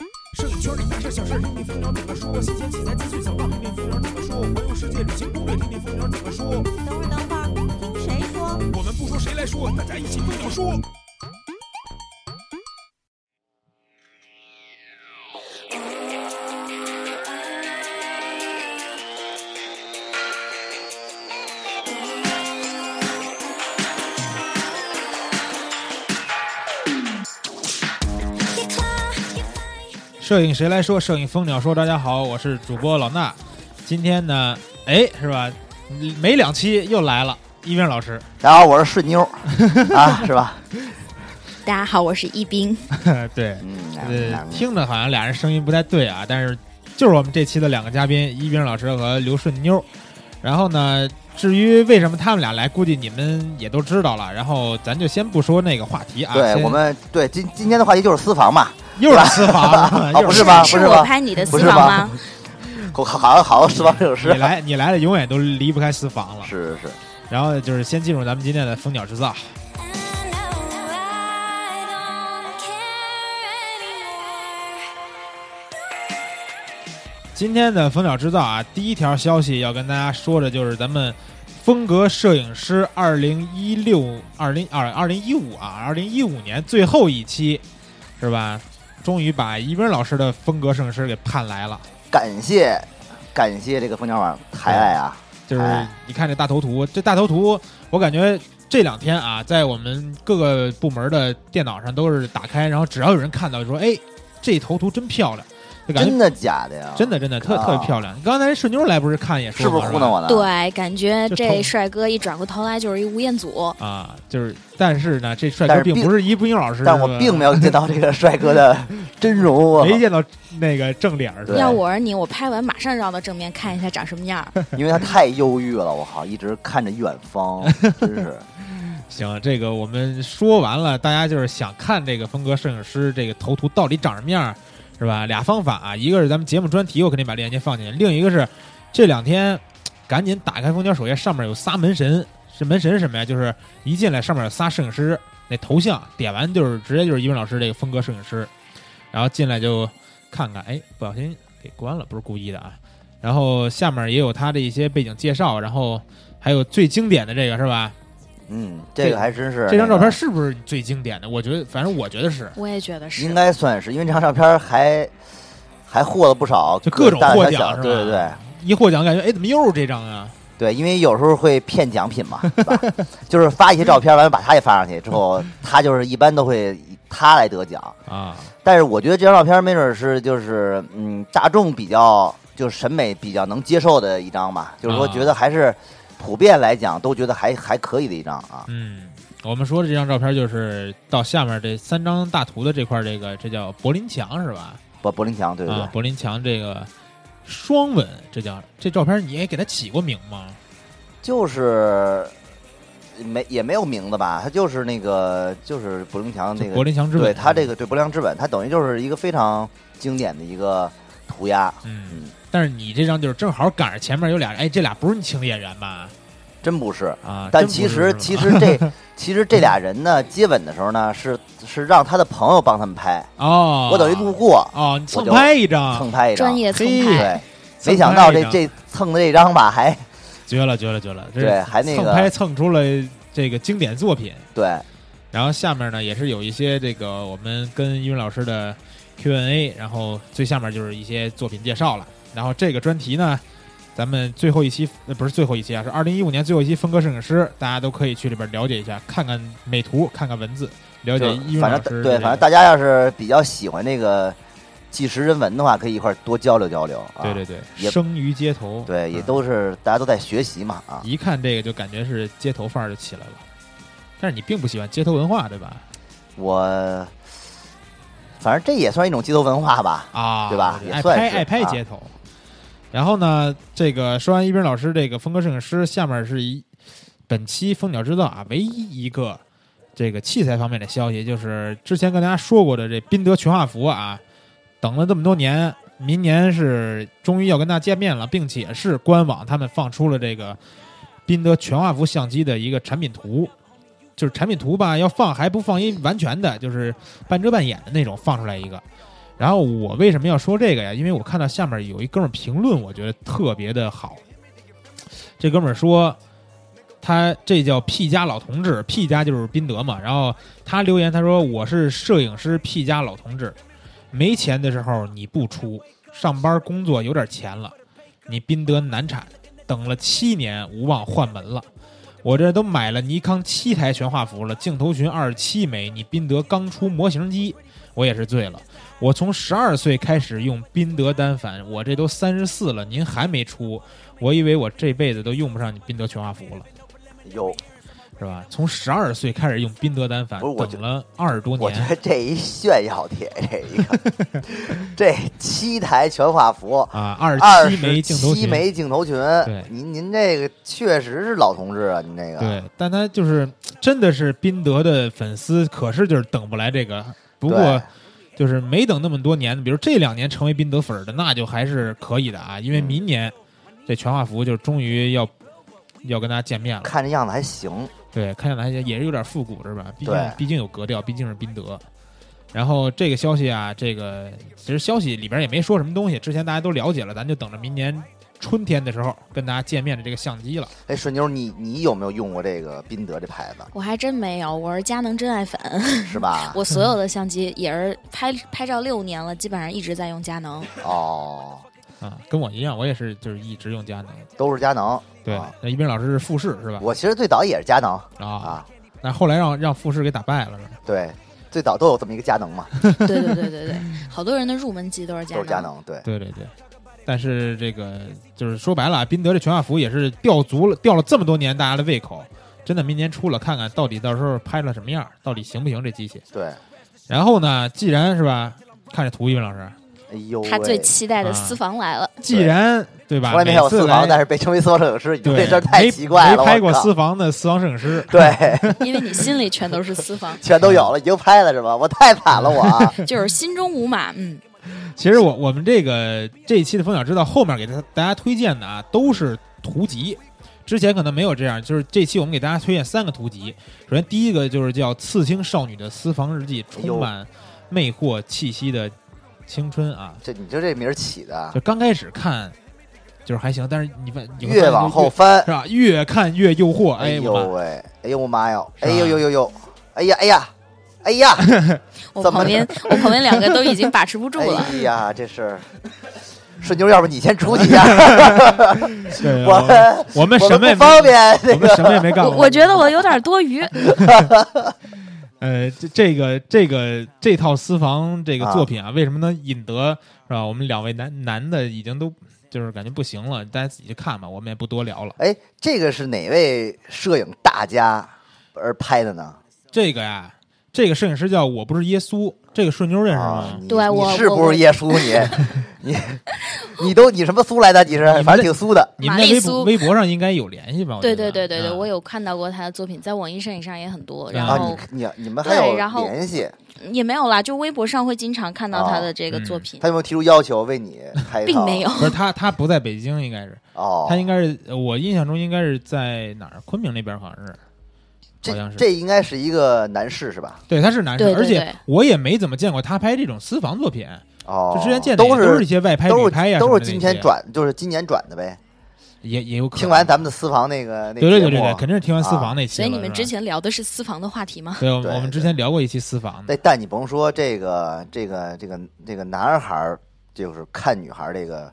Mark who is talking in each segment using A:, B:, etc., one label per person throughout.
A: 圈里大事小事，听听蜂鸟怎么说。新鲜器材资讯想到，听听蜂鸟怎么说。环游世界旅行攻略，听听蜂鸟怎么说。
B: 等会儿，等会儿，听谁说？
A: 我们不说谁来说，大家一起蜂鸟说。摄影谁来说？摄影蜂鸟说。大家好，我是主播老衲。今天呢，哎，是吧？没两期又来了，一鸣老 师。
C: 大家好，我是顺妞儿啊，是吧？
D: 大家好，我是一冰。
A: 对，
C: 嗯，两个
A: 呃
C: 两，个
A: 听着好像俩人声音不太对啊，但是就是我们这期的两个嘉宾，一鸣老师和刘顺妞。然后呢，至于为什么他们俩来，估计你们也都知道了。然后咱就先不说那个话题啊，
C: 对
A: 先
C: 我们对今今天的话题就是私房嘛，
A: 又是私房，
C: 哦
A: 又
C: 不
A: 私
C: 是吧
D: 是
C: 不是
D: 我
C: 吧
D: 拍你的
C: 不
D: 私
C: 是
D: 房
C: 吧
D: 吗？？
A: 嗯
C: 好好好，私房这首诗
A: 你，来你来了，永远都离不开私房了。
C: 是是是，
A: 然后就是先进入咱们今天的蜂鸟制造。今天的蜂鸟制造啊，第一条消息要跟大家说的就是咱们风格摄影师二零一六、二零二、二零一五啊，二零一五年最后一期是吧？终于把一斌老师的风格摄影师给盼来了。
C: 感谢感谢这个蜂鸟网抬爱啊，
A: 就是
C: 哎
A: 你看这大头图，这大头图，我感觉这两天啊，在我们各个部门的电脑上都是打开，然后只要有人看到就说，哎，这头图真漂亮，就嗯感觉
C: 真的假的呀？
A: 真的真的特
C: 啊
A: 特别漂亮。刚才顺妞来不是看也
C: 是
A: 说
C: 不
A: 嘛
C: 是
A: 吧
C: 啊糊
B: 嗯
C: 弄我呢？，
D: 对，感觉
A: 就
D: 这
A: 同
D: 帅哥一转过头来就是一吴彦祖。
A: 啊，就是但是呢，这帅
C: 但
A: 哥
C: 是
A: 并
C: 并
A: 不是一不英老师，
C: 但我并没有见到这个帅哥 的真容啊，
A: 没见到那个正脸儿，是吧
C: 对
D: 要我是你，我拍完马上绕到正面看一下长什么样 儿。
C: 因为他太忧郁了，我靠，一直看着远 方，真是
A: 行，这个我们说完了，大家就是想看这个风格摄影师这个头图到底长什么样儿，是吧？俩方法啊，一个是咱们节目专题，我肯定把链接放进去；另一个是这两天赶紧打开蜂鸟首页，上面有仨门神，是门神是什么呀？就是一进来上面有仨摄影师那头像，点完就是直接就是一位老师这个风格摄影师，然后进来就看看，哎，不小心给关了，不是故意的啊。然后下面也有他的一些背景介绍，然后还有最经典的这个是吧？
C: 嗯，这
A: 这
C: 个还真是
A: 这张
C: 那
A: 照
C: 个
A: 片是不是最经典的？我觉得，反正我觉得是，
D: 我也觉得
C: 应
D: 是。
C: 该算是，因为这张照片还还获了不少，
A: 就各种
C: 大大
A: 获
C: 小
A: 奖
C: 小
A: 是吧
C: 对对对
A: 一获奖感觉，哎，怎么又是这张啊？
C: 对，因为有时候会骗奖品嘛，对吧？就是发一些照片，完了把他也发上去之后，他就是一般都会以他来得奖。
A: 啊，
C: 但是我觉得这张照片没准是就是嗯大众比较就是审美比较能接受的一张吧，就是说
A: 啊
C: 觉得还是普遍来讲都觉得还还可以的一张啊。
A: 嗯，我们说的这张照片就是到下面这三张大图的这块儿，这个这叫柏林墙是吧？
C: 柏柏林墙，对对对
A: 啊，，柏林墙这个双吻，这叫这照片你也给它起过名吗？
C: 就是。没也没有名字吧，他就是那个就是柏林墙
A: 就
C: 那个
A: 柏林墙之吻，
C: 对它这个对不良之吻，它等于就是一个非常经典的一个涂鸦，
A: 嗯，但是你这张就是正好赶上前面有俩，哎，这俩不是你请的演员吧？
C: 真不是。
A: 啊，
C: 但
A: 真不
C: 其
A: 是是吧
C: 实其实这其实这俩人呢接吻的时候呢，是是让他的朋友帮他们拍，
A: 哦，
C: 我等于路过
A: 哦，你蹭
C: 我就
A: 拍一张，
C: 蹭拍一张
D: 专，业蹭
A: 嘿
D: 拍，
C: 对，没想到
A: 蹭拍
C: 这
A: 一张
C: 这蹭的这张吧，还
A: 绝了，绝了，绝了！这
C: 对还那个
A: 蹭拍蹭出了这个经典作品。
C: 对
A: 然后下面呢，也是有一些这个我们跟英语老师的 Q&A，然后最下面就是一些作品介绍了。然后这个专题呢，咱们最后一期呃不是最后一期啊，是二零一五年最后一期风格摄影师，大家都可以去里边了解一下，看看美图，看看文字，了
C: 就
A: 解英语
C: 反
A: 老
C: 正
A: 师的
C: 对，
A: 这
C: 反正
A: 个
C: 大家要是比较喜欢这个纪实人文的话，可以一块儿多交流交流啊，
A: 对对对，
C: 也
A: 生于街头，
C: 对，也
A: 嗯
C: 都是大家都在学习嘛啊，
A: 一看这个就感觉是街头范儿就起来了。但是你并不喜欢街头文化，对吧？
C: 我反正这也算一种街头文化吧，
A: 啊，
C: 对吧也
A: 爱
C: 算
A: 拍
C: 是
A: 爱拍
C: 啊
A: 街头。然后呢，这个说完一斌老师这个风格摄影师，下面是一本期蜂鸟之道啊，唯一一个这个器材方面的消息，就是之前跟大家说过的这宾得全画幅啊，等了这么多年，明年是终于要跟大家见面了，并且是官网他们放出了这个宾得全画幅相机的一个产品图。就是产品图吧，要放还不放一完全的，就是半遮半掩的那种放出来一个，然后我为什么要说这个呀？因为我看到下面有一哥们儿评论，我觉得特别的好。这哥们儿说，他这叫 P 加老同志，P 加就是宾得嘛。然后他留言他说：“我是摄影师 P 加老同志，没钱的时候你不出，上班工作有点钱了，你宾得难产，等了七年无望换门了。”我这都买了尼康七台全画幅了，镜头群二十七枚，你宾得刚出模型机，我也是醉了。我从十二岁开始用宾得单反，我这都三十四了，您还没出，我以为我这辈子都用不上你宾得全画幅了，
C: 有，
A: 是吧？从十二岁开始用宾得单反
C: 不是，我觉
A: 等了二十多
C: 我觉
A: 年
C: 得这一炫耀帖，这一个， 这七台全画幅，
A: 啊，二
C: 二
A: 十七枚镜头
C: 七
A: 群，
C: 枚镜头群
A: 对，
C: 您您这个确实是老同志啊，您这个，
A: 对，但他就是真的是宾得的粉丝，可是就是等不来这个，不过
C: 对。
A: 就是没等那么多年，比如这两年成为宾得粉儿的，那就还是可以的啊。因
C: 嗯
A: 为明年这全画幅就终于要要跟大家见面了，
C: 看这样子还行，
A: 对，看起来也是有点复古是吧？毕竟
C: 对
A: 毕竟有格调，毕竟是宾得。然后这个消息啊，这个其实消息里边也没说什么东西，之前大家都了解了，咱就等着明年春天的时候跟大家见面的这个相机了。
C: 哎，顺妞，你你有没有用过这个宾得这牌子，
D: 我还真没有，我是佳能真爱粉，
C: 是吧？
D: 我所有的相机也是拍拍照六年了，基本上一直在用佳 能。
C: 哦，
A: 啊，跟我一样，我也是就是一直用佳能。
C: 都是佳能，
A: 对
C: 啊，
A: 那一斌老师是富士是吧？
C: 我其实最早也是佳能
A: 啊，
C: 啊，
A: 那后来让让富士给打败了是吧？
C: 对，最早都有这么一个佳能嘛，
D: 对对对对对，好多人的入门机都是佳
C: 都是佳能，对，
A: 对对对。但是这个就是说白了啊，宾得这全画幅也是吊足了，吊了这么多年大家的胃口。真的，明年出了看看到底到时候拍了什么样，到底行不行这机器？
C: 对，
A: 然后呢，既然是吧，看这图，一文老师，
C: 哎呦喂，啊
D: 他最期待的私房来了，
A: 既然对吧，
C: 从来没有私
A: 每次
C: 房，
A: 来
C: 但是被称为私房摄影师，你说
A: 对
C: 这事儿太
A: 没
C: 奇怪了，
A: 没拍过
C: 我靠
A: 私房的私房摄影师，
C: 对，
D: 因为你心里全都是私
C: ，
D: 房
C: 全都有了，已经拍了是 吧？我太惨了，我啊
D: 就是心中无马。嗯，
A: 其实我我们这个这一期的风鸟知道后面给大大家推荐的啊，都是图集。之前可能没有这样，就是这期我们给大家推荐三个图集。首先第一个就是叫《刺青少女的私房日记》，
C: 哎呦
A: 充满魅惑气息的青春啊！
C: 这你就这名儿起的啊
A: 就，刚开始看就是还行，但是你们你会发
C: 越
A: 现
C: 往
A: 就
C: 后翻
A: 是，吧，越看越诱惑。
C: 哎
A: 哎，
C: 呦
A: 我
C: 喂，哎呦我妈哟，
A: 是吧
C: 哎呦呦呦呦，哎呀哎呀，哎呀，
D: 我
C: 怎么
D: 旁边我旁边两个都已经把持不住
C: 哎
D: 了。
C: 呀，这是。顺妞，要不你先出去一 下，
A: 对
C: 我们
A: 我们
C: 我
A: 哎什
C: 们
A: 么也没
C: 不方便。 这
A: 我们
C: 个
A: 什么也没干
D: 我
A: 过。
D: 我觉得我有点多
A: 哦
D: 余，
A: 呃，这这个这个这套私房这个作品啊，为什么能引得是吧？我们两位男男的已经都就是感觉不行了，大家自己去看吧，我们也不多聊了。
C: 哎，这个是哪位摄影大家而拍的呢？
A: 这个呀，这个摄影师叫我不是耶稣，这个顺妞认识
C: 啊，
A: 吗？
C: 你
D: 对我
C: 你是不
D: 我
C: 是耶稣？ 你你你都你什么苏来的？你是
A: 们
C: 反正挺苏的。
A: 你们
D: 玛
A: 在
D: 丽
A: 微博
D: 苏
A: 微博上应该有联系吧？我觉
D: 对
A: 得
D: 对对对对，
A: 啊
D: 我有看到过他的作品，在网易摄影上也很多，然
C: 啊，
D: 后
C: 你你你们还
D: 对
C: 有
D: 然后
C: 联系？
D: 也没有啦，就微博上会经常看到他的
A: 嗯
D: 这个作品
C: 哦他，有没有提出要求 为你拍一
D: 并
C: 套？
D: 没 有。
A: 不是他，他不在北京，应该是
C: 哦，
A: 他应该是呃我印象中应该是在哪儿？昆明那边好像是，好像
C: 这
A: 是
C: 这应该是一个男士是吧？
A: 对，他是男生，
D: 对对
A: 而且
D: 对
A: 我也没怎么见过他拍这种私房作品，
C: 哦，
A: 就之前见的也
C: 都
A: 都
C: 是
A: 一些外拍、
C: 都
A: 旅拍呀什
C: 是
A: 么
C: 都
A: 的
C: 是今
A: 那些
C: 天转，就是今年转的呗。
A: 也也有可能。
C: 听完咱们的私房那个那
A: 对对对
C: 节
A: 对
C: 目
A: 对，，肯定是听完私
C: 啊
A: 房那期
D: 所
A: 了。
D: 以你们
A: 是吧
D: 之前聊的是私房的话题吗？
A: 对，我们
C: 对
A: 我们之前聊过一期私房的，
C: 但但你甭说这个这个这个这个男孩儿，就是看女孩儿这个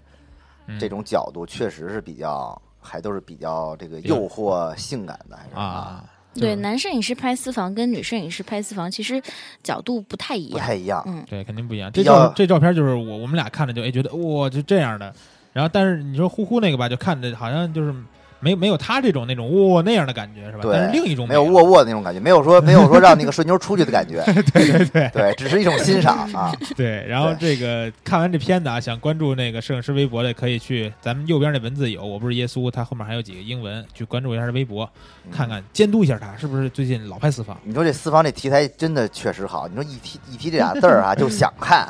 A: 嗯
C: 这种角度，确实是比较还都是比较这个
A: 比较
C: 诱惑性感的，还是
A: 啊，就是
D: 对，男摄影师拍私房跟女摄影师拍私房其实角度不太一
C: 不
D: 样。
C: 太一样。
D: 嗯，
A: 对，肯定不一样。这
C: 比
A: 照
C: 较
A: 这照片就是我我们俩看着就哎觉得哇就这样的，然后但是你说呼呼那个吧，就看着好像就是没没有他这种那种哇那样的感觉是吧？
C: 对
A: 但是另一种
C: 没有
A: 美
C: 握握的那种感觉，没有说没有说让那个顺妞出去的 感觉，对对，只是一种欣赏啊。
A: 对，然后这个看完这片子啊，想关注那个摄影师微博的，可以去咱们右边那文字有“我不是耶稣”，他后面还有几个英文，去关注一下他微博，看看监督一下他是不是最近老拍私房。
C: 你说这私房这题材真的确实好，你说一提一提这俩字儿啊，就想 看，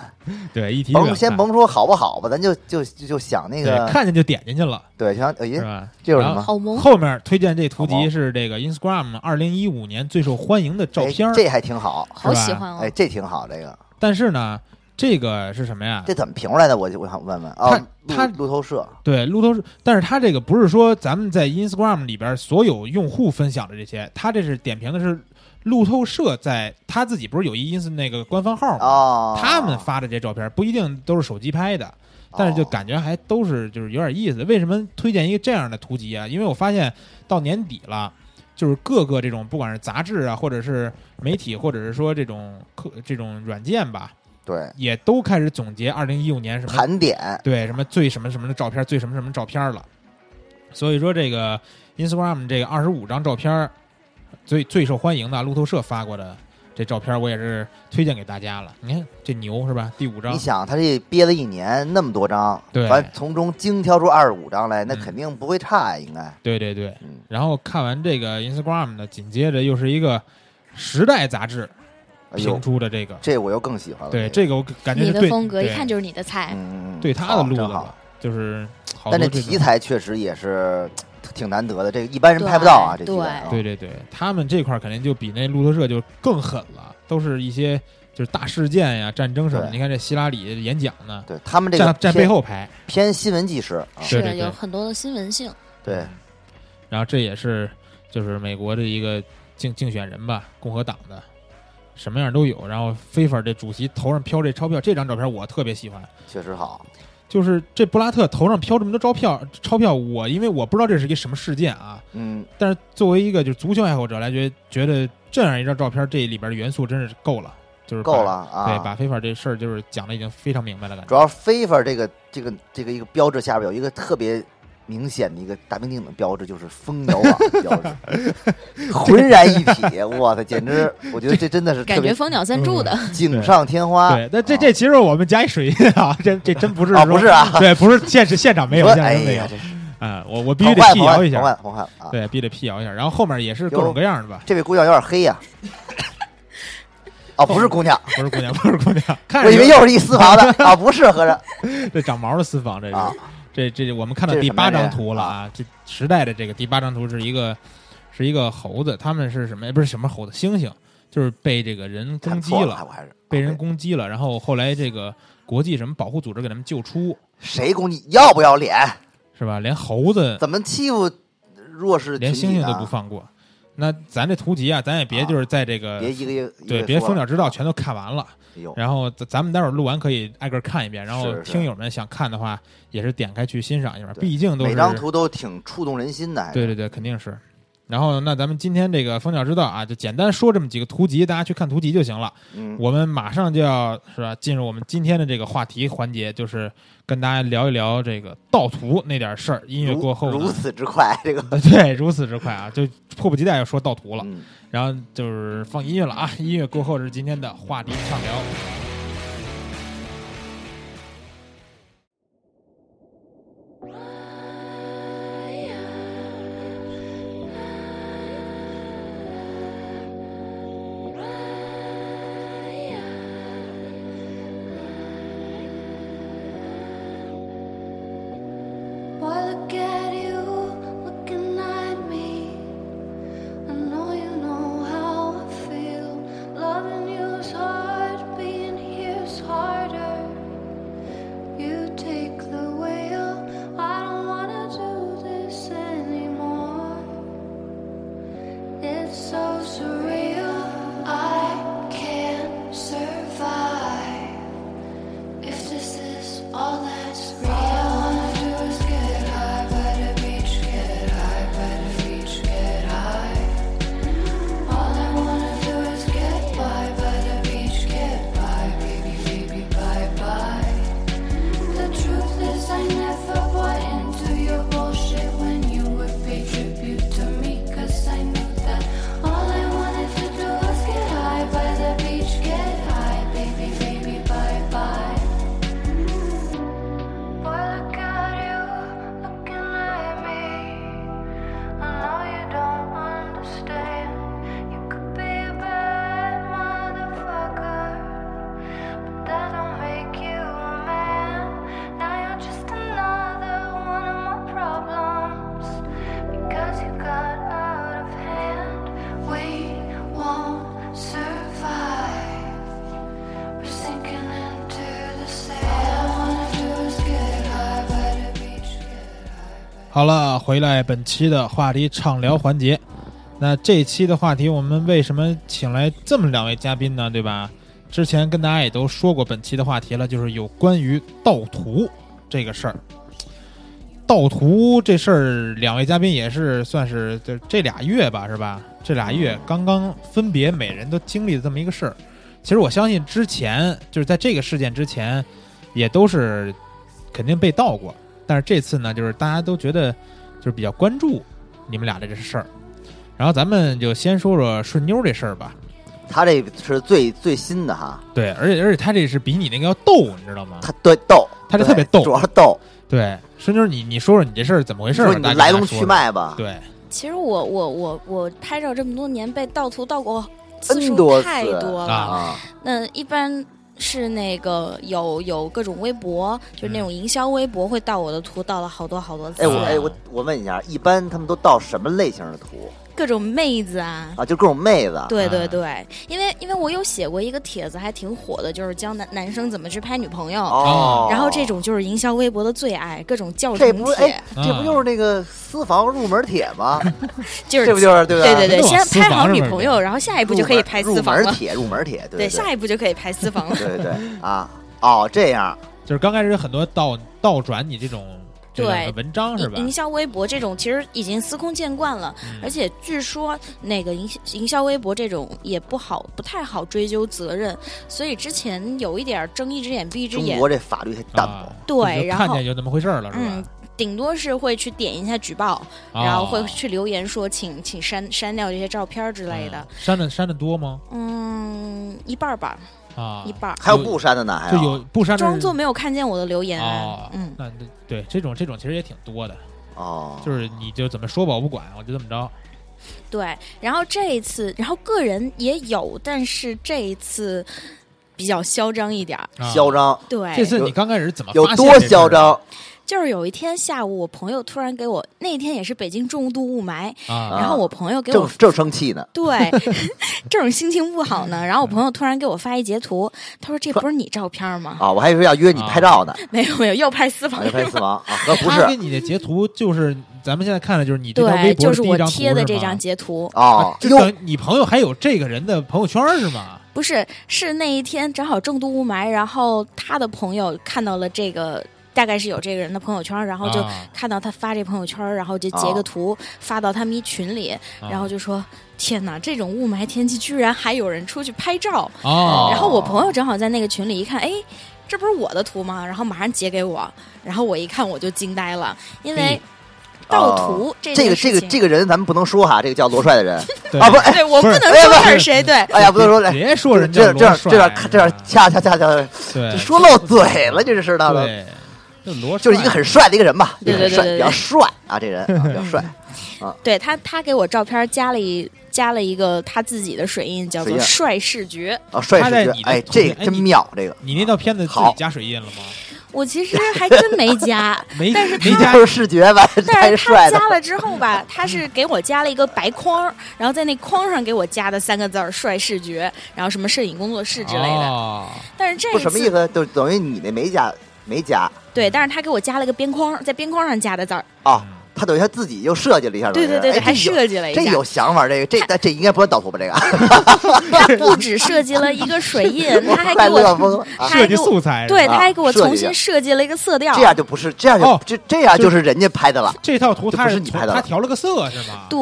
A: 对，一提就
C: 甭
A: 想
C: 先
A: 看
C: 甭说好不好吧，咱就就就就想那
A: 对，
C: 个，
A: 看见就点进去了，
C: 对，就想哎
A: 是，吧？
C: 这有什
A: 然
C: 么
A: 后
D: 好萌，
A: 后面推荐这图
C: 好
A: 集
C: 吗
A: 是这个 Instagram 二零一五年最受欢迎的照片
C: 哎
A: 儿，
C: 这还挺好，
D: 好喜欢哦
C: 哎，！这挺好，这个
A: 但是呢，这个是什么呀？
C: 这怎么评出来的？我就我想问问啊
A: 他，
C: 路
A: 他
C: 路透社
A: 对，路透社，但是它这个不是说咱们在 Instagram 里边所有用户分享的这些，它这是点评的是路透社在他自己不是有一 ins 那个官方号吗？
C: 哦，哦
A: 他们发的这些照片不一定都是手机拍的，但是就感觉还都是就是有点意思。为什么推荐一个这样的图集啊？因为我发现到年底了，就是各个这种不管是杂志啊，或者是媒体，或者是说这种科这种软件吧，
C: 对
A: 也都开始总结二零一五年什么
C: 盘点
A: 对什么最什么什么的照片，最什么什么照片了。所以说这个 Instagram 这个二十五张照片最最受欢迎的路透社发过的这照片，我也是推荐给大家了。你看这牛是吧？第五张
C: 你，想，他这憋了一年那么多张，
A: 对
C: 完从中精挑出二十五张来，那
A: 嗯
C: 肯定不会差呀，应该。
A: 对对对。
C: 嗯，
A: 然后看完这个 Instagram 呢，紧接着又是一个《时代》杂志
C: 哎呦
A: 评，出的这个，
C: 这我又更喜欢了。
A: 对
C: 这
A: 这个我感觉
D: 你
A: 是
D: 的
A: 对
D: 风格一看就
A: 就
D: 是你的菜。
C: 嗯嗯嗯
A: 对他的路子
C: 好真好
A: 了，就是好多
C: 但这
A: 种
C: 题材确实也是嘖挺难得的，这个一般人拍不到啊，这
D: 对
C: 题材啊
A: 对对对，他们这块儿肯定就比那路透社就更狠了，都是一些就是大事件呀、战争什么的。
C: 对
A: 你看这希拉里演讲呢，
C: 对他们这个
A: 站站背
C: 偏
A: 后排，
C: 偏新闻纪实啊，
A: 对
D: 是
A: 对对
D: 有很多的新闻性，
C: 对，
A: 然后这也是就是美国的一个竞竞选人吧，共和党的，什么样都有。然后非法这主席头上飘这钞票，这张照片我特别喜欢。
C: 确实好。
A: 就是这布拉特头上飘这么多钞票，钞票我因为我不知道这是一个什么事件啊，
C: 嗯，
A: 但是作为一个就是足球爱好者来觉觉得这样一张照片，这里边的元素真是够了，就是把
C: 够了啊。
A: 对，把非法这事儿就是讲的已经非常明白了，感
C: 主
A: 觉。
C: 要 FIFA 这个这个这个一个标志下边有一个特别明显的一个大名鼎的标志，就是蜂鸟网的标志， 浑然一体。哇塞，简直，我觉得这真的是特
D: 感觉
C: 别
D: 蜂鸟
A: 嗯
D: 赞助的。
C: 锦上添花。
A: 对，但这这其实我们加一水印啊， 这这真不是
C: 啊
A: 说
C: 哦不是啊，
A: 对，不是现实现场没有，
C: 说
A: 现场
C: 哎
A: 没有
C: 呀，，这是
A: 啊，我我必须
C: 彭
A: 得
C: 焕
A: 辟
C: 彭
A: 谣一下，
C: 焕彭焕彭焕 啊，
A: 对，必须得辟谣一下。然后后面也是各种各样的吧，
C: 这位姑娘有点黑 呀。哦，不是姑娘，
A: 不是姑娘，不是姑娘，看
C: 我
A: 着
C: 以 为
A: 就
C: 又是一私房的啊，不是 合着
A: 这长毛的私房，这是
C: 啊，
A: 这这我们看到
C: 这是
A: 第
C: 什么
A: 八
C: 呀
A: 张图了啊，这时代的这个第八张图是一个是一个猴子，他们是什么呀？不是什么猴子，猩猩，就是被这个人攻
C: 看
A: 击
C: 错
A: 了，
C: 我还是
A: 被人攻击了，然后后来这个国际什么保护组织给他们救出，
C: 谁攻击？要不要脸？
A: 是吧？连猴子
C: 怎么欺负弱势群
A: 连
C: 体
A: 猩猩
C: 呢
A: 都不放过。那咱这图集啊，咱也别
C: 啊
A: 就是在这个
C: 别一个一个哎
A: 对，别蜂鸟之道全都看完了。
C: 有
A: 然后咱咱们待会儿录完可以挨个看一遍，然后
C: 是是
A: 听友们想看的话，也是点开去欣赏一下，
C: 对
A: 毕竟都是
C: 每张图都挺触动人心的，还是
A: 对对对，肯定是。然后那咱们今天这个蜂鸟之道啊，就简单说这么几个图集，大家去看图集就行了。
C: 嗯，
A: 我们马上就要是吧，进入我们今天的这个话题环节，就是跟大家聊一聊这个盗图那点事儿。音乐
C: 如
A: 过后呢
C: 如此之快，这个
A: 对，如此之快啊，就迫不及待要说盗图了。
C: 嗯，
A: 然后就是放音乐了啊，音乐过后是今天的话题畅聊。
E: Boy, look at you, looking at me. I know you know how I feel. Loving you's hard, being
A: 好了，回来本期的话题畅聊环节。那这期的话题，我们为什么请来这么两位嘉宾呢？对吧？之前跟大家也都说过本期的话题了，就是有关于盗图这个事儿。盗图这事儿，两位嘉宾也是算是就这俩月吧，是吧？这俩月刚刚分别每人都经历了这么一个事儿。其实我相信之前就是在这个事件之前，也都是肯定被盗过，但是这次呢，就是大家都觉得就是比较关注你们俩的这事儿。然后咱们就先说说顺妞这事儿吧。
C: 他这是最最新的哈，
A: 对，而且而且他这是比你那个要逗，你知道吗？
C: 他对逗，
A: 他这
C: 对
A: 特别逗
C: 主要是逗。
A: 对，顺妞，你你说说你这事儿怎么回
C: 你
A: 事儿吧？
C: 说你
A: 大
C: 的
A: 概
C: 来
A: 跟大
C: 龙
A: 家
C: 去
A: 说说。
C: 脉吧，
D: 啊
A: 对，
D: 其实我我我我拍照这么多年被盗图盗过次
C: N
D: 数
C: 多次
D: 太多了，
A: 啊
C: 啊，
D: 那一般是那个有有各种微博，就是那
A: 嗯
D: 种营销微博会盗我的图，盗了好多好多次，
C: 哎我
A: 啊
C: 哎我我问一下，一般他们都盗什么类型的图
D: 各种妹子啊。
C: 啊？就各种妹子，
D: 对
A: 啊
D: 对对，因为因为我有写过一个帖子，还挺火的，就是教男男生怎么去拍女朋友，
C: 哦，
D: 然后这种就是营销微博的最爱，各种教
C: 这
D: 程
C: 不是
D: 帖
C: 哎，，这不就是那个私房入门帖 吗？
D: 就是
C: 这不就是对不
D: 对
C: 对
D: 对对，
A: 那
D: 先
A: 往私
D: 拍好
A: 房
D: 女
A: 上面
D: 朋
A: 去
D: 友，然后下一哎步就可以拍私
C: 入门
D: 房
C: 入门
D: 了。
C: 帖，入门帖，对对，
D: 下一步就可以拍私房了。
C: 对对对啊，哦这样
A: 就是刚开始有很多倒倒转你这种这种
D: 对
A: 文章是吧
D: 营？营销微博这种其实已经司空见惯了，
A: 嗯
D: 而且据说那个营营销微博这种也不好，不太好追究责任，所以之前有一点儿睁一只眼闭一只
C: 中
D: 眼
C: 国，这法律太淡薄
A: 啊，
D: 对
A: 你就
D: 然
A: 看
D: 后
A: 见就那么回事儿了是
D: 嗯
A: 吧？，
D: 顶多是会去点一下举报，
A: 啊
D: 然后会去留言说请请删删掉这些照片儿之类的
A: 嗯。删的删的多吗？
D: 嗯，一半儿吧，
A: 啊，
D: 一半儿，
C: 还有不删的呢，还
A: 就有不删的
D: 装作没有看见我的留言
A: 哦
D: 啊。，嗯，
A: 那对这种这种其实也挺多的，
C: 哦，
A: 就是你就怎么说吧，我不管，我就这么着。
D: 对，然后这一次，然后个人也有，但是这一次比较嚣张一点儿。
A: 啊
C: 嚣张，
D: 对，
A: 这次你刚开始怎么
C: 有
A: 发现
C: 多
A: 这事儿啊
C: 嚣张
D: 就是有一天下午，我朋友突然给我，那天也是北京重度雾霾，
A: 啊？
C: 啊
D: 然后我朋友给我
C: 正正生气呢，
D: 对 这种心情不好呢，
A: 嗯
D: 然后我朋友突然给我发一截图，他说这不是你照片吗？
C: 啊，我还以为要约你拍照呢，
D: 没有没有，又拍私
C: 啊
D: 房
C: 要
D: 是
C: 拍
D: 吗
C: 私房 啊，合不是
A: 他给你的截图就是咱们现在看的， 就是你这条
D: 对，
A: 微博
D: 就是
A: 第
D: 我
A: 一张
D: 贴
A: 图
D: 的
A: 是
D: 这
A: 吗啊
D: 张截图，
C: 哦，
A: 就
C: 哟
A: 等于你朋友还有这个人的朋友圈是吗？
D: 不是是那一天正好重度雾霾，然后他的朋友看到了这个，大概是有这个人的朋友圈，然后就
A: 啊
D: 看到他发这朋友圈儿，然后就截
C: 哦
D: 个图、发到他们一群里，
A: 啊
D: 然后就说：“天哪，这种雾霾天气居然还有人出去拍照！”
A: 哦，
D: 然后我朋友正好在那个群里一看，哎，这不是我的图吗？然后马上截给我，然后我一看我就惊呆了，因为
A: 嘿
D: 盗图这
C: 哦这个这
D: 这
C: 个这个人咱们不能说哈，这个叫罗帅的人
A: 对
C: 啊，不，哎
D: 对我
A: 不
D: 不
A: 是
D: 能
C: 哎
D: 说
C: 不
D: 他是
A: 是
D: 谁，对，
C: 哎呀，不能说这
A: 别说人
C: 这
A: 家
C: 样这样
A: 罗
C: 这
A: 帅
C: 样
A: 啊
C: 这 样恰恰恰恰
A: 对
C: 这说漏嘴了，这是事儿到了。
A: 对，这罗
C: 就是
A: 帅
C: 一个很帅的一个人吧，
D: 对对对
C: 一个很帅
D: 对对
C: 比较帅啊，这人啊比较帅，
D: 对他他给我照片加了一加了一个他自己的水印，叫
C: 水
D: 做“
C: 印
D: 帅视觉
C: 啊，帅
A: 他在
C: 是觉
A: 你的
C: 哎，
A: 图
C: 这
A: 片哎
C: 真
A: 你
C: 妙，这个啊
A: 你那套片子自己
C: 好
A: 加水印了吗？”。
D: 我其实还真没加，
A: 没
D: 但是
A: 没
D: 他
A: 加
C: 就是视觉吧，
D: 但
C: 太
D: 是他
C: 帅了
D: 加了之后 吧，他是给我加了一个白框儿，然后在那框上给我加的三个字儿“帅视觉”，然后什么摄影工作室之类的。
A: 哦
D: 但是这
C: 不
D: 一
C: 什么意
D: 次
C: 思？就等于你那没加没加
D: 对，但是他给我加了个边框，在边框上加的 字儿。
C: 啊，他等于他自己又设计了一下，
D: 对对对对，
C: 哎
D: 还
C: 这有
D: 设计了一
C: 这
D: 下
C: 有。想法，这个这但这应该不算盗图吧？这个
D: 他不只设计了一个水 印，他还
C: 快
D: 给
C: 乐
D: 我，
C: 疯了啊！
A: 设计素材是吧
D: 对，他还给我
C: 设计
D: 重
C: 一下
D: 新设计了一个色调
C: 这。样就不是这样
A: 哦
C: 就这这样
A: 就
C: 就是人家拍的了
A: 这套图他
C: 这不是你
A: 从
C: 拍的
A: 他
C: 吧
A: 调了个色是吗？
D: 对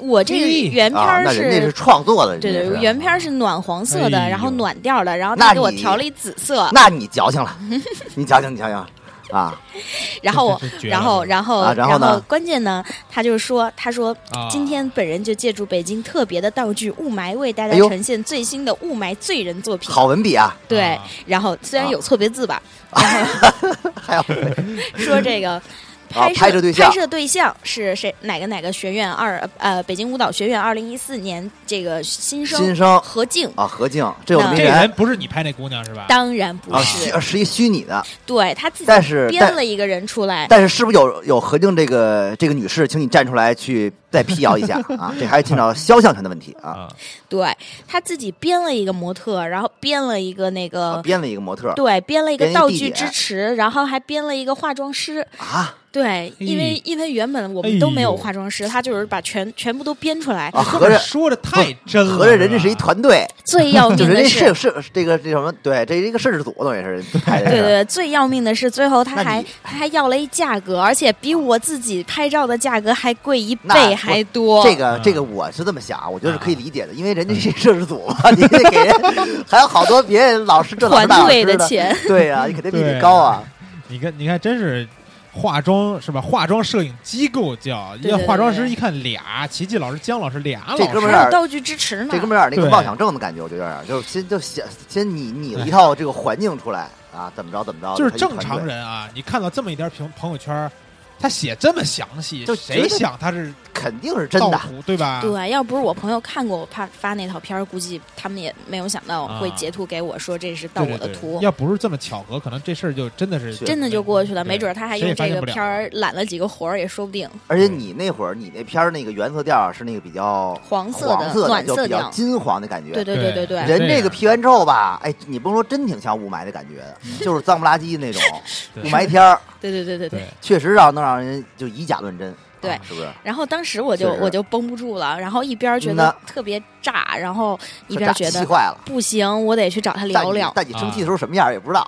D: 我这个
A: 咦
D: 原片
C: 啊，
D: 儿
C: 那人家是
D: 是。
C: 创作的，人
D: 对
C: 家
D: 对，
C: 是啊
D: 原片儿是暖黄色的，
A: 哎呦
D: 然后暖调的，然后
C: 那
D: 他给我
C: 你
D: 调了一紫 色，
C: 那你矫 情了，你矫情你矫情啊
D: 然后我
A: 真是绝了
D: 然后，然后，
C: 啊然
D: 然
C: 后呢
D: 关键呢，他就说，他说、
A: 啊
D: 今天本人就借助北京特别的道具雾霾，为大家
C: 哎呦
D: 呈现最新的雾霾罪人作品。
C: 好文笔啊，
D: 对，
A: 啊
D: 然后虽然
C: 啊
D: 有错别字吧，
C: 还有
D: 说这 个。
C: 啊
D: 拍摄
C: 拍摄对象
D: 拍摄对象是谁？哪个哪个学院二呃北京舞蹈学院二零一四年这个新生
C: 新生
D: 何静？
C: 啊，何静这有
D: 那
C: 名
A: 这
C: 人
A: 人不是你拍那姑娘是吧？
D: 当然不
C: 啊，
D: 是，
C: 虚是一虚拟的，
D: 对他自己
C: 但是
D: 编
C: 但
D: 了一个人出来。
C: 但是是不是有有何静这个这个女士，请你站出来去再辟谣一下啊？这还是牵扯到肖像权的问题啊。
A: 啊，
D: 对他自己编了一个模特，然后编了一个那个
C: 啊编了一个模特
D: 对，编了一个
C: 编一
D: 道
C: 地
D: 具
C: 点
D: 支持，然后还编了一个化妆师。
C: 啊，
D: 对，因为因为原本我们都没有化妆师，他就是把全全部都编出来。
C: 哎啊，合着
A: 说的太真了，
C: 合着人家是一
A: 吧
C: 团队，
D: 最要
C: 就
D: 命的
C: 人家
D: 是
C: 摄，摄这个这什么？对，这一个摄制组等于是拍 的
D: 对对
C: 是。
D: 对，最要命的是最后他
C: 哎那你
D: 还他还要了一价格，而且比我自己拍照的价格还贵一
C: 那
D: 倍
C: 我
D: 还多。
C: 这个
A: 嗯
C: 这个我是这么想，我觉得是可
D: 啊
C: 以理解的，因为人家是摄制组嘛，你得给人还有好多别人老师这老师那
D: 团
C: 老
D: 队
C: 师
D: 的
C: 的，
D: 钱，
C: 对呀，你肯定比
A: 对
C: 你高啊。
A: 你看，你看，真是化妆是吧？化妆摄影机构叫一
D: 对
A: 个
D: 对
A: 化妆师，
D: 对
A: 一看俩，琪琪老师、姜老师俩老师，
C: 这哥们儿
D: 还有道具支持呢。
C: 这哥们儿有点那
A: 对
C: 个妄想症的感觉，我觉得有点儿，就是先就想先拟拟了一套这个环境出来啊，怎么着怎么着，
A: 就是
C: 他一
A: 正
C: 团
A: 常
C: 队。
A: 人啊。你看到这么一条评朋友圈，他写这么详细，
C: 就
A: 谁
C: 绝对
A: 想他是
C: 肯定是真
A: 盗
C: 的，
A: 图对吧？
D: 对，要不是我朋友看过我发发那套片儿，估计他们也没有想到
C: 啊
D: 会截图给我说这是盗
A: 对
D: 我的
A: 对对
D: 图。
A: 要不是这么巧合，可能这事儿就真的是
C: 是
D: 真的就过去了，
A: 对
D: 没准他还
A: 谁也
D: 用
A: 发
D: 这
A: 现
D: 个
A: 不了
D: 片儿揽了几个活儿，也说不定。
C: 而且你那会儿你那片儿那个原色调儿是那个比较
D: 黄色的
C: 黄色
D: 暖
C: 就
D: 色
C: 比较
D: 调
C: 金黄的感觉。
D: 对对
A: 对
D: 对对，
A: 人
C: 人这个 P 完之后吧，哎，你甭说，真挺像雾霾的感觉的，
D: 嗯
C: 就是脏不拉 几那种
A: 对
C: 雾霾天儿，
D: 对对对对
A: 对
D: 对。
C: 确实让能让人就以假乱真，啊
D: 对
C: 是不是？
D: 然后当时我就
C: 确实
D: 我就绷不住了，然后一边儿觉
C: 那
D: 得特别炸，然后一边儿
C: 可炸
D: 觉
C: 气
D: 得
C: 坏了，
D: 不行，我得去找他聊聊。啊
C: 但你但你生气的时候什么样儿也不知道，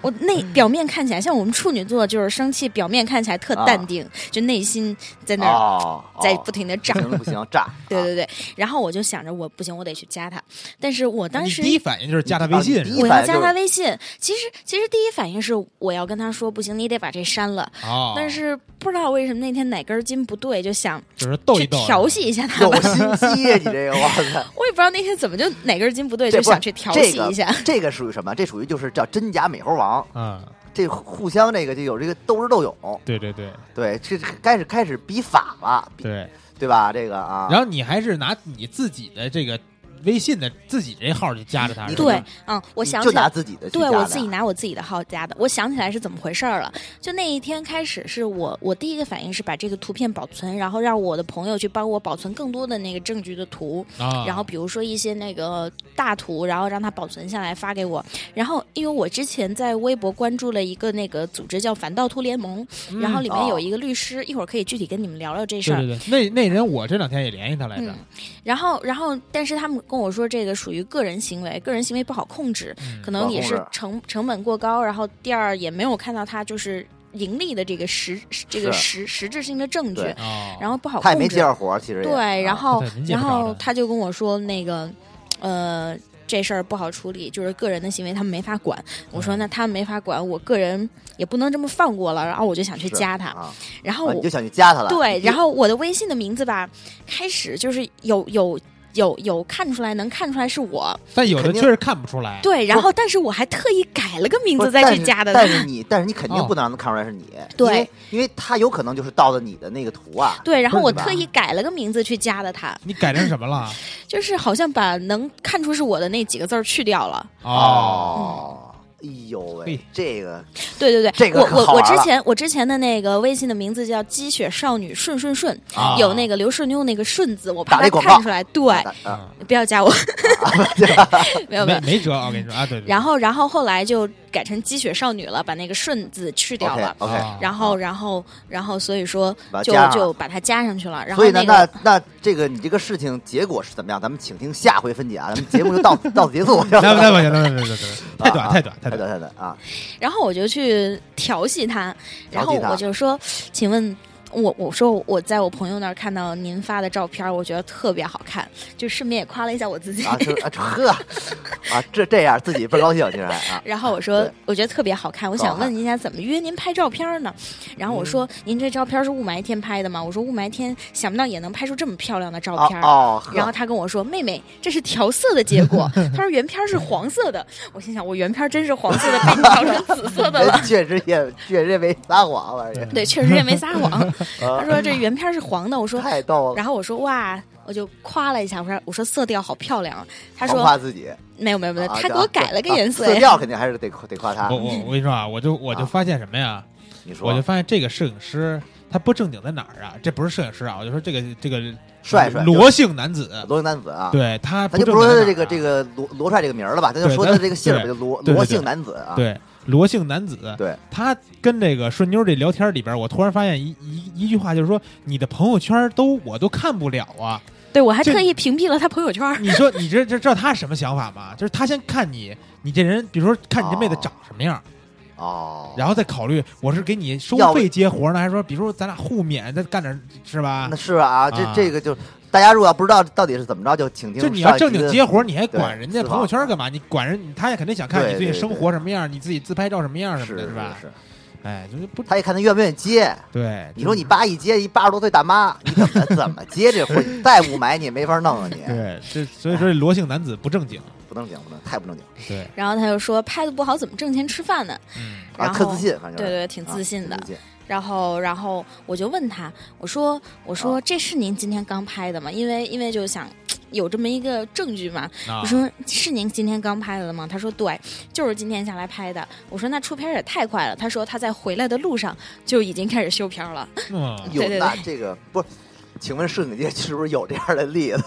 D: 我内
A: 嗯
D: 表面看起来像我们处女座，就是生气，表面看起来特淡定，就内心在那儿
C: 啊哦，哦
D: 在不停 的炸。
C: 行了不行，炸，
D: 对
C: 啊
D: 对对，然后我就想着我不行，我得去加他。但是我当
A: 你
D: 时
A: 第一反应就是加他微信
C: 啊你第
A: 是吧
C: 一
D: 我
C: 反
D: 要
C: 应
D: 加
C: 就是
D: 他微信，其实其实第一反应是我要跟他说不行，你得把这删了。
A: 哦，
D: 但是不知道为什么那天哪根筋不对，就想
A: 就是逗
D: 去
A: 一逗，
D: 调戏一下他
C: 有
D: 吧。
C: 心机啊，你这个，我操！
D: 我也不知道那天怎么就哪根筋不对，就
C: 这不是
D: 想去调戏一 下。
C: 这个属于什么？这属于就是叫真假美猴王，
A: 嗯，
C: 这互相这个就有这个斗智斗勇，
A: 对对对
C: 对，这这开始开始比法了，比
A: 对。
C: 对吧？这个啊，
A: 然后你还是拿你自己的这个微信的自己这号去加着他，是
C: 你
A: 吧
C: 可能
D: 对，嗯，我
C: 你
D: 想起
C: 就
D: 来
C: 拿自己的去
D: 对
C: 加
D: 我
C: 的啊
D: 自己拿我自己的号加的，我想起来是怎么回事儿了。就那一天开始，是我我第一个反应是把这个图片保存，然后让我的朋友去帮我保存更多的那个证据的图，
A: 啊，
D: 然后比如说一些那个大图，然后让他保存下来发给我。然后因为我之前在微博关注了一个那个组织叫反盗图联盟，
A: 嗯
D: 然后里面有
C: 哦
D: 一个律师，一会儿可以具体跟你们聊聊这事
A: 对
D: 儿。
A: 对对，那那人我这两天也联系他来着
D: 嗯，然后，然后，但是他们跟我说这个属于个人行为，个人行为不好控制，
A: 嗯
D: 可
C: 不
D: 能
C: 好
D: 也
C: 控
D: 是
C: 制
D: 成成本过高，然后第二也没有看到他就是盈利的这个实这个实实质性的证据
C: 对，
A: 哦，
D: 然后不好
C: 他也没
D: 控
C: 接
D: 制。
C: 着活儿，其实也
D: 对，然
C: 啊
D: 后
A: 对您接
D: 然
A: 不着
D: 后
A: 的
D: 他就跟我说那个，呃，这事儿不好处理，就是个人的行为他们没法管。我说
A: 嗯
D: 那他们没法管，我个人也不能这么放过了，然后我就想去
C: 是
D: 加他，
C: 啊，
D: 然后我
C: 啊你就想去加他了，
D: 对，
C: 你
D: 然后我的微信的名字吧，开始就是有有有有看出来，能看出来是我。
A: 但有的
C: 肯
A: 确
C: 定
A: 实看不出来，
D: 对，然后但是我还特意改了个名
C: 不
D: 字
C: 是
D: 再
C: 但
D: 去
C: 是
D: 加的。嗯
C: 但是你，但是你肯定
A: 哦
C: 不能让他看出来是你，
D: 对
C: 因为，因为他有可能就是盗的你的那个图啊，
D: 对，然后
C: 不
D: 我
C: 是吧
D: 特意改了个名字去加的他，
A: 你改成什么 了？啊
D: 就是好像把能看出是我的那几个字儿去掉了。
A: 哦，
C: 哎呦
A: 嘿
C: 喂，这个
D: 对对对，
C: 这个
D: 我
C: 可
D: 我
C: 好
D: 我
C: 玩
D: 之
C: 了
D: 前我之前的那个微信的名字叫“鸡血少女顺顺顺”，
A: 啊
D: 有那个刘顺妞那个“顺”字，我
C: 打
D: 怕
C: 了一
D: 他
C: 广告
D: 看出来。对，
C: 啊啊
A: 嗯
D: 不要加我， 没有没
A: 没
D: 有。
A: 没辙，我跟你说啊，对，对
D: 然后然后后来就改成“鸡血少女”了，把那个“顺”字去掉了
C: ，OK。OK，
A: 啊
D: 然后，然后，然后，所以说
C: 把它
D: 就
C: 加上
D: 就把它加上去了。然后
C: 所以呢，
D: 那
C: 那
D: 个
C: 那这个你这个事情结果是怎么样？咱们请听下回分解啊，咱们节目 就到到此结束。
A: 那那不行，那那那 那太短太短太
C: 太
A: 短，
C: 短太短啊！
D: 然后我就去调戏他，然后
C: 调戏他
D: 我就说：“请问，我我说我在我朋友那儿看到您发的照片，我觉得特别好看，就顺便也夸了一下我自己。
C: 啊，这啊这呵啊，这这样自己倍儿高兴，竟然 啊！
D: 然后我说
C: 对，
D: 我觉得特别好看，我
C: 特好嗯
D: 想问一下，怎么约您拍照片呢？然后我说，您这照片是雾霾天拍的吗？我说雾霾天，想不到也能拍出这么漂亮的照
C: 哦
D: 片。
C: 哦，呵
D: 然后他跟我说：“妹妹，这是调色的结 果。”他说：“原片儿是黄色的。”我心想：“我原片儿真是黄色的，被你调成紫色的了。嗯
C: 人确实也确实也没撒谎了，也”
D: 对，确实也没撒谎。他
C: 啊
D: 说：“这原片儿是黄的。”我说
C: 太逗：“了，
D: 然后我说哇。”我就夸了一下，我说：“我说色调好漂亮。”啊他
C: 狂
D: 说
C: 夸自己。：“
D: 没有没有没有，
C: 啊
D: 他给我改了个颜色
C: 啊色
D: 呀。
C: 调肯定还是得得夸他
A: 我。我我跟你说啊，我就我就
C: 啊
A: 发现什么呀？
C: 你说
A: 我就发现这个摄影师他不正经在哪儿啊？这不是摄影师啊，我就说这个这个
C: 帅帅
A: 罗姓男子，
C: 罗姓男子啊，
A: 对他
C: 咱
A: 不
C: 就
A: 正
C: 不说
A: 经
C: 他
A: 在哪
C: 的这
A: 儿
C: 个
A: 啊
C: 这个罗罗帅这个名儿了吧，咱就
A: 对
C: 说他
A: 咱
C: 这个姓儿吧，
A: 对
C: 就罗
A: 对对
C: 罗姓男子啊。
A: 对，罗姓男子，
C: 对，
A: 他跟这个顺妞这聊天里边，我突然发现一一一句话，就是说你的朋友圈都我都看不了 啊。
D: 对我还
A: 这
D: 特意屏蔽了他朋友圈儿。
A: 你说你这这知道他什么想法吗？就是他先看你，你这人，比如说看你这妹子
C: 哦
A: 长什么样，
C: 哦，
A: 然后再考虑我是给你收
C: 要不
A: 费接活呢，还是说比如说咱俩互免再干点是吧
C: 那？是啊，这
A: 啊
C: 这个就大家如果要不知道到底是怎么着，就请听
A: 就你
C: 上
A: 要
C: 一
A: 正
C: 集
A: 经
C: 的
A: 接活，你还管人家
C: 对啊
A: 朋友圈干嘛？你管人，他也肯定想看
C: 对
A: 你最近
C: 对
A: 生活什么样，你自己自拍照什么样什
C: 是
A: 么的，
C: 是
A: 吧？
C: 是，
A: 哎，就是不
C: 他也看他愿不愿意接。
A: 对。
C: 你
A: 就
C: 说你爸一接一八十多岁大妈，你怎么怎么接这婚？再 雾霾你也没法弄啊，你
A: 对，这所以说这罗姓男子不正经，
C: 不能整，不能太不能整
A: 对，
D: 然后他就说拍的不好怎么挣钱吃饭呢？
A: 嗯，
C: 啊，
D: 然
C: 特
D: 后
C: 自信，反正
D: 对
C: 就是
D: 对，挺自信的
C: 啊。自信
D: 然后，然后我就问他，我说，我说、
C: 啊
D: 这是您今天刚拍的吗？因为因为就想有这么一个证据嘛。
A: 啊
D: 我，说是您今天刚拍的吗？他说对，就是今天下来拍的。我说那出片儿也太快了。他说他在回来的路上就已经开始修片儿了。
A: 嗯，
D: 对对
C: 啊有那这个不是？请问摄影界是不是有这样的例子？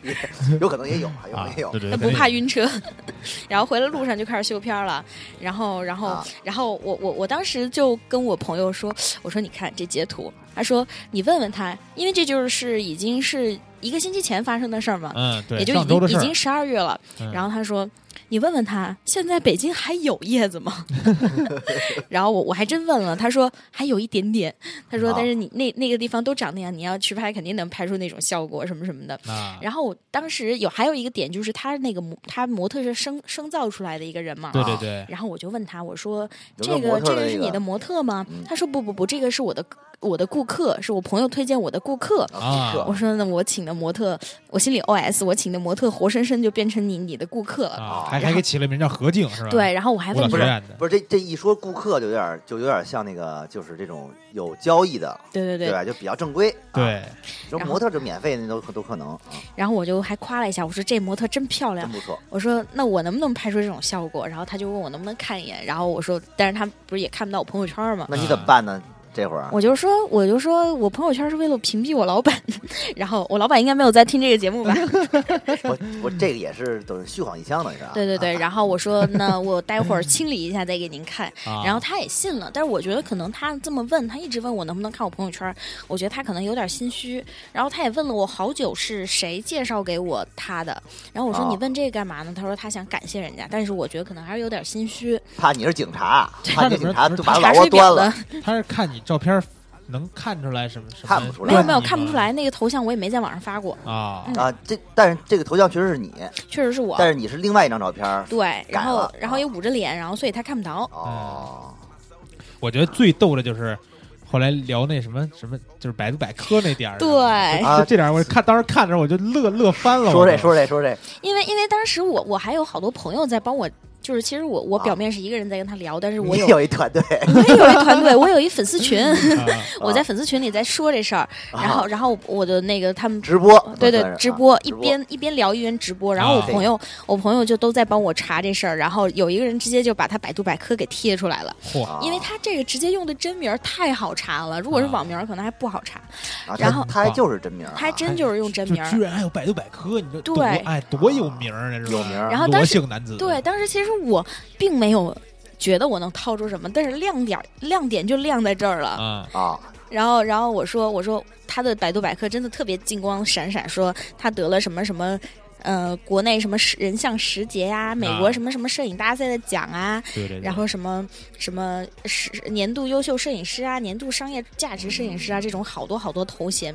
C: 也有可能也有啊，有可
A: 啊
C: 能也有
A: 对。对
D: 那
A: 对，
D: 不怕晕车， 然后回来路上就开始修片儿了，然后，然后，
C: 啊
D: 然后我我我当时就跟我朋友说，我说你看这截图，他说你问问他，因为这就是已经是一个星期前发生的事儿嘛，
A: 嗯，对，
D: 也就已
A: 上周的
D: 经
A: 事
D: 已
A: 儿
D: 经十二月了，
A: 嗯
D: 然后他说你问问他，现在北京还有叶子吗？ 然后我我还真问了，他说还有一点点，他说
C: 啊
D: 但是你那那个地方都长那样，你要去拍肯定能拍出那种效果什么什么的，
A: 啊，
D: 然后我当时有还有一个点就是他那个模他模特是生生造出来的一个人嘛。
A: 对对对，
D: 然后我就问他，我说
C: 有
D: 这
C: 模
D: 个
C: 特
D: 这
C: 的
D: 个是
C: 那
D: 你的模特吗？
C: 嗯
D: 他说不不不，这个是我的我的顾客，是我朋友推荐我的顾客。
C: 哦
A: 啊
D: 我说那我请的模特，我心里 OS，我请的模特活生生就变成你你的顾客了。
A: 啊，
C: 啊
A: 还
D: 然
A: 还
D: 后
A: 给起了名叫何静是吧？
D: 对，，然后我还
A: 舞蹈
D: 问
A: 学
D: 他，
A: 院的，
C: 不是这这一说顾客就有点儿就有点儿像那个就是这种有交易的，
D: 对对
C: 对
D: 对，
C: 吧？就比较正规。啊，
A: 对，
C: 这
D: 然后
C: 模特就免费那都都可能啊，
D: 然后我就还夸了一下，我说这模特真漂亮
C: 真。
A: 啊
C: 不错。
D: 我说那我能不能拍出这种效果？然后他就问我能不能看一眼，然后我说但是他不是也看不到我朋友圈吗？
C: 那你怎么办呢？这会儿啊
D: 我就说，我就说我朋友圈是为了屏蔽我老板， 然后我老板应该没有在听这个节目吧？
C: 我我这个也是等于虚晃一枪等于是啊。
D: 对对对，
C: 啊
D: 然后我说，那我待会儿清理一下再给您看。
A: 啊
D: 然后他也信了，但是我觉得可能他这么问，他一直问我能不能看我朋友圈，我觉得他可能有点心虚。然后他也问了我好久是谁介绍给我他的，然后我说
C: 哦
D: 你问这个干嘛呢？他说他想感谢人家，但是我觉得可能还是有点心虚，
C: 怕你是警察，怕你是警 察
A: 他怎么
C: 就把
D: 查
C: 老
D: 水
C: 窝端
D: 表的
C: 了。。
A: 他是看你照片儿能看出来什么什么？
C: 看不出来
D: 没有
A: 端
D: 没有
A: 倪
D: 看不
A: 吗
D: 出来那个头像，我也没在网上发过，
A: 啊
D: 嗯
C: 啊，这但是这个头像确实是你，
D: 确实是我。
C: 但是你是另外一张照片儿
D: 对，然
C: 改
D: 后
C: 了啊
D: 然后也捂着脸，然后所以他看不着。
C: 哦，
A: 我觉得最逗的就是后来聊那什么什么，就是百度百科那点儿。
D: 对，
A: 啊，这点儿我看当时看着我就乐乐翻了。
C: 说这
D: 哦
A: 我
C: 说这说这
D: 因为因为当时我我还有好多朋友在帮我，就是其实我我
C: 啊
D: 表面是一个人在跟他聊，但是我
C: 你
D: 有
C: 有一团队，
D: 我哎也有一团队，我有一粉丝群，
A: 啊
D: 我在粉丝群里在说这事儿，
C: 啊
D: 然后然后我的那个他们。
C: 直播，
D: 哦对对
C: 算是，
D: 直
C: 啊
D: 播一边一边聊一边直播，然后我
A: 啊
D: 朋友我朋友就都在帮我查这事儿，然后有一个人直接就把他百度百科给贴出来了，
A: 嚯，
C: 啊
D: 因为他这个直接用的真名儿太好查了，如果是
A: 啊
D: 网名儿可能还不好查，
C: 啊
D: 然后
C: 他他还就是真名儿啊，
D: 他还真就是用真
A: 就
D: 名儿
A: 居。然还有百度百科，你说多
D: 对
A: 哎多有名儿啊，这是
C: 有名儿
D: 然后当
A: 罗
D: 时
A: 姓男子
D: 对，当时其实我并没有觉得我能掏出什么，但是亮点儿亮点就亮在这儿了。
A: 啊
C: 啊，
D: 然后，然后我说我说他的百度百科真的特别金光闪闪，说他得了什么什么。呃，国内什么十人像十杰呀、美国
A: 啊
D: 什么什么摄影大赛的奖啊，
A: 对对对，
D: 然后什么什么是年度优秀摄影师啊，年度商业价值摄影师啊，这种好多好多头衔。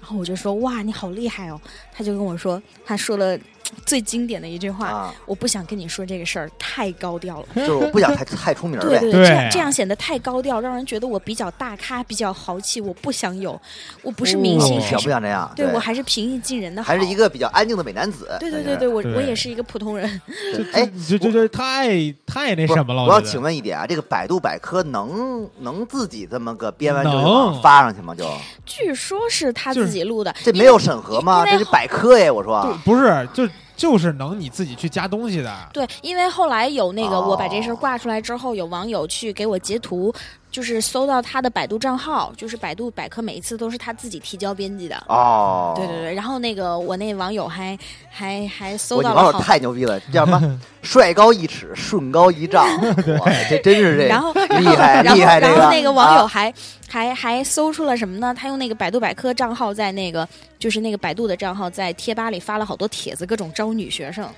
D: 然后我就说哇，你好厉害哦！他就跟我说，他说了最经典的一句话，
C: 啊
D: 我不想跟你说这个事儿，太高调了。
C: 就是我不想太太出名儿
D: 对
C: 呗，
A: 对
D: 这样
A: 啊
D: 这样显得太高调，让人觉得我比较大咖，比较豪气。我不想有，我不是明星，
A: 哦
D: 还
C: 想不
D: 是
C: 想这样？
D: 我还是平易近人的好。
C: 还是一个比较安静的美男子。
D: 对对对
C: 那就
D: 对，
C: 是
D: 我
A: 对
D: 我也是一个普通人。
A: 这
C: 哎
A: 这这这太太那
C: 不是
A: 什么了？
C: 我要
A: 觉得
C: 请问一点啊，这个百度百科能能自己这么个编完就
A: 能
C: 往上发上去吗？就
D: 据说是他
A: 就
D: 自
A: 是
D: 己录的，
C: 这没有审核吗？
D: 因
C: 这
D: 为
C: 是百科哎，我说
A: 对，不是，就就是能你自己去加东西的。
D: 对，因为后来有那个，
C: 哦
D: 我把这事儿挂出来之后，有网友去给我截图，就是搜到他的百度账号，就是百度百科每一次都是他自己提交编辑的。
C: 哦，
D: 对对对，然后那个我那网友还还还搜
C: 我你
D: 到
C: 网友
D: 了好，
C: 太牛逼了，叫 什么？帅高一尺，顺高一丈，哇，这真是这
D: 然 后然
C: 厉
D: 后
C: 害
D: 然后
C: 厉害这
D: 然
C: 个
D: 后那个网友
C: 啊
D: 还、还还搜出了什么呢？他用那个百度百科账号在那个就是那个百度的账号在贴吧里发了好多帖子，各种招女学生，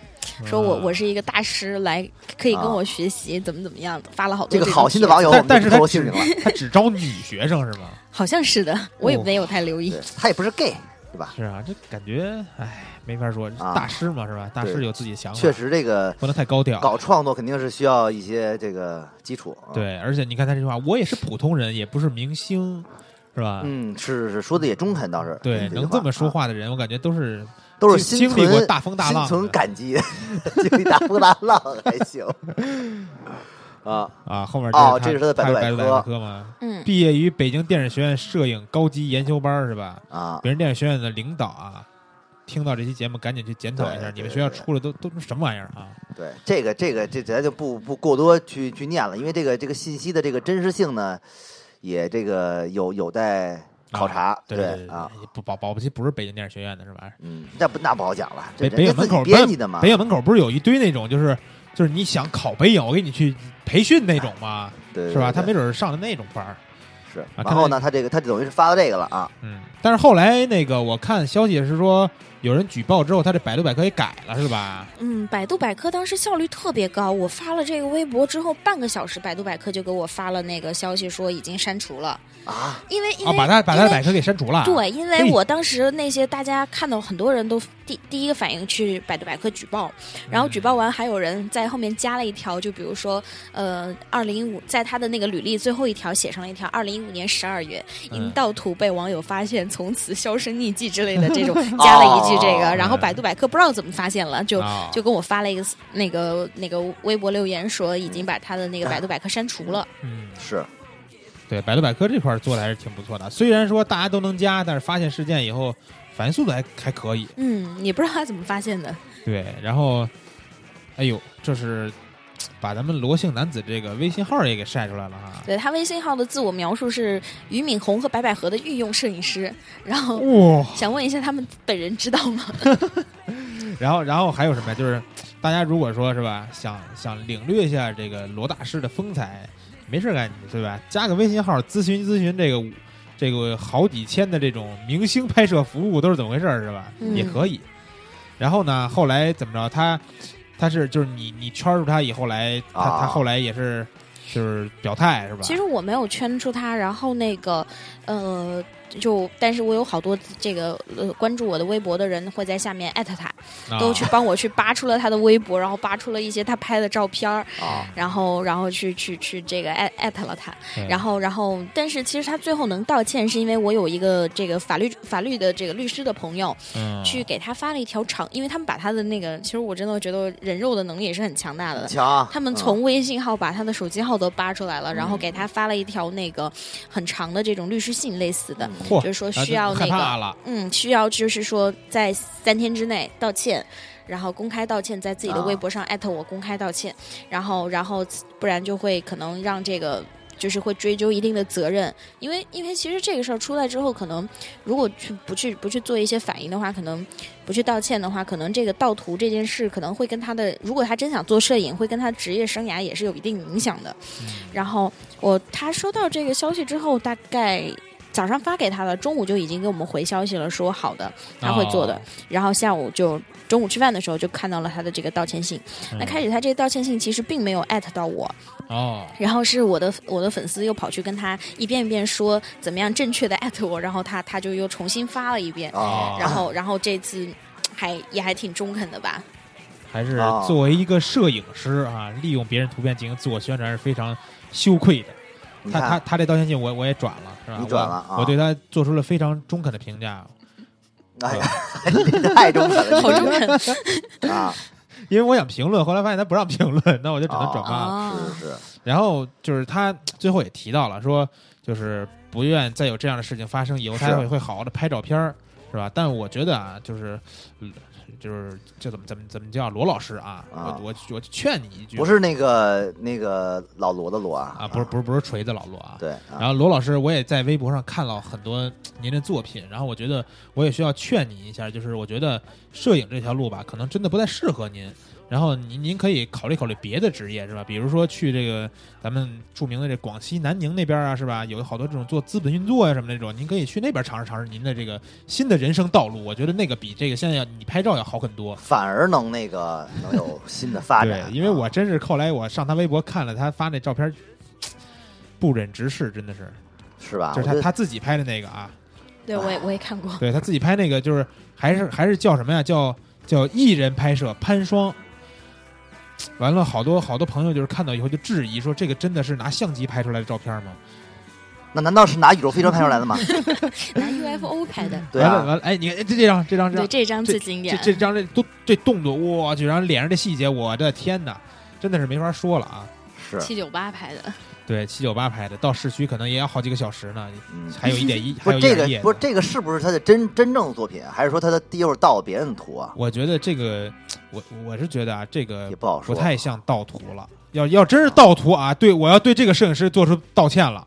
D: 说我我是一个大师，来可以跟
C: 啊
D: 我学习，怎么怎么样的，发了好多
C: 这个
D: 种
C: 好心的
D: 帖子
C: 网友，我
A: 但
C: 们
A: 但是
C: 透
A: 他
C: 露姓
A: 只
C: 名了，
A: 他只招女学生是吗？
D: 好像是的，我也
A: 哦
D: 没有太留意。
C: 对他也不是 gay，对吧？
A: 是啊，这感觉哎没法说，
C: 啊
A: 大师嘛是吧？大师
C: 对
A: 有自己的想法，
C: 确实，这个
A: 不能太高调。
C: 搞创作肯定是需要一些这个基础。啊，
A: 对，而且你看他这句话，我也是普通人，也不是明星，是吧？
C: 嗯，是是是，说的也中肯，倒是
A: 啊对，
C: 句
A: 能这么说
C: 啊
A: 话的人，我感觉都是
C: 都是
A: 经
C: 心
A: 经历过
C: 存
A: 大风大浪的
C: 心存感激， 经历大风大浪还 行啊。
A: 啊，后面
C: 哦
A: 这
C: 这是他的百
A: 百
C: 度
A: 百
C: 百科
A: 科嘛。
D: 嗯，
A: 毕业于北京电影学院摄影高级研修班儿是吧？
C: 啊，
A: 北京电影学院的领导啊，听到这期节目赶紧去检讨一下，
C: 对
A: 你们
C: 对
A: 学校
C: 对
A: 出了都都什么玩意儿啊？
C: 对，这个这个这咱就不不过多去去念了，因为这个这个信息的这个真实性呢，也这个有有待考察，
A: 啊对对
C: 啊，，
A: 也不保保不齐不是北京电影学院的是吧？
C: 嗯，那不那不好讲了，这
A: 北
C: 人
A: 北影
C: 家自
A: 门
C: 己
A: 口
C: 编辑的嘛
A: 北，影门口不是有一堆那种就是就是你想考北影，我给你去培训那种吗？
C: 对
A: 是吧？他没
C: 准
A: 准儿上的那种班儿。
C: 是。
A: 看
C: 然后呢，他这个他等于是发到这个了啊，
A: 嗯，但是后来那个我看消息是说，有人举报之后，他这百度百科也改了，是吧？
D: 嗯，百度百科当时效率特别高，我发了这个微博之后，半个小时百度百科就给我发了那个消息说已经删除了，
C: 啊，
D: 因为因
A: 啊，
D: 为、
A: 把他把他
D: 因
A: 的
D: 为
A: 百科给删除了。，
D: 对，因为
A: 嘿
D: 我当时那些大家看到很多人都第第一个反应去百度百科举报，然后举报完还有人在后面加了一条，就比如说呃，二零一五在他的那个履历最后一条写上了一条二零一五年十二月
A: 嗯
D: 因盗图被网友发现，从此销声匿迹之类的这种加了一句这个，然后百度百科不知道怎么发现了就。
A: 啊、
D: 就跟我发了一个那个那个微博留言说，已经把他的那个百度百科删除了。
A: 嗯，
C: 是
A: 对，百度百科这块儿做的还是挺不错的。虽然说大家都能加，但是发现事件以后反应速度还还可以。
D: 嗯，也不知道他怎么发现的。
A: 对，然后，哎呦，这是把咱们罗姓男子这个微信号也给晒出来了哈。
D: 对他微信号的自我描述是俞敏洪和白百合的御用摄影师，然后
A: 哇！
D: 想问一下他们本人知道吗？
A: 然后，然后还有什么呀？就是大家如果说是吧，想想领略一下这个罗大师的风采，没事儿干对吧？加个微信号咨询咨询这个这个好几千的这种明星拍摄服务都是怎么回事儿是吧？
D: 嗯
A: 也可以。然后呢，后来怎么着？他他是就是你你圈住他以后来，他、
C: 啊
A: 他后来也是就是表态是吧？
D: 其实我没有圈出他，然后那个呃，就但是我有好多这个呃关注我的微博的人会在下面艾特他，
A: 啊
D: 都去帮我去扒出了他的微博，然后扒出了一些他拍的照片儿，
C: 啊，
D: 然后然后去去去这个艾艾特了他。
A: 对
D: 然后，然后，但是其实他最后能道歉，是因为我有一个这个法律法律的这个律师的朋友
A: 嗯
D: 去给他发了一条长，因为他们把他的那个，其实我真的觉得人肉的能力也是很强大的。
C: 强啊，
D: 呃他们
C: 嗯
D: 从微信号把他的手机号都扒出来
A: 嗯
D: 了，然后给他发了一条那个很长的这种律师信类似的，
C: 嗯
A: 嚯
D: 就是说
A: 然后
D: 需要
A: 嗯就
D: 那
A: 害怕啊
D: 个，
A: 了，
D: 嗯，需要就是说在三天之内道歉，然后公开道歉，在自己的
C: 啊
D: 微博上艾特我公开道歉，然后然后不然就会可能让这个。就是会追究一定的责任，因为因为其实这个事儿出来之后，可能如果去不去不去做一些反应的话，可能不去道歉的话，可能这个盗图这件事可能会跟他的，如果他真想做摄影，会跟他职业生涯也是有一定影响的。然后我他收到这个消息之后，大概早上发给他了，中午就已经给我们回消息了，说好的，他会做的。
A: 哦
D: 然后下午就中午吃饭的时候就看到了他的这个道歉信。那
A: 嗯
D: 开始他这个道歉信其实并没有艾特到我，
A: 哦，
D: 然后是我的我的粉丝又跑去跟他一遍一遍说怎么样正确的艾特我，然后他他就又重新发了一遍，
C: 啊，
D: 然 后然后这次还也还挺中肯的吧。
A: 还是
C: 啊
A: 作为一个摄影师啊，利用别人图片进行自我宣传是非常羞愧的。
C: 你
A: 他他
C: 看
A: 他这道歉信我我也转了，是吧？
C: 你转了啊
A: 我，我对他做出了非常中肯的评价，
C: 哎呀，
A: 啊
C: 太中肯了，
D: 好中肯
C: 肯啊，
A: 因为我想评论，后来发现他不让评论，那我就只 能转
C: 哦
A: 发嗯了。
D: 啊！
C: 是是是，
A: 然后就是他最后也提到了，说就是不愿再有这样的事情发生，以后他
C: 是
A: 会会好好的拍照片儿，是吧？但我觉得啊，就是。嗯就是这怎么怎么怎么叫罗老师啊？
C: 啊
A: 我我我劝你一句，
C: 不是那个那个老罗的罗啊
A: 啊，不是不是不是锤子老罗啊。
C: 对
A: 然
C: 啊，
A: 后罗老师，我也在微博上看到很多您的作品，然后我觉得我也需要劝您一下，就是我觉得摄影这条路吧，可能真的不太适合您。然后您您可以考虑考虑别的职业是吧？比如说去这个咱们著名的这广西南宁那边啊是吧？有好多这种做资本运作呀、什么那种，您可以去那边尝试尝试您的这个新的人生道路。我觉得那个比这个现在要你拍照要好很多。
C: 反而能那个能有新的发
A: 对，
C: 展，啊
A: 因为我真是后来我上他微博看了他发那照片，不忍直视，真的是，
C: 是吧？
A: 就
C: 啊我
A: 是
C: 觉
A: 他
C: 得
A: 他自己拍的那个啊，
D: 对我也我也看 过，
A: 对他自己拍那个，就是还是还是叫什么呀？叫叫艺人拍摄潘双。完了，好多好多朋友就是看到以后就质疑说，这个真的是拿相机拍出来的照片吗？
C: 那难道是拿宇宙飞船拍出 来的吗？
D: 拿 UFO 拍的，
C: 对
A: 完了
C: 啊，
A: 完了，哎，你看哎这这张这张这
D: 对这张
A: 张
D: 最经典
A: 这，这张这都这动作，我去，然后脸上这细节，我的天哪，真的是没法说了啊！
C: 是，
D: 七九八拍的，
A: 对，七九八拍的，到市区可能也要好几个小时呢，
C: 嗯，
A: 还有一点一，
C: 不
A: 还有
C: 是
A: 一
C: 这
A: 点夜
C: 个，
A: 呢
C: 不是这个，是不是他的真真正作品，还是说他的地儿盗别人的图啊？
A: 我觉得这个，我我是觉得啊，这个
C: 也不好
A: 不
C: 说，
A: 太像盗图了。要要真是盗图啊，对我要对这个摄影师做出道歉了，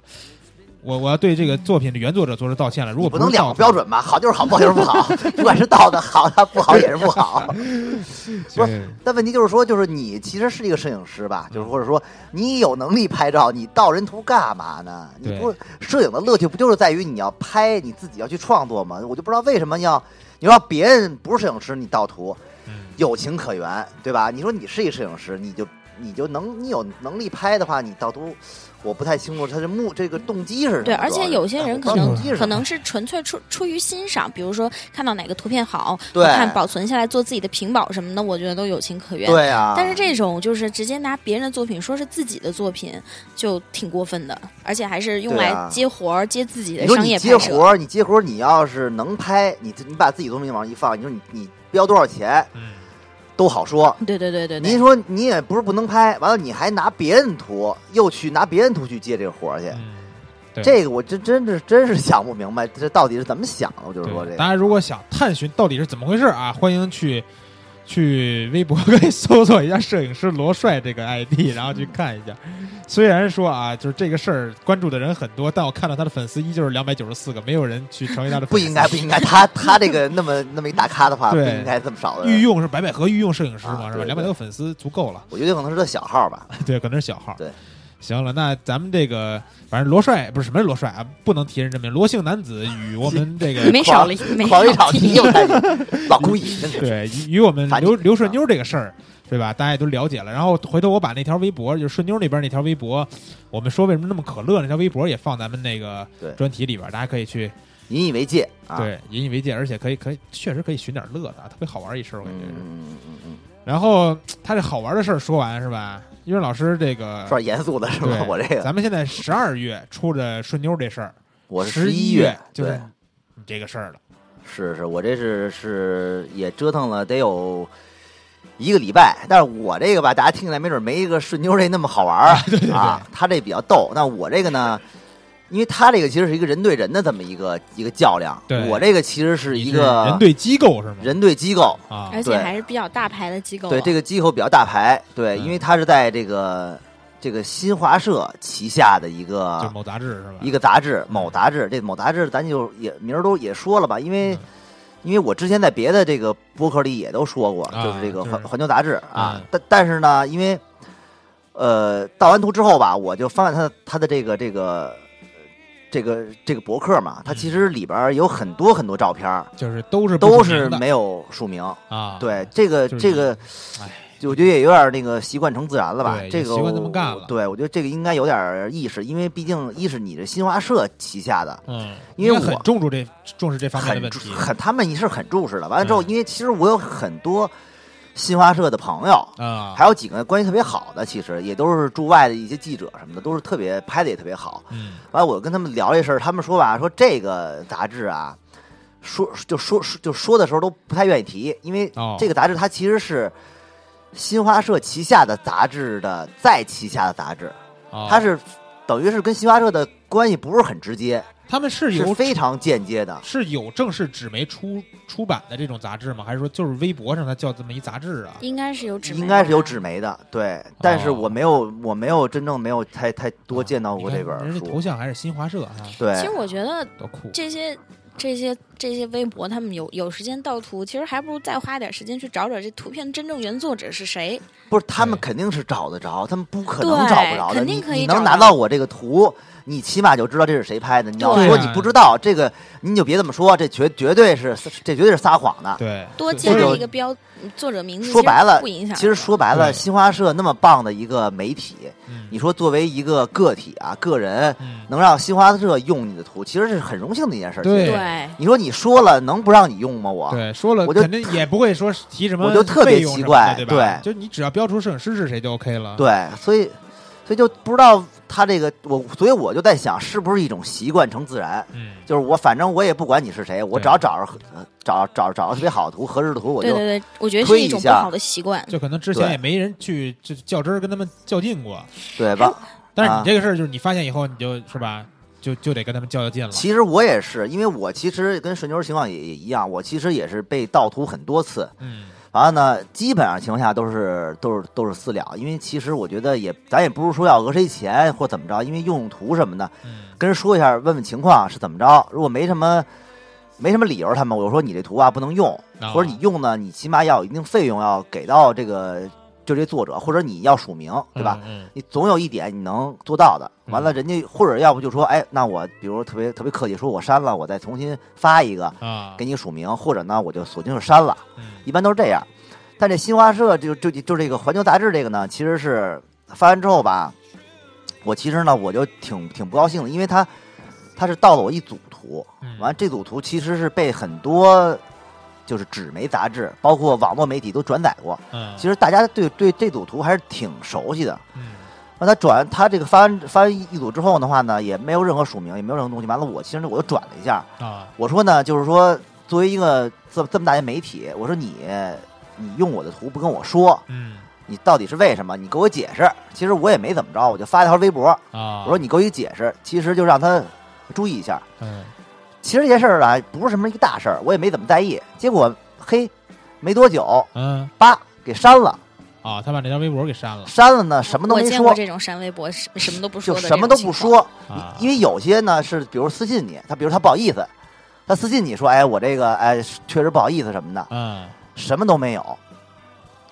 A: 我我要对这个作品的原作者做出道歉了。如
C: 你
A: 果
C: 不
A: 是
C: 能两
A: 盗
C: 个
A: 图
C: 标，准吧？好就是好，不好就是不 好，不管是盗的好，它不好也是不好。
A: 对嗯
C: 不但问题就是说，就是你其实是一个摄影师吧，就是或者说你有能力拍照，你盗人图干嘛呢？你
A: 对
C: 不摄影的乐趣不就是在于你要拍，你自己要去创作吗？我就不知道为什么要你让别人不是摄影师，你盗图
A: 嗯，
C: 有情可原，对吧？你说你是一摄影师，你就你就能你有能力拍的话，你盗图，我不太清楚他的目这个动机是什么。
D: 对，而
C: 主要
D: 且
C: 是
D: 有些人可
A: 我
D: 能
A: 不知道
D: 可能是纯粹出出于欣赏，比如说看到哪个图片好，
C: 对
D: 看保存下来做自己的屏保什么的，我觉得都有情可原。
C: 对啊，
D: 但是这种就是直接拿别人的作品说是自己的作品，就挺过分的，而且还是用
C: 对
D: 来
C: 啊
D: 接活儿、接自己的
C: 你说
D: 商
C: 你
D: 业
C: 接
D: 拍
C: 活
D: 摄。
C: 儿，你接活儿，你要是能拍，你你把自己东西往上一放，你说你你标多少钱
A: 嗯，
C: 都好说。
D: 对对对对
C: 您
D: 对，
C: 说你也不是不能拍，完了你还拿别人图，又去拿别人图去接这个活儿去，
A: 嗯，对
C: 这个我真真是真是想不明白，这到底是怎么想的？我就是说这
A: 对。
C: 个
A: 大家如果想探寻到底是怎么回事啊，欢迎去去微博可以搜索一下摄影师罗帅这个 ID，然后去看一下。虽然说啊，就是这个事儿关注的人很多，但我看到他的粉丝依旧是两百九十四个，没有人去成为他的
C: 不
A: 粉丝
C: 应该不应该，他他这个那么那么一大咖的话，不
A: 对
C: 应该这么少的
A: 御
C: 人。
A: 用是白百合御用摄影师嘛，
C: 呃啊
A: 是吧？
C: 对
A: 两百
C: 对
A: 多个粉丝足够了。
C: 我觉得可能是他小号吧，
A: 对，可能是小号。
C: 对，
A: 行了，那咱们这个反正罗帅不是什么是罗帅啊，不能提人真名。罗姓男子与我们这个
D: 没少了，没少
C: 狂一场
D: 了。
C: 题我看 你老故意，真的是
A: 对与与我们
C: 反
A: 刘
C: 正
A: 刘顺妞这个事儿，对吧？大家也都了解了。然后回头我把那条微博，就是顺妞那边那条微博，我们说为什么那么可乐那条微博也放咱们那个
C: 对
A: 专题里边，大家可以去
C: 引以为戒啊。
A: 对引以为戒，而且可以可以确实可以寻点乐的啊，特别好玩一事儿，我
C: 嗯，
A: 感觉是。
C: 嗯嗯嗯
A: 然后他这好玩的事儿说完是吧？因为老师这个
C: 嗯，说点严肃的是吧
A: 啊对？
C: 我这个
A: 咱们现在十二月出着顺妞这事儿，
C: 我是
A: 十
C: 一
A: 月就
C: 对
A: 是。你这个事儿了。
C: 是是，我这是是也折腾了得有一个礼拜，但是我这个吧，大家听起来没准没一个顺妞这那么好 玩儿啊，他这比较逗。那我这个呢，因为他这个其实是一个人对人的这么一个一个较量
A: 对，
C: 我这个其实是一
A: 你是人
C: 个
A: 对机构是吗？
C: 人对机构，
A: 啊，
D: 而且还是比较大牌的机构了。
C: 对这个机构比较大牌，对，
A: 嗯
C: 因为他是在这个这个新华社旗下的一个
A: 就某杂志是吧？
C: 一个杂志，某杂志，这某杂志咱就也名儿都也说了吧，因为、
A: 嗯
C: 因为我之前在别的这个播客里也都说过，
A: 啊
C: 就是这个
A: 就是
C: 环、环球杂志啊，
A: 嗯
C: 但但是呢，因为呃盗完图之后吧，我就翻翻他他的这个这个这个这个博客嘛，它其实里边儿有很多很多照片儿，
A: 就是嗯都是不
C: 都
A: 署
C: 是
A: 名的
C: 没有署名，
A: 啊，
C: 对这个
A: 就是
C: 这个
A: 哎。
C: 我觉得也有点那个习惯成自然了吧
A: 对，
C: 这个
A: 也习惯这么干了
C: 我对，我觉得这个应该有点意识，因为毕竟一是你是新华社旗下的，
A: 嗯，
C: 因为
A: 应该很
C: 我
A: 重注这重视这方面的
C: 很
A: 问
C: 注
A: 题，
C: 很，他们也是很重视的。完了之后，
A: 嗯
C: 因为其实我有很多新华社的朋友，
A: 啊，
C: 还有几个关系特别好的，其实也都是驻外的一些记者什么的，都是特别拍的也特别好。
A: 嗯
C: 完了，我跟他们聊这事儿，他们说吧，说这个杂志啊，说就说就说的时候都不太愿意提，因为
A: 哦
C: 这个杂志它其实是新华社旗下的杂志的再旗下的杂志，
A: 啊，
C: 它是等于是跟新华社的关系不是很直接，
A: 他们是
C: 是
A: 有
C: 非常间接的。
A: 是有正式纸媒出出版的这种杂志吗？还是说就是微博上它叫这么一杂志啊？
D: 应该是有纸媒吧，
C: 应该是有纸媒的，
A: 哦
C: 对，但是我没有，我没有真正没有太太多见到过这
A: 啊
C: 本
A: 你看人家头
C: 书，
A: 像还是新华社啊，
C: 对
D: 其，实我觉得
A: 多酷！
D: 这些这些这些微博，他们有有时间盗图，其实还不如再花点时间去找找这图片真正原作者是谁。
C: 不是他们
A: 对
C: 肯定是找得着，他们不可能
D: 对
C: 找不着的。
D: 肯定
C: 你
D: 可以
C: 你能
D: 找
C: 拿
D: 到
C: 到我这个图，你起码就知道这是谁拍的。你要
A: 对
C: 说
A: 啊
C: 你不知道这个，你就别这么说，这绝绝对是这绝对是撒谎的。
A: 对，
D: 多
A: 对
D: 加
C: 这个
D: 一个标作者名字，
C: 说白了
D: 不影响。
C: 其实说白了，
A: 对
C: 新华社那么棒的一个媒体，
A: 嗯
C: 你说作为一个个体啊，个人
A: 嗯
C: 能让新华社用你的图，其实是很荣幸的一件事。
A: 对
D: 对，
C: 你说你说了能不让你用吗？我
A: 对，说了
C: 啊我就
A: 肯定也不会说提什么
C: 我就特别
A: 费用什么
C: 奇怪
A: 的对吧？
C: 对
A: 就你只要标出摄影师是谁就 OK 了。
C: 对，所以所以就不知道他这个我，所以我就在想，是不是一种习惯成自然？
A: 嗯，
C: 就是我反正我也不管你是谁，我
A: 对
C: 只要找着呃找找找着特别好的图、合适的图，我
D: 对
C: 就
D: 对对，我觉得是
C: 推一
D: 一种不
C: 下
D: 好的习惯。
A: 就可能之前
C: 对
A: 也没人去就较真儿跟他们较劲过，
C: 对吧？
D: 哎
A: 但是你
C: 啊
A: 这个事儿就是你发现以后你就是吧，就就得跟他们较较劲了。
C: 其实我也是，因为我其实跟顺妞儿情况也也一样，我其实也是被盗图很多次。
A: 嗯，
C: 完了呢，基本上情况下都是都是都是私了，因为其实我觉得也咱也不是说要讹谁钱或怎么着，因为用途什么的，
A: 嗯
C: 跟人说一下，问问情况是怎么着。如果没什么没什么理由，他们我就说你这图啊不能用，
A: 啊
C: 或者你用呢，你起码要有一定费用要给到这个就这作者，或者你要署名，对吧？？
A: 嗯
C: 你总有一点你能做到的。
A: 嗯
C: 完了，人家或者要不就说，哎，那我比如特别特别客气，说我删了，我再重新发一个
A: 嗯啊，
C: 给你署名，或者呢我就索性就删了，
A: 嗯
C: 一般都是这样。但这新华社就就就这个《环球杂志》这个呢，其实是发完之后吧，我其实呢我就挺挺不高兴的，因为他他是盗了我一组图，
A: 嗯
C: 完了这组图其实是被很多就是纸媒杂志，包括网络媒体都转载过。
A: 嗯，
C: 其实大家对对这组图还是挺熟悉的。
A: 嗯
C: 那他转他这个发完发完一组之后的话呢，也没有任何署名，也没有任何东西。完了，我其实我又转了一下，
A: 啊，
C: 我说呢，就是说作为一个这这么大一媒体，我说你你用我的图不跟我说，
A: 嗯
C: 你到底是为什么？你给我解释。其实我也没怎么着，我就发了条微博，
A: 啊，
C: 我说你给我一解释，其实就让他注意一下。
A: 嗯
C: 其实这件事儿啊，不是什么一个大事儿，我也没怎么在意。结果嘿，没多久，
A: 嗯
C: 叭给删了，
A: 啊，他把那条微博给删了
C: 删了呢，什么都
D: 哦我
C: 没
D: 见过
C: 说，
D: 这种删微博，什什么都不说
C: 就
D: 的，
C: 什么都不。说。
A: 啊，
C: 因为有些呢是，比如私信你，他比如他不好意思，他私信你说，哎，我这个哎确实不好意思什么的，
A: 嗯，
C: 什么都没有，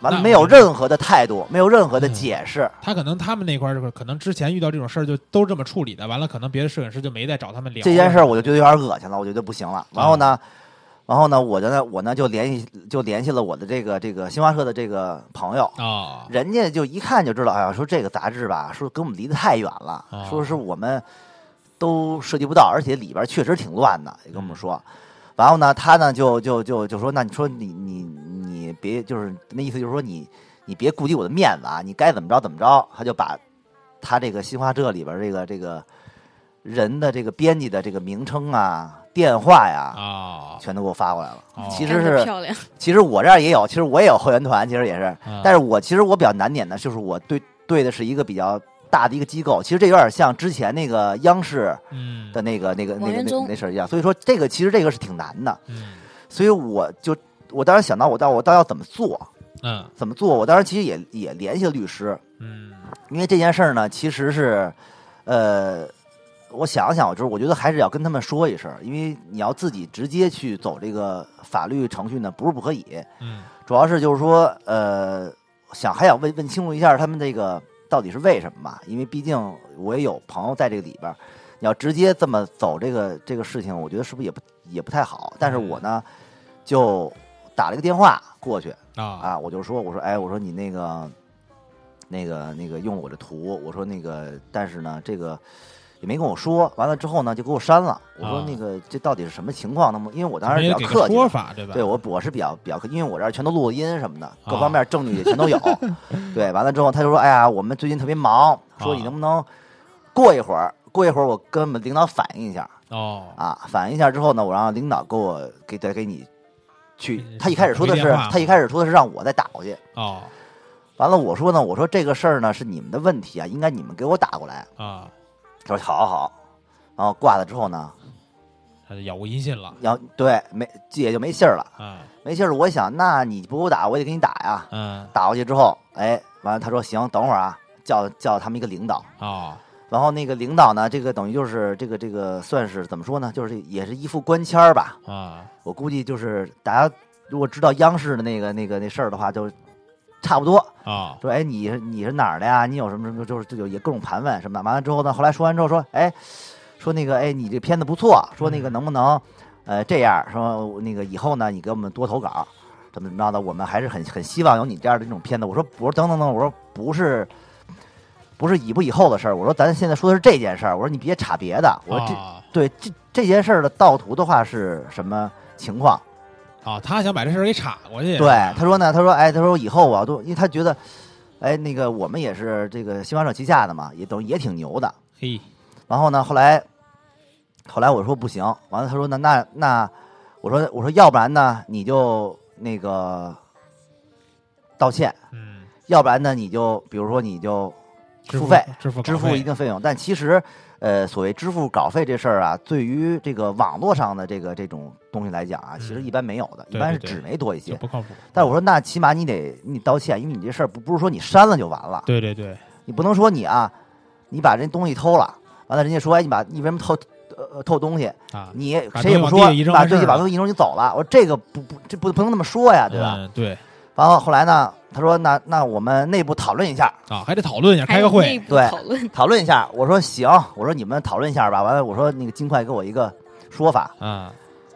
C: 完了
A: 那
C: 没有任何的态度，没有任
A: 嗯
C: 何的解释，
A: 他可能他们那块儿可能之前遇到这种事儿就都这么处理的，完了可能别的摄影师就没再找他们聊
C: 这件事儿我就觉得有点恶心了，我觉得不行了。然后
A: 嗯
C: 呢，然后呢，我呢我呢就联系就联系了我的这个这个新华社的这个朋友。
A: 啊，
C: 人家就一看就知道，哎呀，说这个杂志吧，说跟我们离得太远了，
A: 哦
C: 说是我们都涉及不到，而且里边确实挺乱的，也跟
A: 嗯
C: 我们说。然后呢，他呢就就就就说，那你说你你你别就是那意思就是说你你别顾及我的面子啊，你该怎么着怎么着。他就把他这个新华社里边这个这个人的这个编辑的这个名称啊、电话呀，
A: 啊，
C: 全都给我发过来了。
A: 哦
C: 其
D: 干
C: 实
D: 得
C: 是
D: 漂亮，
C: 其实我这儿也有，其实我也有会员团，其实也是，
A: 啊
C: 但是我其实我比较难点的就是我对对的是一个比较大的一个机构，其实这有点像之前那个央视
A: 嗯
C: 的那个那个那
D: 王
C: 个
D: 源
C: 那
D: 宗
C: 那事儿一样，所以说这个其实这个是挺难的，
A: 嗯
C: 所以我就我当时想到我到我到底要怎么做，
A: 嗯
C: 怎么做，我当时其实也也联系了律师，
A: 嗯
C: 因为这件事儿呢其实是，呃。我想了想，我就是我觉得还是要跟他们说一声，因为你要自己直接去走这个法律程序呢，不是不可以。
A: 嗯
C: 主要是就是说，呃，想还想问问清楚一下他们这个到底是为什么吧，因为毕竟我也有朋友在这个里边儿，你要直接这么走这个这个事情，我觉得是不是也不也不太好？但是我呢，就打了一个电话过去
A: 啊
C: 啊，我就说我说哎，我说你那个那个那个用我的图，我说那个但是呢这个。也没跟我说，完了之后呢，就给我删了。我说
A: 啊
C: 那个这到底是什么情况？那么因为我当时
A: 没有
C: 比较
A: 给
C: 客
A: 个
C: 气，
A: 说法对吧？
C: 对我我是比较比较，因为我这儿全都录音什么的，各
A: 啊
C: 方面证据也全 都有。对，完了之后他就说：“哎呀，我们最近特别忙，说你
A: 啊
C: 能不能过一会儿，过一会儿我跟我们领导反映一下
A: 哦
C: 啊，反映一下之后呢，我让领导给我给再给你去。”
A: 嗯
C: 他一开始说的
A: 回
C: 是
A: 电话，
C: 他一开始说的是让我再打过去。
A: 哦
C: 完了，我说呢，我说这个事儿呢是你们的问题啊，应该你们给我打过来。
A: 啊
C: 他说：“好好好。”然后挂了之后呢，
A: 他就杳无音信了
C: 要对没也就没信儿了，
A: 啊，
C: 没信儿。我想，那你不给我打，我也得给你打呀。
A: 嗯，
C: 打过去之后，哎，完了他说行，等会儿啊，叫叫他们一个领导。
A: 哦，
C: 然后那个领导呢，这个等于就是这个这个算是怎么说呢，就是也是一副官签儿吧。
A: 啊，
C: 我估计就是大家如果知道央视的那个那个那事儿的话，就差不多。
A: 哦，
C: 说哎，你是你是哪儿的呀？你有什么什么？就是就有也各种盘问什么的。完了之后呢，后来说完之后说，哎，说那个哎，你这片子不错，说那个能不能呃这样说那个以后呢，你给我们多投稿，怎么怎么着的？我们还是很很希望有你这样的这种片子。我说不是，等等等，我说不是。不是以不以后的事儿，我说咱现在说的是这件事儿。我说你别插别的，我说这、
A: 啊
C: 对这这件事儿的盗图的话是什么情况？
A: 哦，他想把这事儿给岔过去，
C: 对，他说呢，他说，哎，他说以后我要多，因为他觉得，哎，那个我们也是这个新华社旗下的嘛，也等于也挺牛的。
A: 嘿，
C: 然后呢，后来，后来我说不行，完了他说那那那，我说我说要不然呢你就那个道歉，
A: 嗯，
C: 要不然呢你就比如说你就
A: 支
C: 付费
A: 支付
C: 支
A: 稿
C: 付
A: 费
C: 一定费用，但其实。呃，所谓支付稿费这事儿啊，对于这个网络上的这个这种东西来讲啊，其实一般没有的，一
A: 嗯对
C: 般是
A: 对对
C: 纸媒多一些
A: 就。不靠谱。
C: 但是我说，那起码你得你道歉，因为你这事儿不不是说你删了就完了，
A: 对对对，
C: 你不能说你啊，你把人东西偷了，完了人家说哎你把你为什么偷呃偷东西，
A: 啊，
C: 你也
A: 把
C: 谁也
A: 东
C: 不
A: 西往
C: 说，
A: 地上
C: 你
A: 一扔
C: 把
A: 完事
C: 东
A: 儿
C: 西
A: 啊
C: 把
A: 了
C: 东西一扔就走了，我说这个不不这不不能那么说呀，对吧？
A: 嗯，对
C: 然后后来呢，他说那那我们内部讨论一下，
A: 啊，还得讨论一下，
D: 还
A: 开个
D: 有
A: 会
D: 内部
C: 对
D: 讨 论，
C: 讨论一下，我说行，我说你们讨论一下吧，完了我说那个尽快给我一个说法，
A: 啊，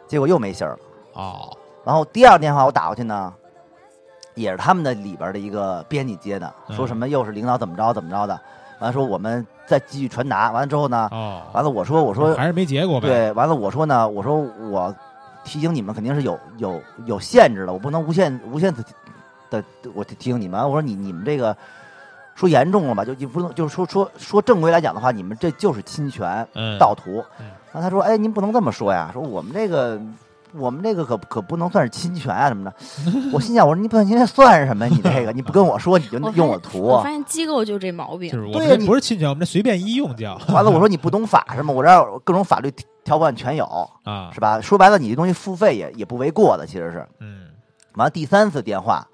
C: 结果又没信儿了。
A: 哦，
C: 然后第二电话我打过去呢，也是他们的里边的一个编辑接的，
A: 嗯
C: 说什么又是领导怎么着怎么着的，完了说我们再继续传达，完了之后呢，
A: 哦，
C: 啊完了我说我说
A: 还是没结果呗，
C: 对，完了我说呢，我说我提醒你们肯定是有有有限制的，我不能无限无限的的我提醒你们，我说你你们这个说严重了吧，就就不能就是说说说正规来讲的话，你们这就是侵权，
A: 嗯，
C: 盗图
A: 嗯。
C: 然后他说：“哎，您不能这么说呀，说我们这个，我们这个可可不能算是侵权啊 什么的。”我心想：“我说你不，你这算什么？你这个你不跟我说，你就
D: 我发
C: 用
D: 现
C: 我图。啊
D: 我发现鸡哥就这毛
A: 就
D: 病，
A: 是我
C: 对
A: 们
C: 呀
A: 这
C: 你
A: 不是侵权，我们这随便一用叫
C: 完了，我说你不懂法是吗？我这儿有各种法律条款全有，
A: 啊
C: 是，吧？说白了，你这东西付费也也不为过的，其实是。
A: 嗯，
C: 完了，第三次电话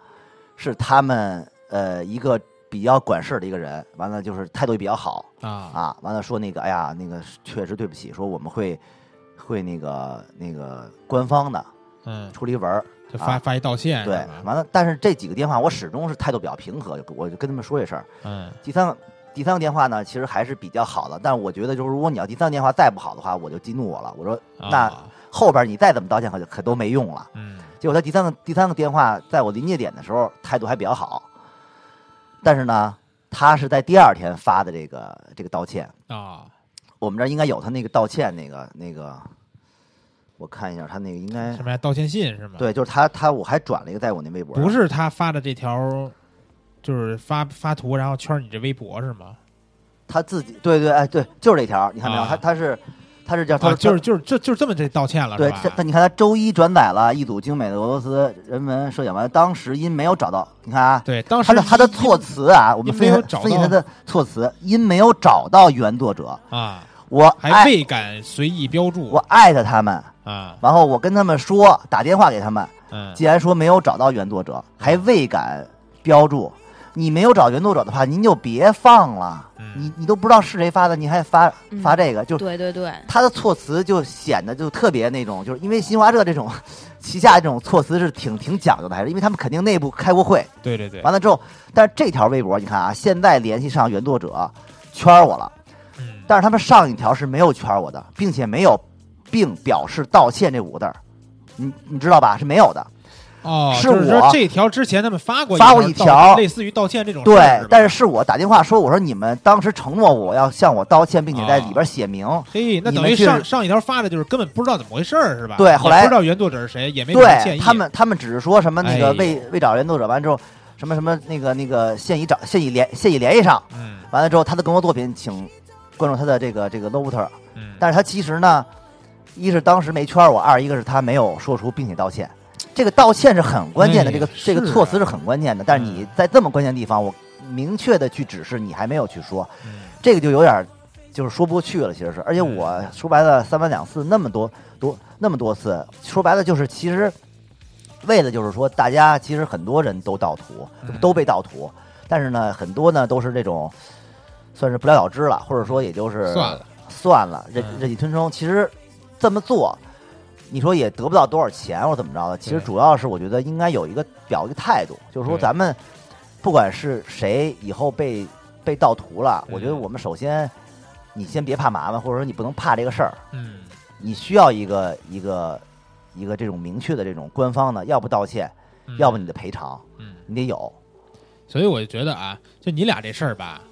C: 是他们呃一个比较管事儿的一个人，完了就是态度也比较好，
A: 啊，
C: 啊，完了说那个，哎呀，那个是确实对不起，说我们会会那个那个官方的
A: 嗯，
C: 出了一文儿，
A: 就发
C: 啊
A: 发一道歉，
C: 对啊
A: 是，吧
C: 完了，但是这几个电话我始终是态度比较平和，我就跟他们说一声儿。
A: 嗯，
C: 第三个第三个电话呢，其实还是比较好的，但是我觉得就是如果你要第三个电话再不好的话，我就激怒我了，我说那
A: 啊
C: 后边你再怎么道歉可就可都没用了。
A: 嗯，
C: 结果他第三个第三个电话在我临界点的时候态度还比较好，但是呢，他是在第二天发的这个这个道歉。
A: 啊，
C: 我们这儿应该有他那个道歉那个那个，我看一下他那个应该
A: 上面还道歉信是吗？，
C: 嗯对，就是他他我还转了一个在我那微博上，
A: 不是他发的这条，就是发发图，然后圈你这微博是吗？
C: 他自己对对哎对，就是这条，你看没有？
A: 啊
C: 他他是他是叫他
A: 啊，
C: 说
A: 就是就是就就是这么这道歉了，
C: 对，
A: 是
C: 他
A: 吧？
C: 你看他周一转载了一组精美的俄罗斯人文摄影，完了当时因没有找到，你看啊。
A: 对，当时
C: 他的他的措辞啊，我们
A: 因
C: 分
A: 没有
C: 析
A: 找
C: 分析
A: 到
C: 他的措辞，因没有找到原作者，
A: 啊，
C: 我
A: 还
C: 艾
A: 未敢随意标注
C: 哎我艾特他们，
A: 啊，
C: 然后我跟他们说，打电话给他们，
A: 嗯，
C: 既然说没有找到原作者，还未敢标注，你没有找原作者的话，您就别放了。
A: 嗯
C: 你你都不知道是谁发的，你还发
D: 嗯
C: 发这个，就
D: 对对对，
C: 他的措辞就显得就特别那种，就是因为新华社这种旗下这种措辞是挺挺讲究的，还是因为他们肯定内部开过会，
A: 对对对，
C: 完了之后，但是这条微博你看啊，现在联系上原作者圈我了，
A: 嗯，
C: 但是他们上一条是没有圈我的，并且没有并表示道歉这五个字儿，你你知道吧？是没有的。
A: 哦，
C: 是
A: 就是说
C: 我
A: 这条之前他们发过
C: 发过一
A: 道
C: 条
A: 类似于道歉这种事儿
C: 对，但
A: 是
C: 是是我打电话说，我说你们当时承诺我要向我道歉，并且在
A: 啊
C: 里边写明。
A: 吧嘿，那
C: 你
A: 等
C: 们
A: 于
C: 去
A: 上上一条发的就是根本不知道怎么回事儿是吧？
C: 对
A: 也
C: 后来
A: 不知道原作者是谁，也没给人建
C: 对
A: 议
C: 他们，他们只是说什么那
A: 哎
C: 个
A: 呦
C: 未、未找原作者，完之后什么什么那个那个现已找现已联现已联系上，
A: 嗯
C: 完了之后他的更多作品请关注他的这个这个 Loter，
A: 嗯，
C: 但是他其实呢，一是当时没圈我，二一个是他没有说出并且道歉，这个道歉是很关键的，
A: 哎
C: 这个
A: 是
C: 这个措辞是很关键的，但
A: 嗯
C: 是你在这么关键的地方，我明确的去指示你还没有去说，
A: 嗯
C: 这个就有点就是说不过去了，其实是。而且我说白了，三番两次那么多多那么多次，说白了就是其实为了就是说，大家其实很多人都盗图
A: 嗯，
C: 都被盗图，但是呢，很多呢都是这种算是不了了之了，或者说也就是
A: 嗯算了，
C: 算了，忍
A: 嗯
C: 忍气吞声。其实这么做，你说也得不到多少钱或者怎么着的。其实
A: 对
C: 主要是我觉得应该有一个表一个态度，就是说
A: 对
C: 咱们不管是谁以后被被盗图了，
A: 嗯
C: 我觉得我们首先你先别怕麻烦，或者说你不能怕这个事儿，
A: 嗯，
C: 你需要一个一个一个这种明确的这种官方的，要不道歉，
A: 嗯
C: 要不你的赔偿，
A: 嗯，
C: 你得有。
A: 所以我就觉得啊，就你俩这事儿吧，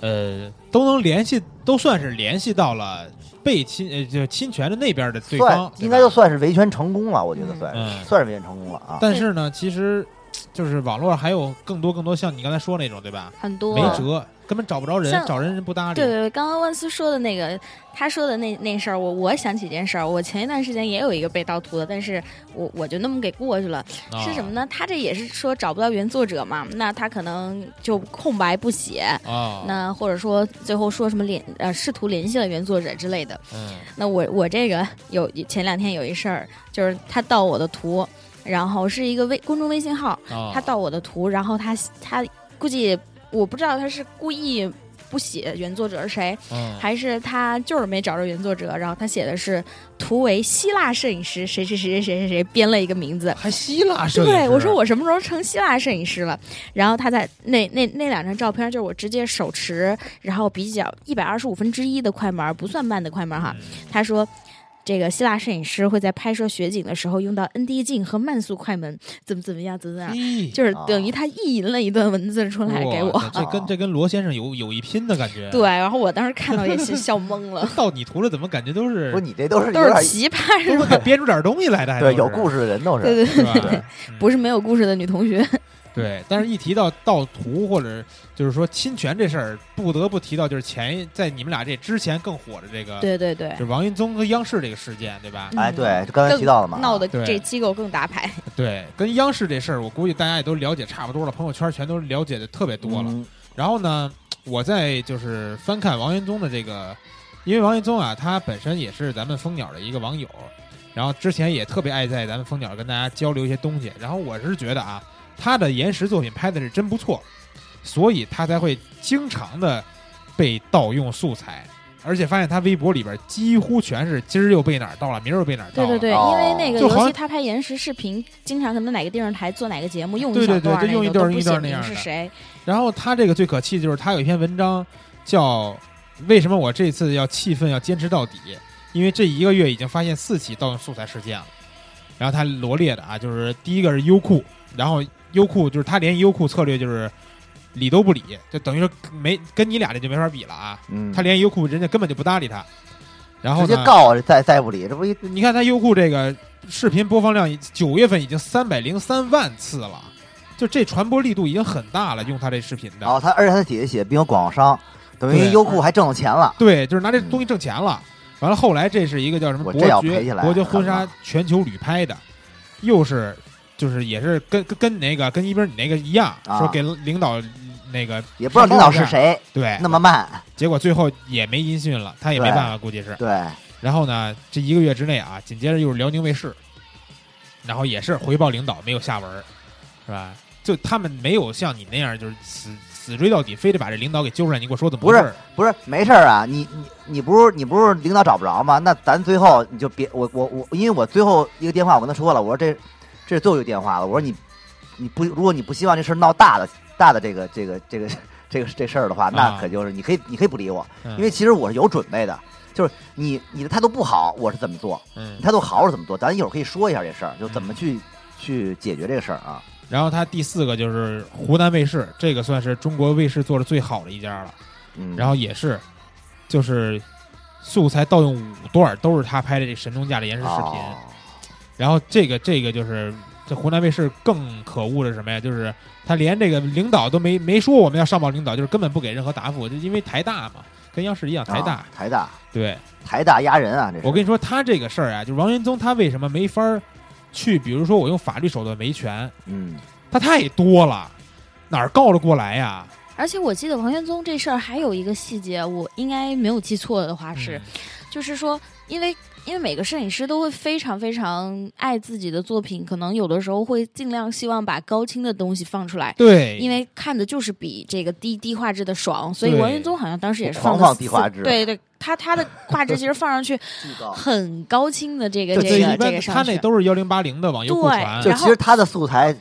A: 呃，都能联系，都算是联系到了被侵呃就侵权的那边的对
C: 算
A: 方，
C: 应该就。算是维权成功了，我觉得
D: 嗯
C: 算
A: 嗯
C: 是算是维权成功了
A: 对
C: 啊
A: 吧。但是呢，其实就是网络上还有更多更多像你刚才说那种，对吧？
D: 很多
A: 没辙，根本找不着人，
D: 像
A: 找人人不搭理。
D: 对对对，刚刚万斯说的那个，他说的那那事儿，我我想起一件事儿，我前一段时间也有一个被盗图的，但是我我就那么给过去了。
A: 啊
D: 是什么呢？他这也是说找不到原作者嘛，那他可能就空白不写，
A: 啊？
D: 那或者说最后说什么联呃试图联系了原作者之类的。
A: 嗯
D: 那我我这个有前两天有一事儿，就是他盗我的图，然后是一个微公众微信号，
A: 啊，
D: 他盗我的图，然后他他估计我不知道他是故意不写原作者是谁，
A: 嗯
D: 还是他就是没找着原作者，然后他写的是图为希腊摄影师谁谁谁谁谁谁编了一个名字。
A: 还希腊摄影师
D: 对，我说我什么时候成希腊摄影师了？然后他在那那那两张照片，就是我直接手持，然后比较一百二十五分之一的快门，不算慢的快门哈。
A: 嗯
D: 他说，这个希腊摄影师会在拍摄雪景的时候用到 ND 镜和慢速快门，怎么怎么样，怎么怎么样，
A: 咦
D: 就是等于他意淫了一段文字出来给我。
A: 哇这跟这跟罗先生有有一拼的感觉。
D: 对，，然后我当时看到也是笑懵 了，
A: 到你图了，怎么感觉都是
C: 不是你这都是有
D: 都
C: 点
D: 是奇葩是
A: 都
D: 吧？
A: 是编出点东西来的，还
C: 对
A: 都
C: 有
A: 是
C: 故事的人都是
D: 对对对，
A: 是吧？
C: 对
A: 嗯
D: 不是没有故事的女同学。
A: 对，但是一提到盗图或者就是说侵权这事儿，不得不提到就是前一在你们俩这之前更火的这个，
D: 对对对
A: 就，是王云宗和央视这个事件，对 吧？
C: 哎，
D: 嗯
C: 对，就刚才
D: 更
C: 提到了嘛，啊
D: 闹得
A: 对哦
D: 这机构更打牌。
A: 对，跟央视这事儿，我估计大家也都了解差不多了，朋友圈全都了解的特别多了。
C: 嗯
A: 然后呢，我在就是翻看王云宗的这个，因为王云宗啊，他本身也是咱们蜂鸟的一个网友，然后之前也特别爱在咱们蜂鸟跟大家交流一些东西。然后我是觉得啊，他的延时作品拍的是真不错，所以他才会经常的被盗用素材。而且发现他微博里边几乎全是今儿又被哪儿盗了，明儿又被哪儿
D: 对
A: 盗了，
D: 对对，
C: 哦
D: 因为那个
A: 就好
D: 尤
A: 像
D: 其他拍延时视频，经常可能哪个电视台做哪个节目用
A: 对
D: 一
A: 对
D: 小
A: 对
D: 段儿
A: 就用一
D: 那
A: 段儿
D: 个都不
A: 一段儿
D: 写
A: 那
D: 明
A: 样
D: 是
A: 的
D: 谁。
A: 然后他这个最可气的就是他有一篇文章叫《为什么我这次要气愤要坚持到底》，因为这一个月已经发现四起盗用素材事件了。然后他罗列的啊，就是第一个是优酷，然后优酷就是他连优酷策略就是理都不理，就等于说没跟你俩这就没法比了啊。
C: 嗯，
A: 他连优酷人家根本就不搭理他，然后
C: 直接
A: 呢，
C: 告啊再再不理，这不一
A: 你看他优酷这个视频播放量，九月份已经三百零三万次了，就这传播力度已经很大了，用他这视频的。
C: 然哦后他而且他底下写并有广告商，等于
A: 对
C: 优酷还挣了钱了。
A: 对，就是拿这东西挣钱了。完了，后来这是一个叫什么
C: 我
A: 伯
C: 这要赔
A: 爵
C: 起来
A: 伯爵婚
C: 看
A: 纱
C: 吧
A: 全球旅拍的，又是就是也是跟跟跟那个跟一边你那个一样，
C: 啊
A: 说给领导那个
C: 也不知道领导是谁，
A: 对，
C: 那么慢，
A: 结果最后也没音讯了，他也没
C: 对
A: 办法，估计是。
C: 对，
A: 然后呢，这一个月之内啊，紧接着又是辽宁卫视，然后也是回报领导没有下文儿，是吧？就他们没有像你那样就是死死追到底，非得把这领导给揪出来，你给我说怎么
C: 不
A: 回
C: 是
A: 事儿？
C: 不是没事儿啊，你你你不是你不是领导找不着吗？那咱最后你就别我我我，因为我最后一个电话我跟他说了，我说这这是最后一个电话了，我说你你不如果你不希望这事儿闹大的大的这个这个这个这个这事儿的话，那
A: 啊
C: 可就是你可以你可以不理我，
A: 嗯
C: 因为其实我是有准备的，就是你你的态度不好，我是怎么做，
A: 嗯
C: 你，态度好是怎么做，咱一会儿可以说一下这事儿，就怎么去、去解决这个事儿啊。
A: 然后他第四个就是湖南卫视，这个算是中国卫视做的最好的一家了。
C: 嗯，
A: 然后也是，就是素材盗用五段儿都是他拍的这《神农架》的延时视频。
C: 哦
A: 然后这个这个就是这湖南卫视更可恶的是什么呀？就是他连这个领导都没没说我们要上报领导，就是根本不给任何答复，就因为台大嘛，跟央视一样，台大。
C: 啊台大
A: 对
C: 台大压人啊，这是
A: 我跟你说，他这个事儿啊，就是王云宗他为什么没法儿去，比如说我用法律手段维权，
C: 嗯
A: 他太多了，哪儿告得过来呀？
D: 而且我记得王玄宗这事儿还有一个细节，我应该没有记错的话啊
A: 嗯
D: 是，就是说，因为因为每个摄影师都会非常非常爱自己的作品，可能有的时候会尽量希望把高清的东西放出来。
A: 对，
D: 因为看的就是比这个低低画质的爽，所以
A: 对
D: 王云宗好像当时也是
C: 狂
D: 放
C: 放
D: 的
C: 低
D: 四
C: 画质哦
D: 对对，他他的画质其实放上去
C: 巨高。
D: 很高清的这个
A: 对
D: 这
A: 对，
D: 个
A: 一
D: 这
A: 般
D: 个
A: 他
D: 上
A: 那
D: 去，
A: 都是幺零八零的网页互
D: 对
A: 传，
C: 就
D: 然后
C: 其实他的素材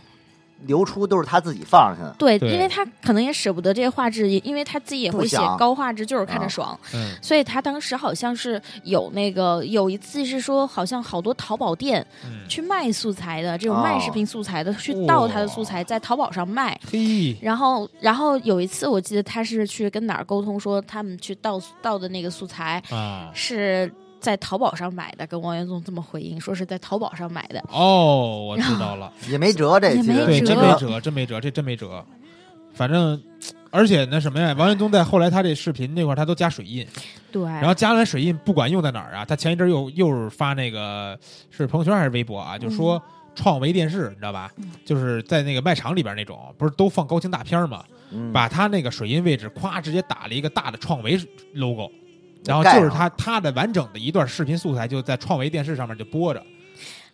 C: 流出都是他自己放上去的，
D: 对，
A: 对
D: 因为他可能也舍不得这些画质，也因为他自己也
C: 不
D: 会写
C: 想
D: 高画质，就是看着
C: 啊
D: 爽，
A: 嗯，
D: 所以他当时好像是有那个有一次是说，好像好多淘宝店
A: 嗯
D: 去卖素材的，这种
C: 哦
D: 卖视频素材的，去盗他的素
A: 哇
D: 材在淘宝上卖。
A: 嘿，
D: 然后，然后有一次我记得他是去跟哪儿沟通，说他们去盗盗的那个素材
A: 啊，
D: 是在淘宝上买的，跟王源宗这么回应，说是在淘宝上买的。
A: 哦，我知道了，
C: 也没辙，这
D: 也
C: 其实
D: 没
A: 对，
D: 辙
A: 真没辙，真没辙，这真没辙。反正，而且那什么呀，王仁宗在后来他这视频那块儿他都加水印，
D: 对，
A: 然后加完水印不管用在哪儿啊，他前一阵儿又又是发那个是朋友圈还是微博
D: 嗯
A: 啊，就说创维电视，你知道吧？就是在那个卖场里边那种，不是都放高清大片儿吗？
C: 嗯
A: 把他那个水印位置咵直接打了一个大的创维 logo，然后就是他他的完整的一段视频素材就在创维电视上面就播着，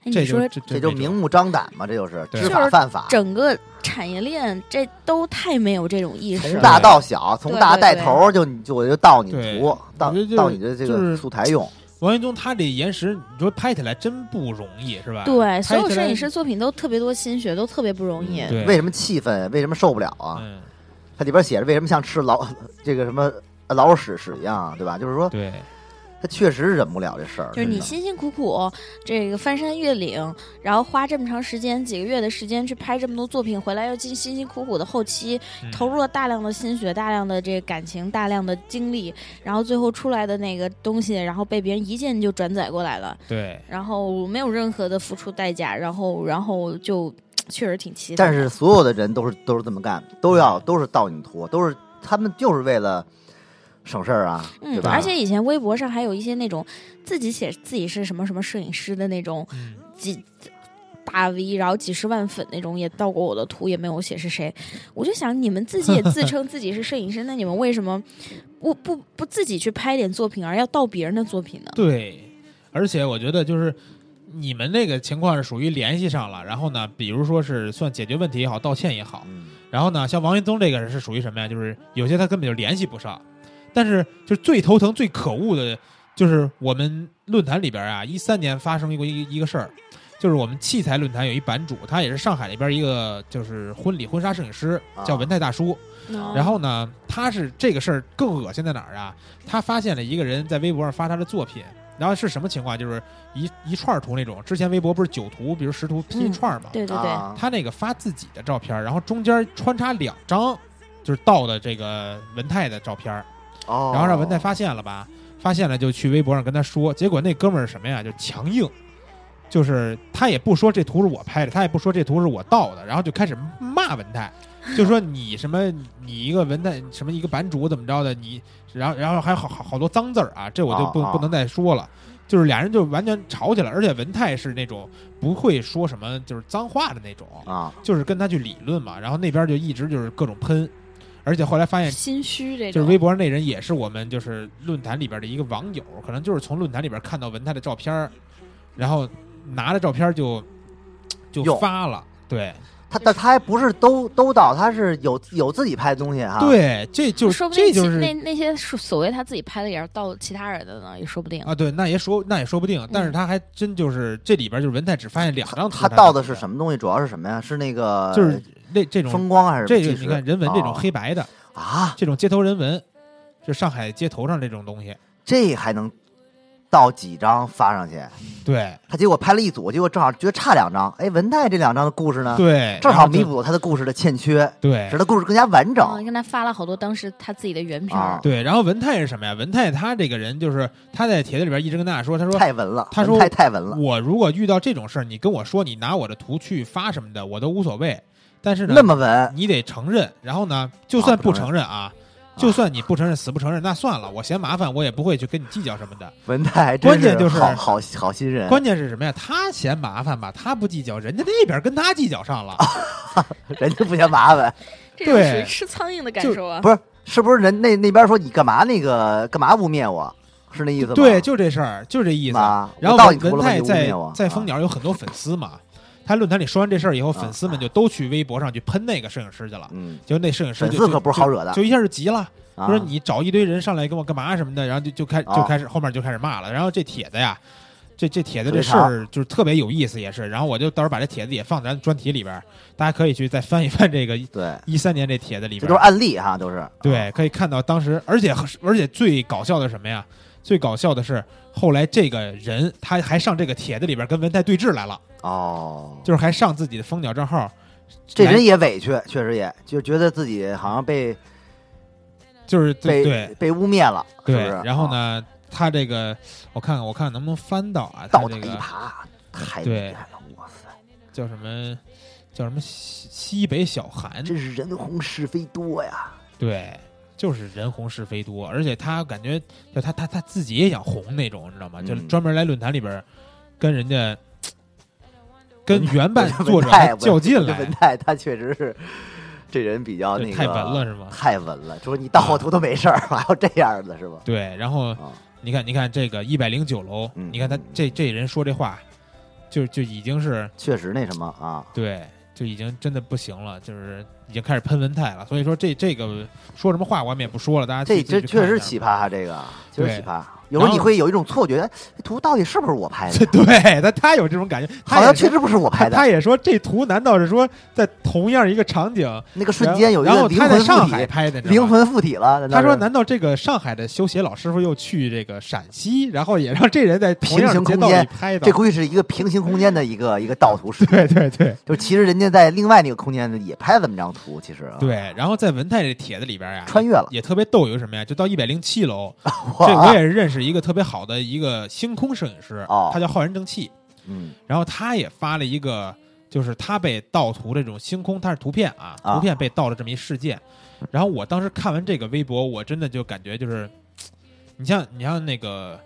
D: 哎
A: 这
D: 你
A: 就
D: 说
A: 这这
C: 这就
A: 没辙
C: 明目张胆嘛，这就是
A: 对
C: 知法犯法，
D: 整个产业链这都太没有这种意识
C: 从
D: 了。
C: 大到小，从大
D: 对
C: 带头就你就我就盗你
A: 对
C: 图，盗
A: 我觉得就是
C: 盗你的这
A: 就是
C: 个素材用，
A: 王云宗他这延时，你说拍起来真不容易是吧？
D: 对，所有
A: 拍起
D: 摄
A: 来
D: 影师作品都特别多心血，都特别不容易。
A: 嗯对
C: 为什么气愤？为什么受不了啊？
A: 嗯，
C: 它里边写着为什么像吃老这个什么老屎屎一样，对吧？就是说
A: 对，
C: 他确实忍不了这事儿，
D: 就是你
C: 真的
D: 辛辛苦苦这个翻山越岭，然后花这么长时间几个月的时间去拍这么多作品，回来又辛辛苦苦的后期，
A: 嗯
D: 投入了大量的心血、大量的这个感情、大量的精力，然后最后出来的那个东西，然后被别人一键就转载过来了，
A: 对，
D: 然后没有任何的付出代价，然后然后就确实挺凄惨。
C: 但是所有的人都是都是这么干，都要都是盗你图，都是他们就是为了省事儿啊，
D: 嗯
C: 对，吧？
D: 而且以前微博上还有一些那种自己写自己是什么什么摄影师的那种
A: 嗯，
D: 几大 V，然后几十万粉那种，也盗过我的图，也没有写是谁。我就想，你们自 己也自称自己是摄影师，那你们为什么不不不自己去拍点作品，而要盗别人的作品呢？
A: 对，而且我觉得就是你们那个情况是属于联系上了，然后呢，比如说是算解决问题也好，道歉也好，
C: 嗯，
A: 然后呢，像王云宗这个人是属于什么呀？就是有些他根本就联系不上，但是就最头疼、最可恶的，就是我们论坛里边啊，一三年发生过一个一个事儿，就是我们器材论坛有一版主，他也是上海那边一个就是婚礼婚纱摄影师，叫
C: 啊
A: 文泰大叔。
C: 嗯
A: 然后呢，他是这个事儿更恶心在哪儿啊？他发现了一个人在微博上发他的作品，然后是什么情况？就是一一串儿图那种，之前微博不是九图，比如十图拼一
D: 嗯
A: 串儿嘛、
D: 对对对，
C: 啊
A: 他那个发自己的照片儿，然后中间穿插两张就是盗的这个文泰的照片儿，
C: 哦，
A: 然后让文泰发现了吧，发现了就去微博上跟他说，结果那哥们儿是什么呀，就强硬，就是他也不说这图是我拍的，他也不说这图是我盗的，然后就开始骂文泰，就说你什么你一个文泰什么一个版主怎么着的，你然后然后还好好好多脏字儿啊，这我就不、
C: 啊啊
A: 不能再说了。就是俩人就完全吵起来，而且文泰是那种不会说什么就是脏话的那种，
C: 啊，
A: 就是跟他去理论嘛，然后那边就一直就是各种喷，而且后来发现
D: 心虚这
A: 就
D: 种。
A: 是微博上那人也是我们就是论坛里边的一个网友，可能就是从论坛里边看到文泰的照片儿，然后拿着照片儿就就
C: 用
A: 发了。对、
C: 他但他还不是都都盗，他是有有自己拍的东西哈，，
A: 对，这就
D: 说不定
A: 这就
D: 其
A: 是
D: 那那些所所谓他自己拍的也是盗其他人的呢，也说不定。
A: 啊，对，那也说那也说不定，
D: 嗯
A: 但是他还真就是这里边就是文泰只发现两张图，
C: 他盗的是
A: 么？
C: 什么东西？主要是什么呀？是那个
A: 就是那这种
C: 风光还是
A: 这
C: 纪
A: 个
C: 实
A: 你看人文这种
C: 哦
A: 黑白的，
C: 啊？
A: 这种街头人文，就上海街头上这种东西，
C: 这还能盗几张发上去？
A: 对
C: 他结果拍了一组，结果正好觉得差两张，哎，文泰这两张的故事呢，
A: 对，
C: 啊正
A: 然
C: 好
A: 后就哎
C: 弥补他的故事的欠缺，
A: 对
C: 使他故事更加完
D: 然后嗯
C: 整
D: 跟他发了好多当时他自己的原片儿
C: 啊。
A: 对，然后文泰是什么呀？文泰他这个人就是他在帖子里边一直跟大家说，他说
C: 太文了，
A: 他说
C: 文泰太文了，
A: 我如果遇到这种事儿，你跟我说你拿我的图去发什么的，我都无所谓。但是呢，
C: 那么文，
A: 你得承认，然后呢，就算
C: 啊
A: 不
C: 不承
A: 承认啊，就算你不承认，死不承认，那算了，我嫌麻烦，我也不会去跟你计较什么的。
C: 文泰真
A: 关键就是
C: 好好好心人，
A: 关键是什么呀？他嫌麻烦吧，他不计较，人家那边跟他计较 上了。
C: 人家不嫌麻烦，
D: 这种属于
A: 对
D: 吃苍蝇的感
A: 就
D: 受啊。
C: 不是是不是人那那边说你干嘛那个干嘛污蔑我，是那意思吗？
A: 对，就这事儿，就这意思
C: 妈。
A: 然后
C: 我到
A: 文
C: 你图
A: 文
C: 了吗
A: 泰
C: 你污
A: 在
C: 蔑我
A: 在
C: 啊
A: 蜂鸟有很多粉丝嘛，他论坛里说完这事儿以后，粉丝们就都去微博上去喷那个摄影师去了。
C: 嗯，
A: 就那摄影师
C: 粉
A: 就
C: 丝
A: 就
C: 可不是好惹的
A: 就就一下就急了，
C: 啊
A: 说你找一堆人上来跟我干嘛什么的，然后就就开
C: 啊
A: 就开始后面就开始骂了。然后这帖子呀，这这帖子
C: 特别
A: 这事儿就是特别有意思，也是。然后我就到时候把这帖子也放咱专题里边儿，大家可以去再翻一翻这个
C: 对，
A: 一三年这帖子里
C: 这
A: 边
C: 都是
A: 儿，
C: 案例哈，都是
A: 对，可以看到当时，而且而且最搞笑的是什么呀？最搞笑的是后来这个人他还上这个帖子里边跟文泰对峙来了，
C: 哦，
A: 就是还上自己的蜂鸟账号。
C: 这
A: 来
C: 人也委屈，确实也就觉得自己好像被
A: 就是对对
C: 被被污蔑了，是
A: 对，
C: 不是？
A: 然后
C: 啊？
A: 呢，他这个我看看，我看看能不能翻到啊？他
C: 倒打
A: 这
C: 一
A: 个
C: 耙，太
A: 对
C: 厉害了，哇塞，
A: 叫什么？叫什么西西北小寒？
C: 真是人红是非多呀！
A: 对，就是人红是非多，而且他感觉就他他他自己也想红那种，你知道吗？
C: 嗯
A: 就是专门来论坛里边儿跟人家跟原版作
C: 文
A: 者
C: 泰
A: 较劲来
C: 文，泰他确实是这人比较
A: 就
C: 那个
A: 太文了，是吗？
C: 太文了，说你当我图都没事儿，还有这样的是吧？
A: 对，然后
C: 啊，
A: 你看，你看这个一百零九楼，
C: 嗯
A: 你看他
C: 嗯
A: 这这人说这话，就就已经是
C: 确实那什么啊，
A: 对，就已经真的不行了，就是已经开始喷文泰了。所以说这这个说什么话我们也不说了，大家
C: 这
A: 自己
C: 这
A: 去
C: 确
A: 看
C: 实
A: 一下
C: 奇葩哈，这个确实
A: 对
C: 奇葩。有时候
A: 然
C: 你
A: 后
C: 会有一种错觉，哎这图到底是不是我拍 的？
A: 对他他有这种感觉，他
C: 好像
A: 也说
C: 确实不是我拍
A: 他
C: 的。
A: 他也说这图难道是说在同样一个场景
C: 那个瞬间有一
A: 然
C: 个
A: 后
C: 灵
A: 他在
C: 魂附
A: 上海
C: 体，
A: 拍的，你知道
C: 灵
A: 吗。
C: 魂附体了。
A: 他说：“
C: 难
A: 难道这个上海的修鞋老师傅又去这个陕西，然后也让这人在同
C: 平
A: 样的
C: 行
A: 街
C: 空
A: 道里
C: 间
A: 拍
C: 这
A: 的？
C: 估计是一个平行空间的一个一个盗图师，
A: 对对对
C: 就其实人家在另外那个空间也拍了这么张图，其实啊
A: 对。然后在文泰这帖子里边呀，
C: 穿越了。
A: 也特别逗，有什么呀？就到一百零七楼，这
C: 哇
A: 我也是认识一个特别好的一个星空摄影师，
C: 哦
A: 他叫浩然正气，
C: 嗯
A: 然后他也发了一个，就是他被盗图这种星空，他是图片啊，
C: 啊
A: 图片被盗了这么一事件。然后我当时看完这个微博，我真的就感觉就是，你像你像那个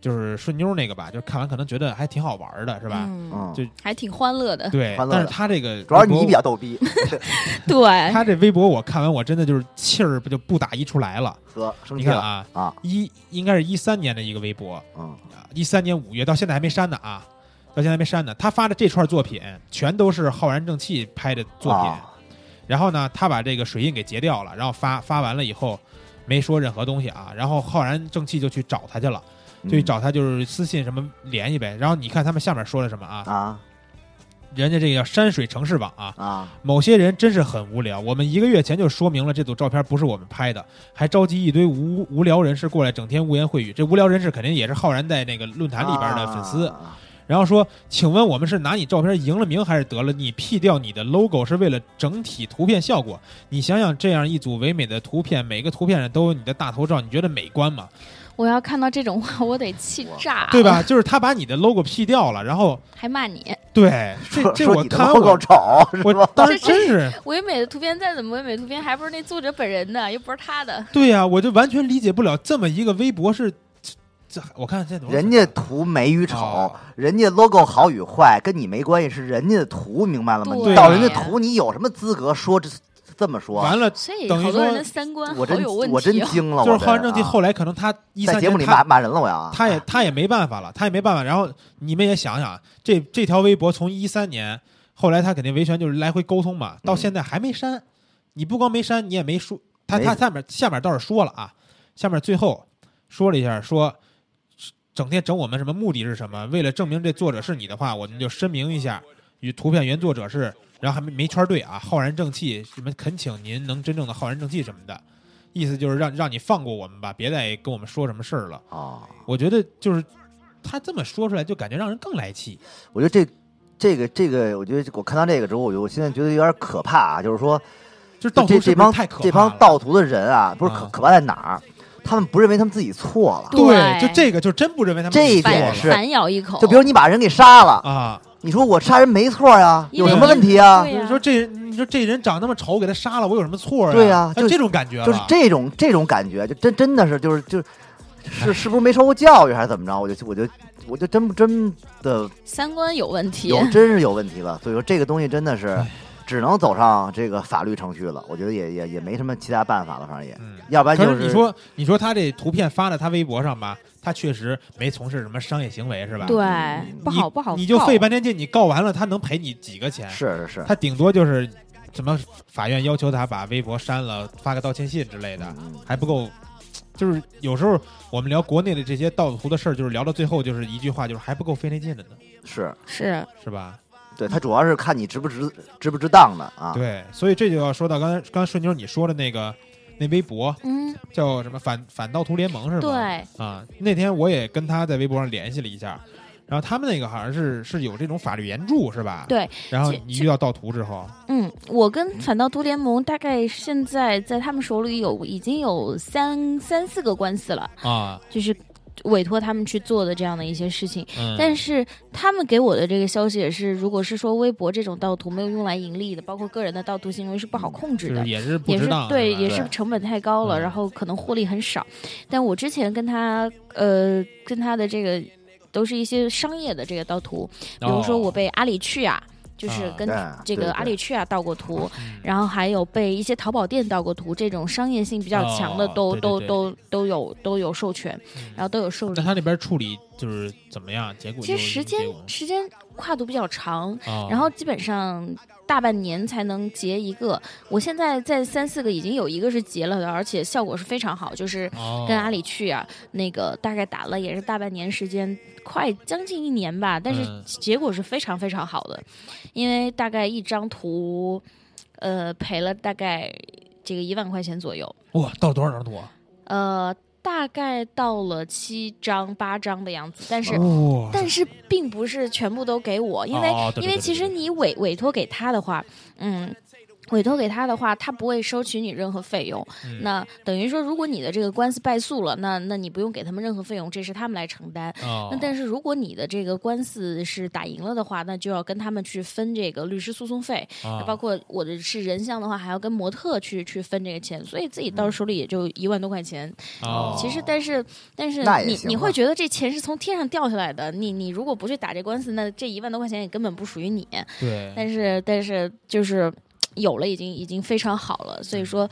A: 就是顺妞那个吧，就是看完可能觉得还挺好玩的，是吧？
D: 嗯，
C: 嗯
A: 就，
D: 还挺欢乐的。
A: 对
C: 欢，乐
A: 但是
C: 的
A: 他这个
C: 主要是
A: 微博
C: 你比较逗逼，
D: 对，
A: 他这微博我看完我真的就是气儿不就不打一处来了。
C: 呵，生
A: 你
C: 气
A: 看
C: 了
A: 啊，
C: 啊，
A: 一应该是一三年的一个微博，
C: 嗯，
A: 啊一三年五月到现在还没删呢啊，到现在还没删呢。他发的这串作品全都是浩然正气拍的作品，
C: 啊
A: 然后呢，他把这个水印给截掉了，然后发发完了以后没说任何东西啊，然后浩然正气就去找他去了，
C: 嗯
A: 就去找他就是私信什么联系呗。然后你看他们下面说了什么啊？
C: 啊
A: 人家这个叫山水城市网啊。
C: 啊，
A: 某些人真是很无聊。我们一个月前就说明了这组照片不是我们拍的，还召集一堆无无聊人士过来，整天污言秽语。这无聊人士肯定也是浩然在那个论坛里边的粉丝，
C: 啊
A: 然后说：“请问我们是拿你照片赢了名，还是得了你 P 掉你的 logo 是为了整体图片效果？你想想，这样一组唯美的图片，每个图片上都有你的大头照，你觉得美观吗？啊
D: 我要看到这种话，我得气炸，
A: 对？吧？就是他把你的 logo P 掉了，然后
D: 还骂你，
A: 对这
C: 说
A: 这
C: 说
A: 我
C: 你的
A: 看完
C: logo
A: 我
C: 丑是
A: 我
C: 吧？
A: 当时真是
D: 唯美的图片再怎么唯美，图片还不是那作者本人的，又不是他的。
A: 对呀、我就完全理解不了这么一个微博是这这，我看现在多少
C: 人家图美与丑
A: 哦，
C: 人家 logo 好与坏跟你没关系，是人家的图，明白了吗？
D: 对
C: 你到人家图，你有什么资格说这这么说？
A: 啊完了，
D: 所以
A: 等于
D: 好多人
A: 说
D: 的三观好
C: 我真
D: 有问
C: 我真
D: 题哦。
C: 惊了，
A: 就是
C: 我
A: 浩然正气
C: 啊
A: 后来可能他一
C: 在
A: 三
C: 节目
A: 年
C: 里
A: 他
C: 骂骂人了，我要啊，
A: 他也他也没办法了，他也没办法。然后你们也想想，这这条微博从一三年，后来他肯定维权就是来回沟通嘛，到现在还没删。你不光没删，你也没说，他
C: 没
A: 他下面下面倒是说了啊，下面最后说了一下说。整天整我们什么目的是什么？为了证明这作者是你的话，我们就声明一下，与图片原作者是，然后还没没圈对啊，浩然正气什么恳请您能真正的浩然正气什么的，意思就是让让你放过我们吧，别再跟我们说什么事儿了。
C: 哦，
A: 我觉得就是他这么说出来，就感觉让人更来气。
C: 我觉得这这个这个，我觉得我看到这个之后，我就我现在觉得有点可怕啊，就是说
A: 就是盗图
C: 这
A: 是
C: 这
A: 不是
C: 帮
A: 太可怕
C: 这帮
A: 了
C: 盗图的人啊，不是可
A: 啊
C: 可怕在哪儿？他们不认为他们自己错了，
A: 对，
D: 对
A: 就这个就真不认为他们
C: 这一
A: 错
C: 点
A: 了
D: 反
C: 是
D: 反咬一口，
C: 就比如你把人给杀了，
A: 啊，
C: 你说我杀人没错呀，
D: 因
C: 有
D: 为
C: 什么问题啊
D: 对？
A: 你
D: 呀
A: 说这人，你说这人长那么丑，给他杀了，我有什么错呀？
C: 对呀
A: 哎
C: 就
A: 这种感
D: 啊
A: 觉了
C: 就是这种这种感觉，就真真的是就是 就是是是不是没受过教育还是怎么着？我就我就我就真真的
D: 三观有问题
C: 有，啊真是有问题了。所以说这个东西真的是
A: 唉
C: 只能走上这个法律程序了。我觉得也也也没什么其他办法了，反正也，
A: 嗯。
C: 要不然
A: 可
C: 就是
A: 你说，你说他这图片发在他微博上吧，他确实没从事什么商业行为，是吧？
D: 对
C: 嗯，
D: 不好不好，
A: 你就费。半天劲，你告完了，他能赔你几个钱？
C: 是是是，
A: 他顶多就是什么法院要求他把微博删了，发个道歉信之类的，
C: 嗯
A: 还不够。就是有时候我们聊国内的这些盗图的事儿，就是聊到最后就是一句话，就是还不够费那劲的呢，
C: 是
D: 是
A: 是吧？
C: 对他主要是看你值不值值不值当的啊。
A: 对，所以这就要说到刚才刚才顺妞你说的那个那微博
D: 嗯，
A: 叫什么反反盗图联盟是吧？
D: 对，
A: 啊，那天我也跟他在微博上联系了一下，然后他们那个好像是是有这种法律援助是吧？
D: 对。
A: 然后
D: 其
A: 你
D: 其
A: 遇到盗图之后，
D: 嗯，我跟反盗图联盟大概现在在他们手里有已经有三三四个官司了，
A: 啊，
D: 就是委托他们去做的这样的一些事情。
A: 嗯，
D: 但是他们给我的这个消息也是，如果是说微博这种盗图没有用来盈利的，包括个人的盗图行为是不好控制
A: 就
D: 的
A: 是，也是不
D: 也
A: 值
D: 是
A: 当，
D: 对，
A: 吧
D: 也是
C: 对
D: 成本太高了，
A: 嗯
D: 然后可能获利很少。但我之前跟他呃跟他的这个都是一些商业的这个盗图，比如
A: 哦
D: 说我被阿里去啊，就是
A: 啊
D: 跟
C: 对
D: 这
C: 对
D: 个
C: 对
D: 阿里去啊盗过图，
A: 嗯
D: 然后还有被一些淘宝店盗过图，这种商业性比较强的
A: 哦
D: 都
A: 对
D: 都
A: 对对嗯
D: 都都有都有授权，然后都有受理
A: 那。他那边处理就是怎么样？结果
D: 其
A: 有
D: 实时间
A: 有结果
D: 时间跨度比较长，
A: 啊，
D: 然后基本上大半年才能结一个。我现在在三四个已经有一个是结了的，而且效果是非常好，就是
A: 哦
D: 跟阿里去啊，那个大概打了也是大半年时间，快将近一年吧，但是
A: 嗯
D: 结果是非常非常好的，因为大概一张图，呃，赔了大概这个一万块钱左右，
A: 哇，到了多少 张图啊？
D: 呃，大概到了七张八张的样子，但是。
A: 哇，
D: 但是并不是全部都给我，因为、
A: 哦对对
D: 因为
A: 对
D: 其
A: 对
D: 实
A: 对
D: 你委委托给他的话，嗯，委托给他的话，他不会收取你任何费用。
A: 嗯
D: 那等于说，如果你的这个官司败诉了，那那你不用给他们任何费用，这是他们来承担。
A: 哦
D: 那但是如果你的这个官司是打赢了的话，那就要跟他们去分这个律师诉讼费，
A: 啊
D: 包括我的是人像的话，还要跟模特去去分这个钱，所以自己
A: 嗯
D: 到手里也就一万多块钱。
A: 哦
D: 其实，但是，但是
C: 那也
D: 你
C: 行
D: 你
C: 吧
D: 会觉得这钱是从天上掉下来的，你你如果不去打这官司，那这一万多块钱也根本不属于你。
A: 对，
D: 但是，但是就是有了，已经已经非常好了，所以说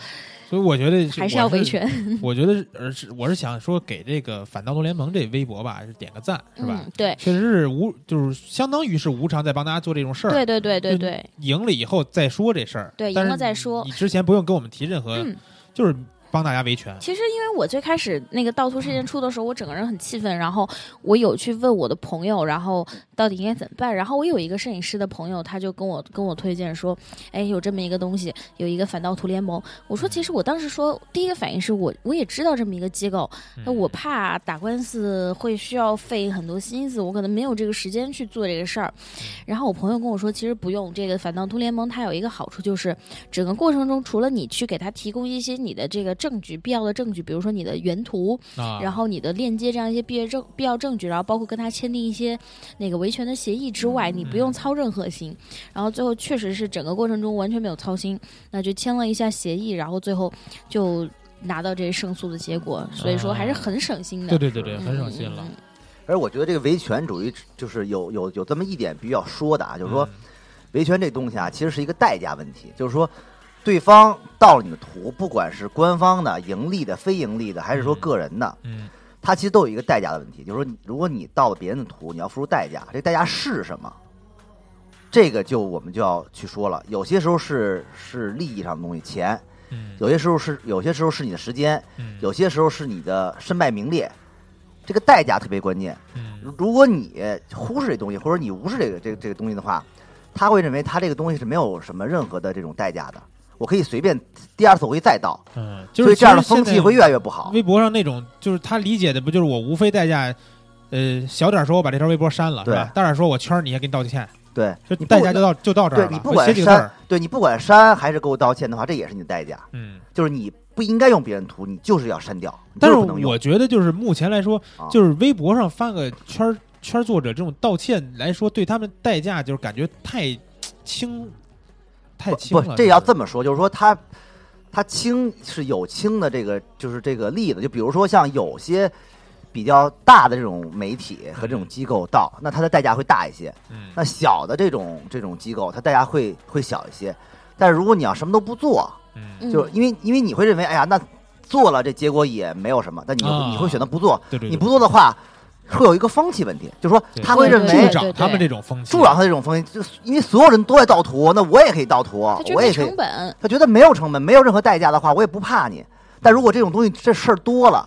A: 所以我觉得
D: 还
A: 是
D: 是要
A: 我
D: 维权，
A: 我觉得是，而是我是想说给这个反盗图联盟这微博吧，是点个赞，是 吧？
D: 嗯，对，
A: 确实是无，就是相当于是无偿在帮大家做这种事儿。
D: 对对对对
A: 就
D: 对，
A: 赢了以后再说这事儿。
D: 对
A: 但
D: 赢了
A: 是
D: 再说
A: 你之前不用跟我们提任何，
D: 嗯。
A: 就是帮大家维权。
D: 其实，因为我最开始那个盗图事件出的时候，我整个人很气愤，然后我有去问我的朋友，然后到底应该怎么办。然后我有一个摄影师的朋友，他就跟我跟我推荐说，哎，有这么一个东西，有一个反盗图联盟。我说，其实我当时说第一个反应是我我也知道这么一个机构，那
A: 嗯
D: 我怕打官司会需要费很多心思，我可能没有这个时间去做这个事儿。然后我朋友跟我说，其实不用这个反盗图联盟，它有一个好处就是，整个过程中除了你去给他提供一些你的这个证据，必要的证据，比如说你的原图，
A: 啊，
D: 然后你的链接这样一些必要证必要证据，然后包括跟他签订一些那个维权的协议之外，你不用
A: 嗯
D: 操任何心。然后最后确实是整个过程中完全没有操心，那就签了一下协议，然后最后就拿到这胜诉的结果，所以说还是很省心的。
A: 啊对对对对，
D: 嗯，
A: 很省心了。
D: 嗯
C: 而我觉得这个维权主义就是有有有这么一点比较说的啊，就是
A: 嗯
C: 说维权这东西啊，其实是一个代价问题，就是说。对方盗了你的图，不管是官方的、盈利的、非盈利的，还是说
A: 嗯
C: 个人的，
A: 嗯，
C: 它其实都有一个代价的问题，就是说你，如果你盗了别人的图，你要付出代价，这代价是什么？这个就我们就要去说了。有些时候是是利益上的东西，钱；
A: 嗯
C: 有些时候是有些时候是你的时间，
A: 嗯
C: 有些时候是你的身败名裂。这个代价特别关键。
A: 嗯
C: 如果你忽视这东西，或者你无视这个这个这个东西的话，他会认为他这个东西是没有什么任何的这种代价的。我可以随便第二次我可以再盗，
A: 嗯，就
C: 所
A: 是
C: 以这样的
A: 其实
C: 风
A: 现
C: 气
A: 在
C: 会越来越不好。
A: 微博上那种，就是他理解的不就是我无非代价，呃，小点儿说我把这条微博删了，是
C: 对
A: 吧？大点儿说我圈儿你也给你道歉，
C: 对，
A: 就
C: 你不
A: 代价就到就到这儿
C: 对
A: 了。
C: 你不
A: 我
C: 管
A: 写几个字
C: 删
A: 儿，，
C: 对你不管删还是给我道歉的话，这也是你的代价。
A: 嗯。
C: 就是你不应该用别人图，你就是要删掉，你就
A: 但是
C: 不能用
A: 我觉得，就是目前来说，
C: 啊
A: 就是微博上翻个圈儿圈作者这种道歉来说，对他们代价就是感觉太轻，太轻
C: 不
A: 了。，
C: 这要这
A: 么
C: 么说，就是说他他轻是有轻的这个，就是这个例子，就比如说像有些比较大的这种媒体和这种机构到，那它的代价会大一些；
A: 嗯
C: 那小的这种这种机构，它代价会会小一些。但是如果你要什么都不做，
A: 嗯，
D: 嗯
C: 就是因为因为你会认为，哎呀，那做了这结果也没有什么，但你会、
A: 啊
C: 你会选择不做，
A: 对对，
C: 你不做的话，会有一个风气问题，就是说
A: 对
C: 他会认
A: 对嗯
C: 为
A: 助长他们这种风气，
C: 助长他这种风气，就是因为所有人都在盗图，那我也可以盗图
D: 他，觉
C: 啊我
D: 得
C: 也可以
D: 成，
A: 嗯
D: 本，
C: 他觉得没有成本，没有任何代价的话，我也不怕你。但如果这种东西这事儿多了，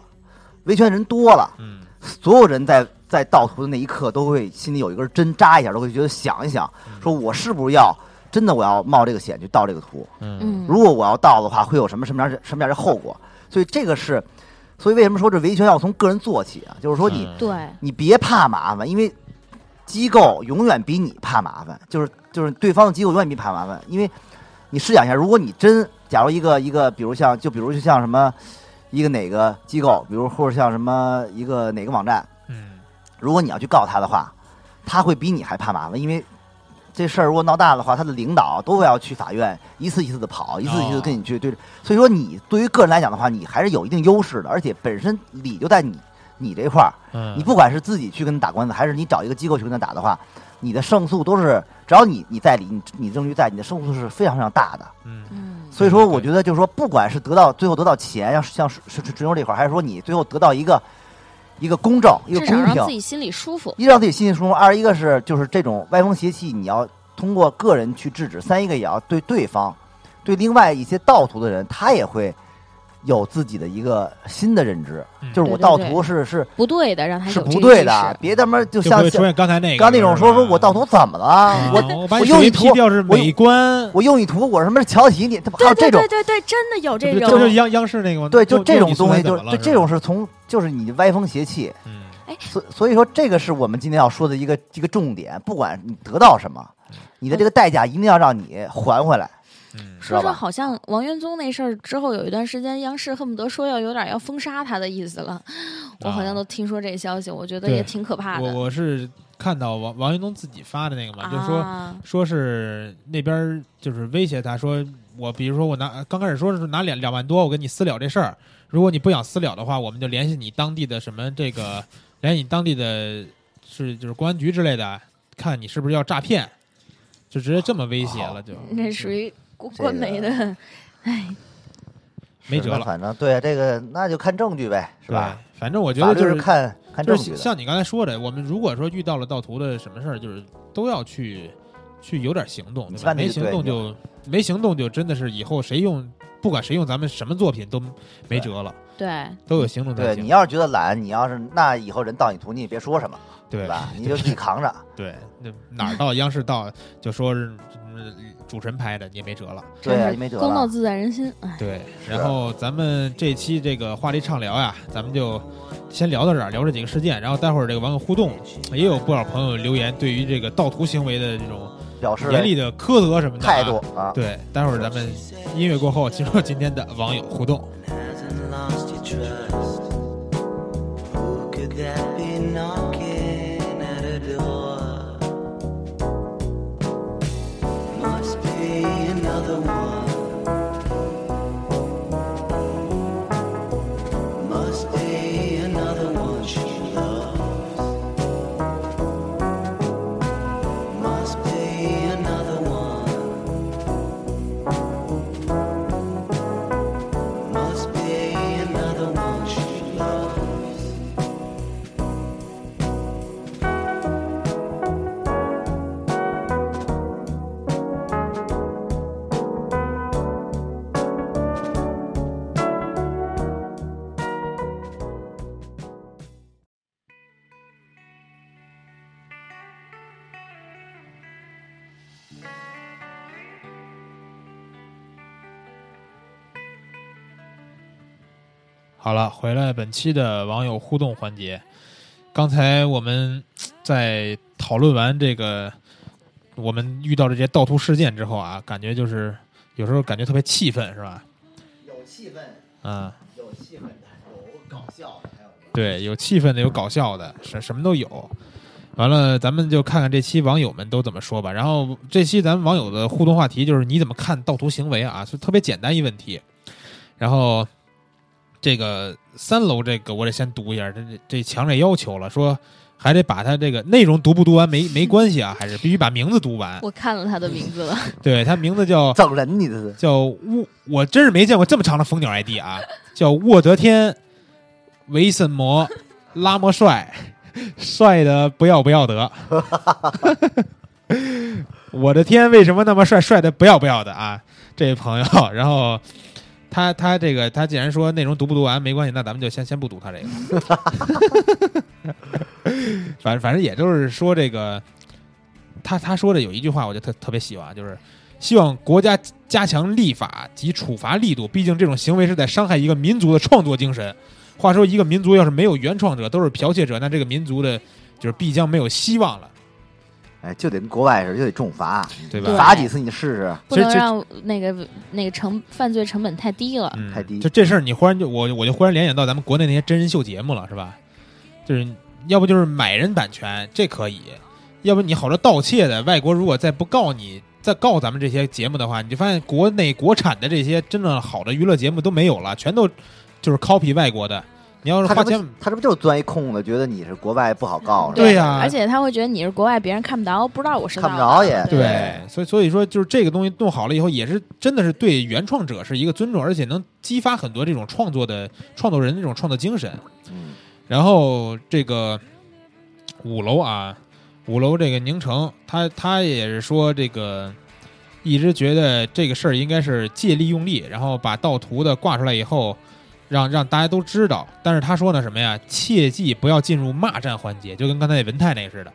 C: 维权人多了，
A: 嗯，
C: 所有人在在盗图的那一刻都会心里有一根针扎一下，都会觉得想一想，说我是不是要真的我要冒这个险去盗这个图？
A: 嗯
D: 嗯，
C: 如果我要盗的话，会有什么什么样的什么样的后果？所以这个是，所以为什么说这维权要从个人做起啊？就是说你、
A: 嗯
D: 对，
C: 你别怕麻烦，因为机构永远比你怕麻烦，就是就是对方的机构永远比你怕麻烦，因为你试想一下，如果你真假如一个一个，比如像就比如就像什么一个哪个机构，比如或者像什么一个哪个网站，
A: 嗯
C: 如果你要去告他的话，他会比你还怕麻烦，因为这事儿如果闹大的话，他的领导都会要去法院，一次一次的跑，一次一次的跟你去对。所以说，你对于个人来讲的话，你还是有一定优势的，而且本身理就在你你这块儿，
A: 嗯，
C: 你不管是自己去跟他打官司，还是你找一个机构去跟他打的话，你的胜诉都是只要你你在理，你你证据在，你的胜诉是非常非常大的。
A: 嗯
D: 嗯，
C: 所以说，
A: 嗯
C: 我
A: 对
C: 觉得就是说，不管是得到最后得到钱，要是像是是追求这块儿，还是说你最后得到一个一个公正、一个
D: 至少
C: 公
D: 让自
C: 平，
D: 己心里舒服，
C: 一让自己心里舒服；二一个是就是这种歪风邪气，你要通过个人去制止；三一个也要对对方，对另外一些盗图的人，他也会有自己的一个新的认知，
A: 嗯
C: 就是我
D: 对对
C: 盗
D: 对
C: 图是是
D: 不对的，让他
C: 是
D: 有
C: 不
D: 这个
C: 对
D: 意
C: 的
D: 识，
C: 别他妈就
A: 就不
C: 像
A: 会出现刚才那个，
C: 刚那种说
A: 是吧
C: 说我盗图怎么了？
A: 啊
C: 我
A: 我把
C: 我
A: 你
C: 用
A: 手机
C: 一图
A: 踢掉是
C: 我用
A: 美观，
C: 我用一图我什么瞧得起你？他妈还有这种
D: 对对对，真的有
A: 这
D: 这
A: 不
D: 种
A: 就。是央央视那个吗？
C: 对，就这种东西，
A: 就
C: 就是就这种是从就是你歪风邪气，
A: 嗯
C: 所所以说这个是我们今天要说的一个一个重点。不管你得到什么，你的这个代价一定要让你还回来，
A: 嗯
C: 知
D: 说
C: 道
D: 说
C: 吧？
D: 好像王元宗那事儿之后，有一段时间央视恨不得说要有点要封杀他的意思了。我好像都听说这消息，我觉得
A: 啊对
D: 也挺可怕
A: 我
D: 的。
A: 嗯啊我是看到王王云东自己发的那个嘛，就是说
D: 啊，
A: 说是那边儿就是威胁他说，我比如说我拿刚开始说是拿两两万多，我跟你私了这事儿，如果你不想私了的话，我们就联系你当地的什么这个，联系你当地的是就是公安局之类的，看你是不是要诈骗，就直接这么威胁了，就
D: 哦那属于官
C: 这个
D: 官媒 的，哎，
A: 没辙
C: 是
A: 了
C: 那反正对这个那就看证据呗，是吧？？
A: 对反正我觉
C: 法
A: 得
C: 律
A: 就是
C: 看看
A: 就
C: 证
A: 是
C: 据的。
A: 像你刚才说的，我们如果说遇到了盗图的什么事儿，就是都要去去有点行动，
C: 你
A: 对吧？
C: 看那
A: 没
C: 个
A: 行
C: 对
A: 动
C: 你
A: 就没行动就真的是以后谁用，不管谁用咱们什么作品都没辙了，
D: 对，
A: 都有行动才
C: 对你
A: 行。
C: 要是觉得懒，你要是那以后人盗你图，你也别说什么，
A: 对
C: 对吧？你就自己扛着。
A: 对，那哪儿到央视到就说是嗯主持人拍的，你也没辙了。
C: 对啊，
D: 真
C: 也
D: 是
C: 没辙
D: 公道
C: 了。
D: 自在人心。哎，
A: 对，
C: 啊
A: 然后咱们这期这个话题畅聊呀，咱们就先聊到这儿，聊这几个事件，然后待会儿这个网友互动，也有不少朋友留言对于这个盗图行为的这种
C: 表示
A: 严厉的苛责什么的、啊、
C: 态度啊。
A: 对，待会儿咱们音乐过后进入今天的网友互动。
F: hasn't lost your trust. Who could that be knocking at a door? Must be another one. Must be another one she loves. Must be another one. Must be another one she loves.
A: 好了，回来本期的网友互动环节。刚才我们在讨论完这个我们遇到这些盗图事件之后啊，感觉就是有时候感觉特别气愤，是吧？
C: 有气氛，
A: 嗯，
C: 有气氛的，有搞笑的，还有。
A: 对，有气愤的，有搞笑的，什什么都有。完了，咱们就看看这期网友们都怎么说吧。然后这期咱们网友的互动话题就是你怎么看盗图行为啊？就特别简单一问题。然后这个三楼这个我得先读一下，这这这强烈要求了，说还得把他这个内容读不读完没没关系啊，还是必须把名字读完。
D: 我看了他的名字了，
A: 对他名字叫
C: 整人你这是
A: 叫沃，我真是没见过这么长的蜂鸟 ID 啊！叫沃德天、维森摩、拉莫帅，帅的不要不要得。 我的天，为什么那么帅？帅的不要不要的啊！这位朋友，然后他他这个他既然说内容读不读完没关系，那咱们就先先不读他这个。 反正反正也就是说这个，他他说的有一句话，我就特特别喜欢，就是希望国家加强立法及处罚力度，毕竟这种行为是在伤害一个民族的创作精神。话说，一个民族要是没有原创者，都是剽窃者，那这个民族的就是必将没有希望了，
C: 哎，就得跟国外似的，就得重罚，
A: 对吧？
D: 对
C: 罚几次你试试。
D: 不
A: 其实
D: 能
A: 其实
D: 让那个那个成犯罪成本太低了。
A: 嗯
C: 太低
A: 就这事儿，你忽然就我我就忽然联想到咱们国内那些真人秀节目了，是吧？就是要不就是买人版权，这可以；要不你好多盗窃的，外国如果再不告你，再告咱们这些节目的话，你就发现国内国产的这些真正好的娱乐节目都没有了，全都就是 copy 外国的。你要是
C: 他
A: 花
C: 这不
A: 钱
C: 是，他这不就是钻一空子，觉得你是国外不好告是吧？
A: 对啊呀
D: 而且他会觉得你是国外，别人看不着，不知道我是
C: 看不着也
D: 对
A: 对，所以所以说就是这个东西弄好了以后，也是真的是对原创者是一个尊重，而且能激发很多这种创作的创作人这种创作精神。
C: 嗯，
A: 然后这个五楼啊，五楼这个宁城，他他也是说这个一直觉得这个事儿应该是借力用力，然后把盗图的挂出来以后，让让大家都知道。但是他说呢什么呀？切记不要进入骂战环节，就跟刚才那文泰那个似的。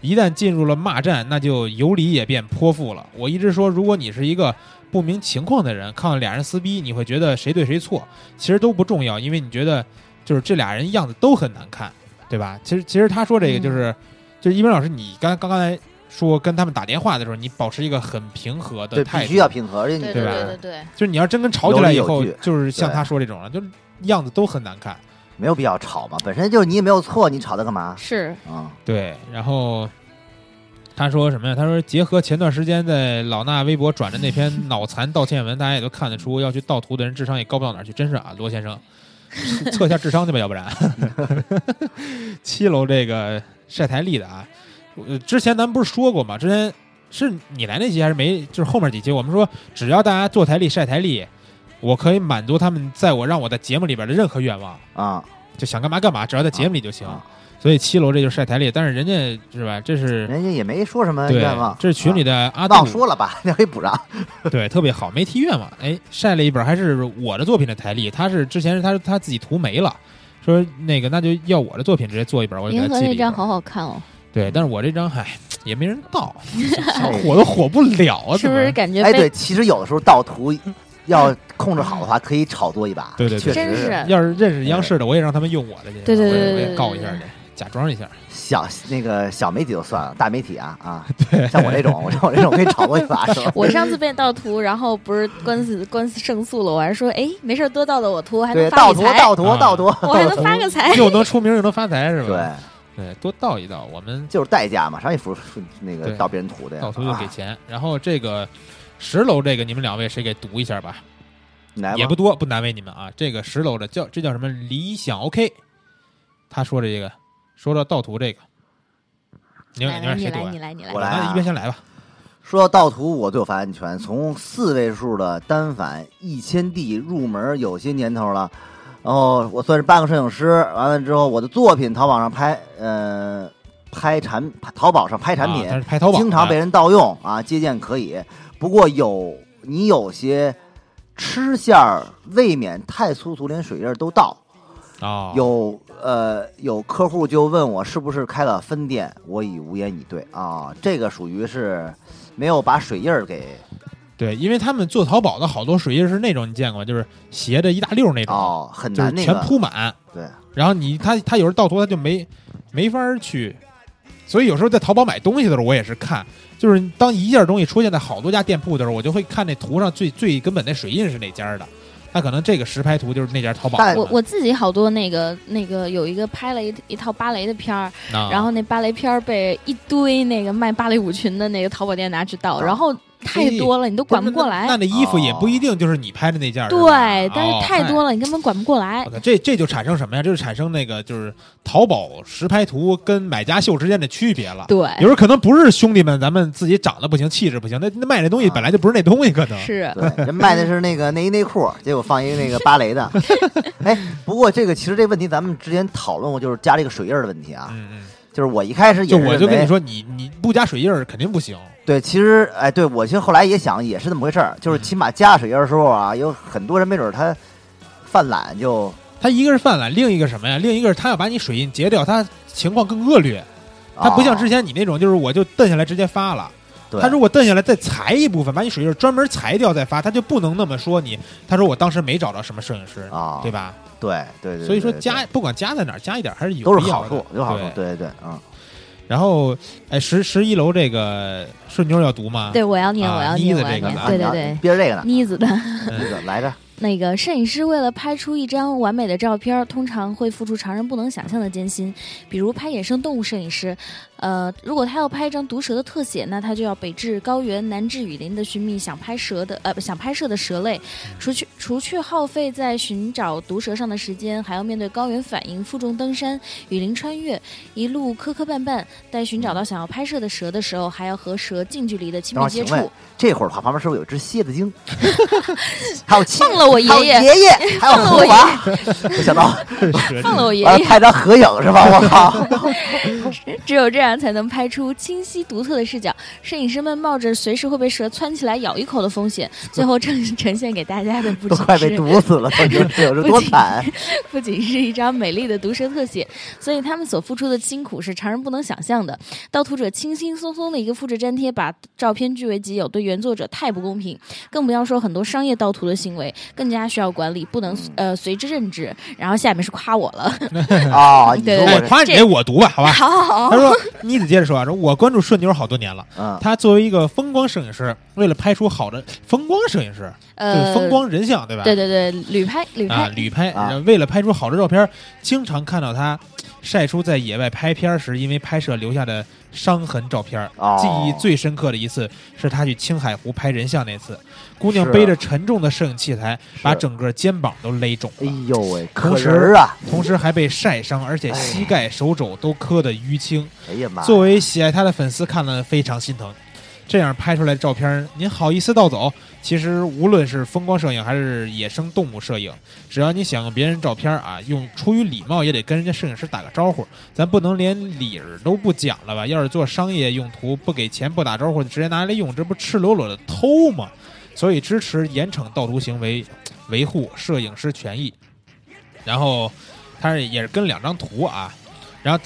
A: 一旦进入了骂战，那就有理也变泼妇了。我一直说，如果你是一个不明情况的人，看到俩人撕逼，你会觉得谁对谁错，其实都不重要，因为你觉得就是这俩人样子都很难看，对吧？其实其实他说这个
C: 嗯
A: 就是，就是一鸣老师，你刚刚刚才说跟他们打电话的时候，你保持一个很平和的
C: 对，
A: 态
C: 必
A: 度，
C: 须要平和，而且你
D: 对
A: 对吧
D: 对对对，
A: 就是你要真跟吵起来以
C: 有
A: 后
C: 理有据，
A: 就是像
C: 对
A: 他说这种了，就是样子都很难看。
C: 没有必要吵嘛，本身就是你也没有错，你吵他干嘛？
D: 是
C: 啊，
A: 对，然后他说什么呀？他说结合前段时间在老衲微博转的那篇脑残道歉文，大家也都看得出，要去盗图的人智商也高不到哪儿去，真是啊，罗先生，测一下智商去吧，要不然。 七楼这个晒台历的啊，呃之前咱不是说过吗？之前是你来那期还是没？就是后面几期，我们说只要大家做台历晒台历，我可以满足他们在我让我在节目里边的任何愿望，
C: 啊，
A: 就想干嘛干嘛，只要在节目里就行。
C: 啊
A: 所以七楼这就是晒台历，但是人家是吧？这是
C: 人家也没说什么
A: 对
C: 愿望，，
A: 这是群里
C: 啊
A: 的阿杜，
C: 忘说了吧， 那可以补上。
A: 对，特别好，没提愿望。哎，晒了一本还是我的作品的台历，他是之前是他他自己涂没了，说那个那就要我的作品直接做一本，我就给
D: 银
A: 他
D: 河
A: 寄了
D: 那
A: 一本
D: 张。好好看哦，
A: 对，但是我这张唉也没人 盗，想火都火不了啊，
D: 是
A: 怎
D: 不
A: 么
D: 是？感觉
C: 哎，
D: 被
C: 对，其实有的时候盗图要控制好的话，可以炒作一把。
A: 对对对
C: 确
D: 真
C: 实
D: 是
A: 要是认识央视的，我也让他们用我的去，
D: 对对对
A: 我也
D: 对对
A: 我也告一下去，假装一下。
C: 小那个小媒体就算了，大媒体啊啊，像我这种，我像我这种可以炒作一 把，是吧？
D: 我上次被盗图，然后不是官司官司胜诉了，我还说，哎，没事儿多盗盗我图，还能
C: 对，
D: 发
C: 盗
D: 个
C: 图
D: 财，
C: 盗图
A: 啊
C: 盗图，
D: 我还能发个财。
A: 又能出名又能发财是吧？
C: 对，
A: 对对，多盗一盗，我们
C: 就是代价嘛，谁让你付付那个
A: 对
C: 盗别人图的呀？
A: 盗图就给
C: 啊
A: 钱。然后这个十楼这个，你们两位谁给读一下吧？
C: 你来吧
A: 也不多，不难为你们啊。这个十楼的叫这叫什么？理想 OK，他说的这个，说到盗图这个，你们
D: 来
A: 你
D: 来，
A: 们
D: 你
A: 谁读
D: 来，
A: 啊
D: 你？来，你来
C: 我。来
A: 那
C: 啊
A: 一边先来吧。
C: 说到盗图，我最有发言权。从四位数的单反一千 D 入门，有些年头了。然后我算是半个摄影师，完了之后我的作品淘宝上拍，呃，拍产拍淘宝上拍产品
A: 啊、，他是拍淘宝的，
C: 经常被人盗用啊，借鉴可以。不过有你有些吃馅儿未免太粗俗，连水印儿都盗。
A: 啊，
C: 有呃有客户就问我是不是开了分店，我已无言以对啊。这个属于是没有把水印儿给
A: 对，因为他们做淘宝的好多水印是那种你见过吗，就是斜着一大溜那种，
C: 哦，很
A: 啊就是
C: 难那
A: 全
C: 个
A: 铺满。
C: 对，
A: 然后你他他有时候盗图他就没没法儿去，所以有时候在淘宝买东西的时候，我也是看，就是当一件东西出现在好多家店铺的时候，我就会看那图上最最根本那水印是哪家的，那可能这个实拍图就是那家淘宝
C: 但
A: 的。
D: 我我自己好多那个那个有一个拍了一一套芭蕾的片儿，
A: 啊
D: 然后那芭蕾片儿被一堆那个卖芭蕾舞裙的那个淘宝店拿去盗，
C: 啊
D: 然后太多了，你都管不过
A: 哎那
D: 来。
A: 那那衣服也不一定就是你拍的那件儿，是吧
D: 对，但是太。
A: 哦
D: 多了，你根本管不过来
A: 我。靠，这这就产生什么呀？这就产生那个就是淘宝实拍图跟买家秀之间的区别了。
D: 对，
A: 有时候可能不是兄弟们，咱们自己长得不行，气质不行，那那卖这东西
C: 啊
A: 本来就不是那东西，可能
D: 是
C: 对，人卖的是那个内 衣内裤，结果放一个 那个芭蕾的。 哎，不过这个其实这问题咱们之前讨论过，就是加这个水印儿的问题啊。
A: 嗯嗯，
C: 就是我一开始也
A: 就是我就
C: 认
A: 跟
C: 为
A: 你，说，你你不加水印儿肯定不行。
C: 对，其实哎，对我其实后来也想也是这么回事儿，就是
A: 嗯
C: 起码加水印儿的时候啊，有很多人没准儿他犯懒就
A: 他一个是犯懒，另一个是什么呀？另一个是他要把你水印截掉，他情况更恶劣。他不像之
C: 前，
A: 前你那种，就是我就蹬下来直接发了。
C: 啊哦对
A: 他如果蹬下来再裁一部分，把你水印儿专门裁掉再发，他就不能那么说你。他说我当时没找到什么摄影师，
C: 啊，
A: 对吧？
C: 对对对，
A: 所以说
C: 对对
A: 加不管加在哪儿，加一点儿还是有
C: 都
A: 必
C: 是
A: 要
C: 好
A: 的
C: 处，有好处，
A: 对。
C: 对对对，嗯，
A: 然后，哎，十十一楼这个顺妞要读吗？
D: 对，我要念，
A: 啊
D: 我要
A: 妮
D: 念，
A: 子
D: 我要
A: 这个
D: 念
A: 呢，
D: 对对
C: 啊
D: 对，
C: 憋着这个呢，
D: 妮子的。
A: 嗯
C: 这个来着，
D: 那个摄影师为了拍出一张完美的照片儿，通常会付出常人不能想象的艰辛，比如拍野生动物摄影师，呃，如果他要拍一张毒蛇的特写，那他就要北至高原，南至雨林的寻觅想拍蛇的呃不想拍摄的蛇类，除去除去耗费在寻找毒蛇上的时间，还要面对高原反应、负重登山、雨林穿越，一路磕磕绊绊。待寻找到想要拍摄的蛇的时候，还要和蛇近距离的亲
C: 等会
D: 密
C: 儿
D: 接
C: 请
D: 触。
C: 问这会儿的话，旁边是不是有一只蝎 子精？还有亲
D: 放了我爷
C: 还有
D: 爷
C: 爷爷，还有
D: 放了我
C: 何华， 没想到
A: 对
D: 放了 我爷
C: 完
D: 爷
C: 了。拍张合影是吧？ 我靠，
D: 只有这样才能拍出清晰独特的视角。摄影师们冒着随时会被蛇窜起来咬一口的风险，最后呈 呈现给大家的不
C: 都
D: 仅
C: 快被
D: 是
C: 毒死了，都已经这有这多 惨！
D: 不仅是一张美丽的毒蛇特写，所以他们所付出的辛苦是常人不能想象的。盗图者轻轻松松的一个复制粘贴，把照片据为己有，对原作者太不公平。更不要说很多商业盗图的行为，更加需要管理，不能呃随之任之。然后下面是夸我了，
C: 啊，你说
D: 对
A: 哎
C: 我，这，
A: 夸你这我读吧，好吧？
D: 好好
A: 他说，妮子接着说啊，说我关注顺妞好多年了。
D: 啊
C: 嗯，
A: 他作为一个风光摄影师，为了拍出好的风光摄影师，就是
D: 呃，
A: 风光人像，对吧？
D: 对对对，旅拍旅拍、
A: 啊，旅拍、
C: 啊
A: 为了拍出好的照片，经常看到他晒出在野外拍片时因为拍摄留下的伤痕照片。
C: 哦
A: 记忆最深刻的一次是他去青海湖拍人像那次，姑娘
C: 是啊
A: 背着沉重的摄影器材，把整个肩膀都勒肿
C: 哎
A: 了，
C: 呦喂，可
A: 同时
C: 人儿啊！
A: 同时还被晒伤，而且膝盖、手肘都磕得淤青。
C: 哎呀妈呀，
A: 作为喜爱他的粉丝，看了非常心疼。这样拍出来的照片，您好意思盗走？其实无论是风光摄影还是野生动物摄影，只要你想用别人照片啊，用出于礼貌也得跟人家摄影师打个招呼，咱不能连理儿都不讲了吧？要是做商业用途，不给钱不打招呼，直接拿来用，这不赤裸裸的偷吗？所以支持严惩盗图行为，维护摄影师权益。然后，他是也是跟两张图啊，然后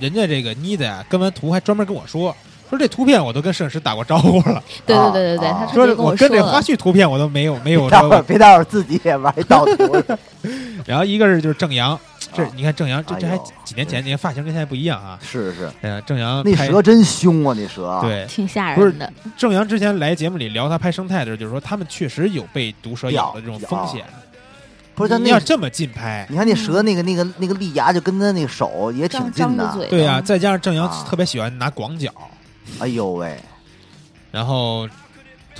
A: 人家这个妮子呀，跟完图还专门跟我说，说这图片我都跟摄影师打过招呼了，
D: 对
C: 啊
D: 对对对对，
C: 啊
D: 他特
A: 说
D: 别
A: 我
D: 哎我
A: 跟
D: 说
A: 这
D: 了
A: 花。絮图片我都没有没 有
C: 待会
A: 说
C: 儿别待会儿自己也玩一盗图，
A: 然后一个是就是郑阳，这你看郑阳这这还
C: 啊哎呦
A: 几年前，你看发型跟现在不一样啊。
C: 是是，
A: 哎呀，郑阳
C: 那
A: 拍
C: 蛇真凶啊，那蛇啊，
A: 对
D: 挺吓
A: 不是
D: 人的，
A: 郑阳之前来节目里聊他拍生态的时候，就是说他们确实有被毒蛇咬的这种
C: 咬
A: 风险。
C: 啊不是他
A: 你
C: 那
A: 要，这么近拍，
C: 你看那蛇那个那个那个利牙就跟他那个手也挺
D: 嗯张
C: 近
D: 张着
C: 的，
D: 嘴。
A: 对呀、再加上郑阳
C: 啊
A: 特别喜欢拿广角，
C: 哎呦喂，
A: 然后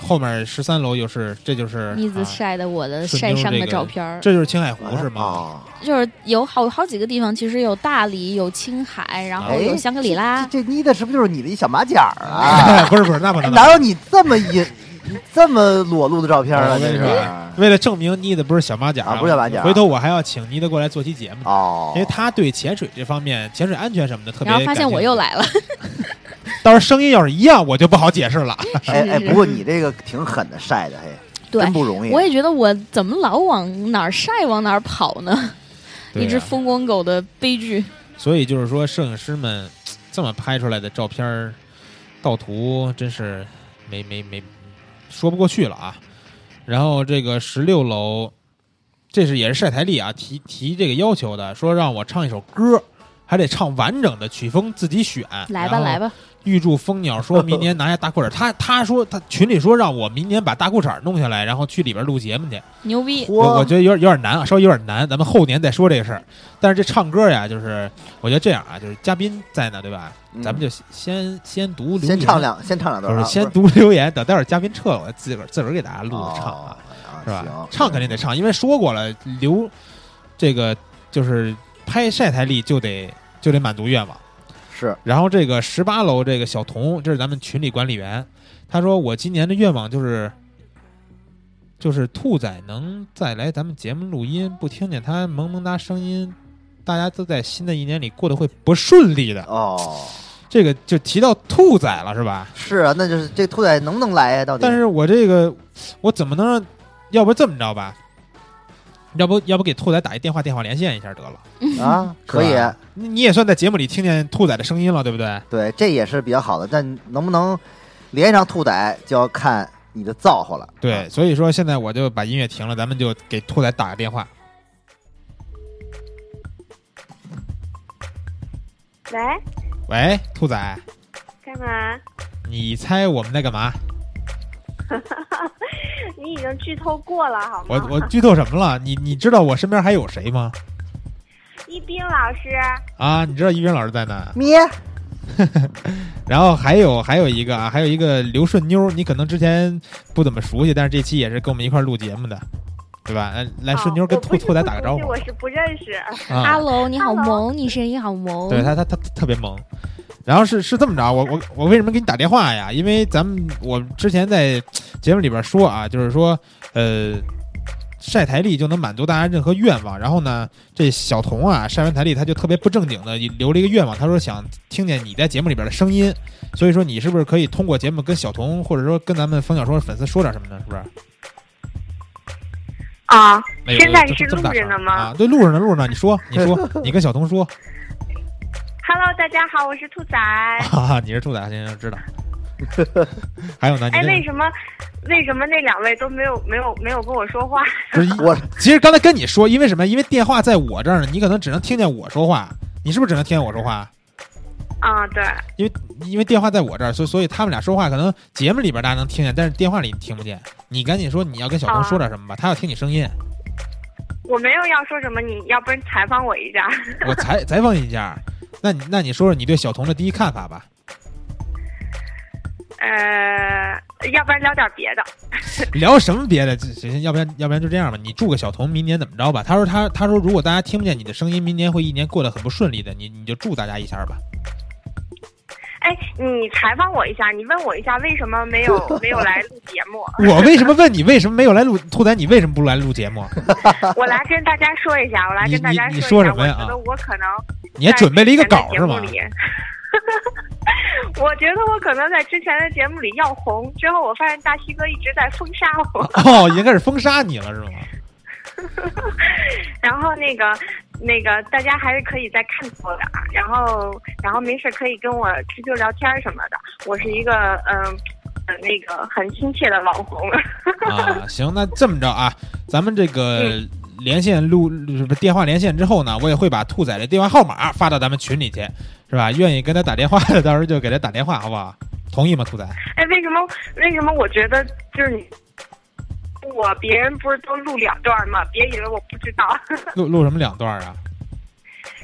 A: 后面十三楼又是这就是
D: 妮子
A: 啊
D: 晒的我的
A: 顺
D: 晒
A: 妞
D: 伤
A: 这
D: 的
A: 个
D: 照片儿，
A: 这就是青海湖是吗？
C: 啊，
D: 就是有好好几个地方，其实有大理，有青海，
A: 啊
D: 然后
C: 哎
D: 哦有香格里拉。
C: 这这妮子是不是就是你的一小马甲儿 啊？
A: 不是不是，那不能。
C: 哪有你这么隐、这么裸露的照片啊？
A: 我跟你
C: 这是
A: 说为了证明妮子不是小马甲，
C: 啊不是小马甲
A: 回头我还要请妮子过来做期节目，
C: 哦，
A: 因为她对潜水这方面、潜水安全什么的特别。
D: 然后发现我又，来了，
A: 到时候声音要是一样，我就不好解释了。
C: 哎哎，
D: 是
C: 不过你这个挺狠的晒的，嘿，
D: 对
C: 真，不容易。
D: 我也觉得我怎么老往哪儿晒往哪儿跑呢？ 一
A: 啊
D: 只风光狗的悲剧。
A: 所以就是说，摄影师们这么拍出来的照片儿盗图，真是没没没说不过去了啊。然后这个十六楼，这是也是晒台历啊，提提这个要求的，说让我唱一首歌，还得唱完整的曲风自己选。
D: 来吧来
A: 吧，
D: 吧，
A: 预祝蜂鸟说明年拿下大裤衩。 他他说他群里说让我明年把大裤衩弄下来，然后去里边录节目去。
D: 牛逼！
A: 我我
C: 嚯嗯
A: 觉得有点有点难啊，稍微有点难，咱们后年再说这个事儿。但是这唱歌呀，就是我觉得这样啊，就是嘉宾在呢，对吧？
C: 嗯
A: 咱们就先先读留言，
C: 先唱两，先唱两
A: 不
C: 段
A: 是
C: 啊，
A: 先读
C: 不
A: 留言，等待会儿嘉宾撤了，我自个儿自个儿给大家录着
C: 哦
A: 唱啊，
C: 啊
A: 是吧
C: 行？
A: 唱肯定得唱，因为说过了，留这个就是拍晒台力就得就得满足愿望。
C: 是
A: 然后这个十八楼这个小童，这是咱们群里管理员，他说我今年的愿望就是，就是兔仔能再来咱们节目录音，不听见他萌萌哒声音，大家都在新的一年里过得会不顺利的。
C: 哦，
A: 这个就提到兔仔了，是吧？
C: 是啊，那就是这兔仔能不能来呀？到底？
A: 但是我这个我怎么能让？要不这么着吧，要不要不给兔仔打一电话，电话连线一下得了。
C: 啊，可以
A: 是，吧你你也算在节目里听见兔仔的声音了，对不对？
C: 对，这也是比较好的。但能不能连上兔仔，就要看你的造化了。
G: 嗯
A: 对，所以说现在我就把音乐停了，咱们就给兔仔打个电话。
G: 喂，
A: 喂，兔仔，
G: 干嘛？
A: 你猜我们在干嘛？
G: 你已经剧透过了好吗？
A: 我我剧透什么了？你你知道我身边还有谁吗？
G: 一斌老师，
A: 啊，你知道一斌老师在哪？
C: 咩，
A: 然后还有还有一个啊，还有一个刘顺妞，你可能之前不怎么熟悉，但是这期也是跟我们一块儿录节目的，对吧？呃来，顺妞
G: 哦
A: 跟
G: 我不
A: 兔
G: 是
A: 兔仔
G: 不
A: 打个
G: 熟
A: 招
G: 悉
A: 呼
G: 我是不认识。
A: 啊！
D: Hello，你好
G: Hello
D: 萌，你声音好萌。
A: 对他他他特别萌。然后是是这么着，我我我为什么给你打电话呀？因为咱们我之前在节目里边说啊，就是说呃。晒台历就能满足大家任何愿望。然后呢，这小童啊，晒完台历他就特别不正经的留了一个愿望，他说想听见你在节目里边的声音。所以说你是不是可以通过节目跟小童，或者说跟咱们冯小说粉丝说点什么呢？是不是？
G: 啊，
A: 哎呦
G: 现在
A: 这
G: 是
A: 这么
G: 录
A: 大
G: 着
A: 声
G: 呢吗
A: 啊，对，录着呢，录着呢。你说，你说， 你跟小童说，
G: Hello，大家好，我是兔仔。
A: 哈啊哈，你是兔仔先生，知道。还有呢，你
G: 哎，
A: 这
G: 为什么，为什么那两位都没有没有没有跟我说话？
A: 不是
C: 我
A: 其实刚才跟你说，因为什么？因为电话在我这儿呢，你可能只能听见我说话，你是不是只能听见我说话？
G: 啊，对，
A: 因为因为电话在我这儿，所以所以他们俩说话可能节目里边大家能听见，但是电话里你听不见。你赶紧说你要跟小童说点什么吧，他要听你声音。
G: 我没有要说什么，你要不然采访我一下。
A: 我采采访一下，那你那你说说你对小童的第一看法吧。
G: 呃，要不然聊点别的。
A: 聊什么别的？这行，要不然要不然就这样吧。你祝个小童明年怎么着吧？他说他他说如果大家听不见你的声音，明年会一年过得很不顺利的。你你就祝大家一 下吧。
G: 哎，你采访我一下，你问我一下为什么没 有没有来录节目？
A: 我为什么问你为什么没有来录兔仔？你为什么不来录节 目？
G: 我来跟大家说一下，我来
A: 你
G: 跟大
A: 你
G: 家
A: 你
G: 说
A: 说什
G: 一下，
A: 么呀
G: 我觉得我可能
A: 你还准备了一个稿
G: 在之
A: 是
G: 前的
A: 吗
G: 节目？里 我觉得我可能在之前的节目里要红，之后我发现大西哥一直在封杀我，
A: 哦，已经开始封杀你了 是吗？
G: 然后那个那个大家还是可以再看我的啊，然后然后没事可以跟我 QQ 聊天什么的，我是一个嗯、呃那个很亲切的网红，
A: 啊，行，那这么着啊，咱们这个连线录什么电话连线之后呢，我也会把兔仔的电话号码发到咱们群里去，是吧？愿意跟他打电话的，到时候就给他打电话，好不好？同意吗，兔仔？
G: 哎，为什么为什么我觉得就是你我别人不是都录两段吗？别以为我不知道，
A: 录录什么两段啊？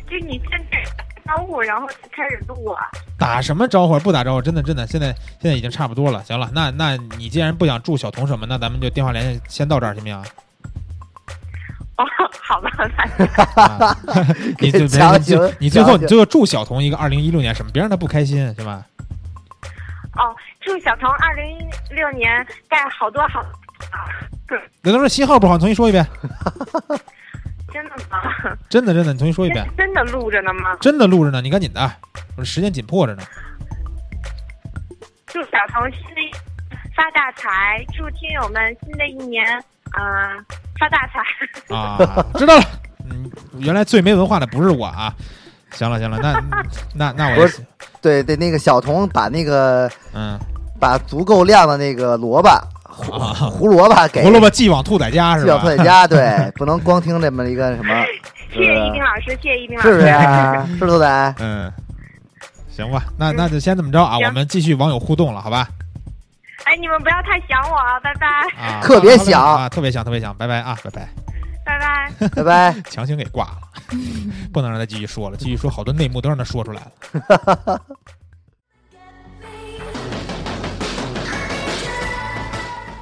G: 就你先打招呼，然后就开始录啊。
A: 打什么招呼？不打招呼，真的真的，现在现在已经差不多了。行了，那那你既然不想祝小童什么，那咱们就电话连线先到这儿，行不 行啊？
G: 哦，好吧，反正
A: 啊你就别
C: 强
A: 你就
C: 行
A: 你最后
C: 强
A: 你
C: 行
A: 最后祝小童一个二零一六年什么，别让他不开心，行吧？
G: 哦，祝小童二零一六年带好多好啊，
A: 那他说信号不好，你重新说一遍。
G: 真的吗？
A: 真的真的，你重新说一遍
G: 真。真的录着呢吗？
A: 真的录着呢，你赶紧的，我这时间紧迫着呢。
G: 祝小童新的一发大财，祝听友们新的一年啊、呃发大财。
A: 啊，知道了。嗯，原来最没文化的不是我啊。行了行了，那那那我
C: 不
A: 也
C: 是对对，那个小童把那个
A: 嗯，
C: 把足够量的那个萝卜胡
A: 啊
C: 胡萝卜给
A: 胡萝卜寄往兔仔家是
C: 寄到
A: 吧
C: 兔？仔家，对，不能光听这么一个什么呃
G: 谢谢一冰老师，谢谢一冰老
C: 是不
G: 师
C: 是。啊？是兔仔？
A: 嗯，行吧，那那就先这么着啊，
G: 行
A: 我们继续网友互动了，好吧？
G: 哎，你们不要太想我，啊，拜拜，
A: 啊，
C: 特别
A: 好嘞
C: 想
A: 啊，特别想，特别想，拜拜啊，拜拜，
G: 拜拜。
C: 拜拜。
A: 强行给挂了， 不能让他继续说了，继续说好多内幕都让他说出来了。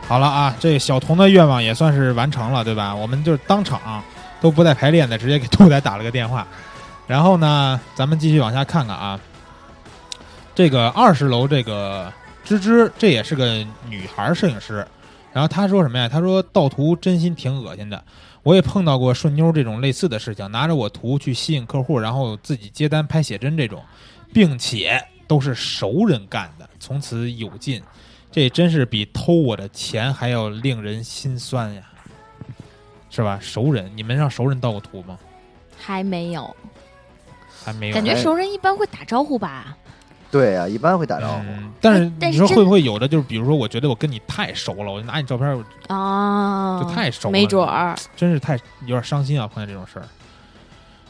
A: 好了啊，这小童的愿望也算是完成了，对吧？我们就是当场都不带排练的，直接给兔仔打了个电话。然后呢，咱们继续往下看看啊，这个二十楼这个芝芝，这也是个女孩摄影师。然后她说什么呀？她说盗图真心挺恶心的，我也碰到过顺妞这种类似的事情，拿着我图去吸引客户，然后自己接单拍写真这种，并且都是熟人干的，从此有劲。这真是比偷我的钱还要令人心酸呀，是吧？熟人，你们让熟人盗过图吗？
D: 还没有，
A: 还没有，
D: 感觉
C: 还
D: 熟人一般会打招呼吧？
C: 对啊，一般会打招呼。
A: 嗯，但是
D: 但
A: 你
D: 是
A: 说
D: 真
A: 会不会有的就是，比如说，我觉得我跟你太熟了，我就拿你照片，我
D: 啊，
A: 就太熟了
D: 没准儿。
A: 真是太有点伤心啊，碰见这种事儿。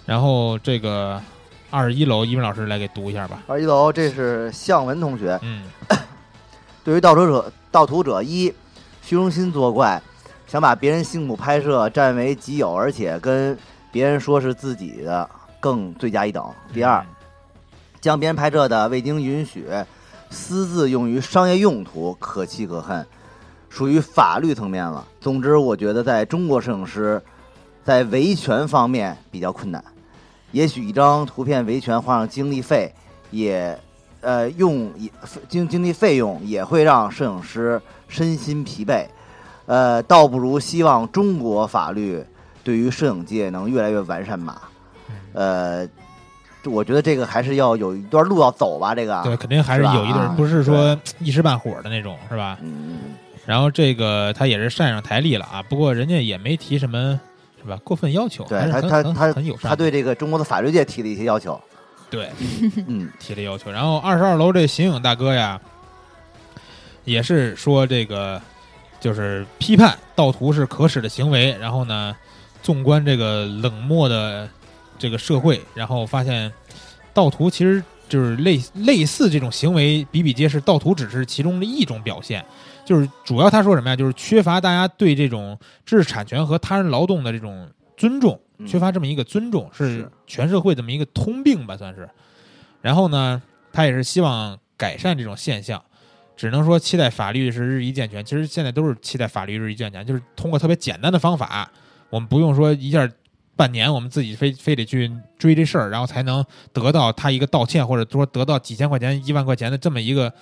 A: 然后这个二十一楼一文老师来给读一下吧。
C: 二一楼，这是向文同学。
A: 嗯，
C: 对于盗图者，盗图者一，虚荣心作怪，想把别人辛苦拍摄占为己有，而且跟别人说是自己的，更罪加一等。第二，
A: 嗯
C: 将别人拍摄的未经允许，私自用于商业用途，可气可恨，属于法律层面了。总之，我觉得在中国摄影师在维权方面比较困难。也许一张图片维权花上精力费，也呃用也经经济费用也会让摄影师身心疲惫。呃，倒不如希望中国法律对于摄影界能越来越完善吧。呃，我觉得这个还是要有一段路要走吧，这个啊
A: 对，肯定还是
C: 是吧
A: 有一点，
C: 啊
A: 不是说一时半会儿的那种，是吧？
C: 嗯，
A: 然后这个他也是站上台历了啊，不过人家也没提什么，是吧？过分要求，
C: 对
A: 还是
C: 他
A: 很
C: 他
A: 很
C: 他
A: 很友善的，
C: 他对这个中国的法律界提了一些要 求。
A: 对
C: 嗯，
A: 提了要求。然后二十二楼这邢影大哥呀，也是说这个就是批判盗图是可耻的行为，然后呢，纵观这个冷漠的这个社会，然后发现盗图其实就是类类似这种行为比比皆是，盗图只是其中的一种表现。就是主要他说什么呀？就是缺乏大家对这种知识产权和他人劳动的这种尊重，
C: 嗯
A: 缺乏这么一个尊重，是
C: 是
A: 全社会这么一个通病吧，算是。然后呢，他也是希望改善这种现象，只能说期待法律是日益健全。其实现在都是期待法律日益健全，就是通过特别简单的方法，我们不用说一下半年，我们自己非非得去追这事儿，然后才能得到他一个道歉，或者说得到几千块钱、一万块钱的这么一个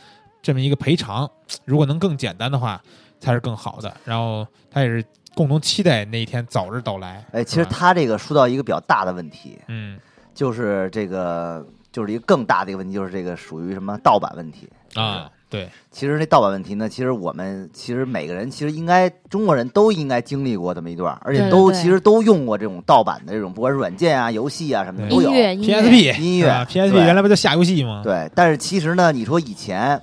A: 这么一个赔偿。如果能更简单的话，才是更好的。然后他也是共同期待那一天早日到来。
C: 哎，其
A: 是
C: 实
A: 吧
C: 他这个说到一个比较大的问题，
A: 嗯
C: 就是这个就是一个更大的一个问题，就是这个属于什么盗版问题。嗯
A: 啊，对，
C: 其实这盗版问题呢，其实我们其实每个人其实应该中国人都应该经历过这么一段儿，而且
D: 对
C: 都
D: 对
C: 其实都用过这种盗版的这种，不管是软件啊、游戏啊什么的
A: 对
C: 都有
D: 音。乐音乐
A: PSP
C: 音乐
A: 是吧 PSP
C: 对
A: 原来不就下游戏吗？，
C: 对，但是其实呢，你说以前，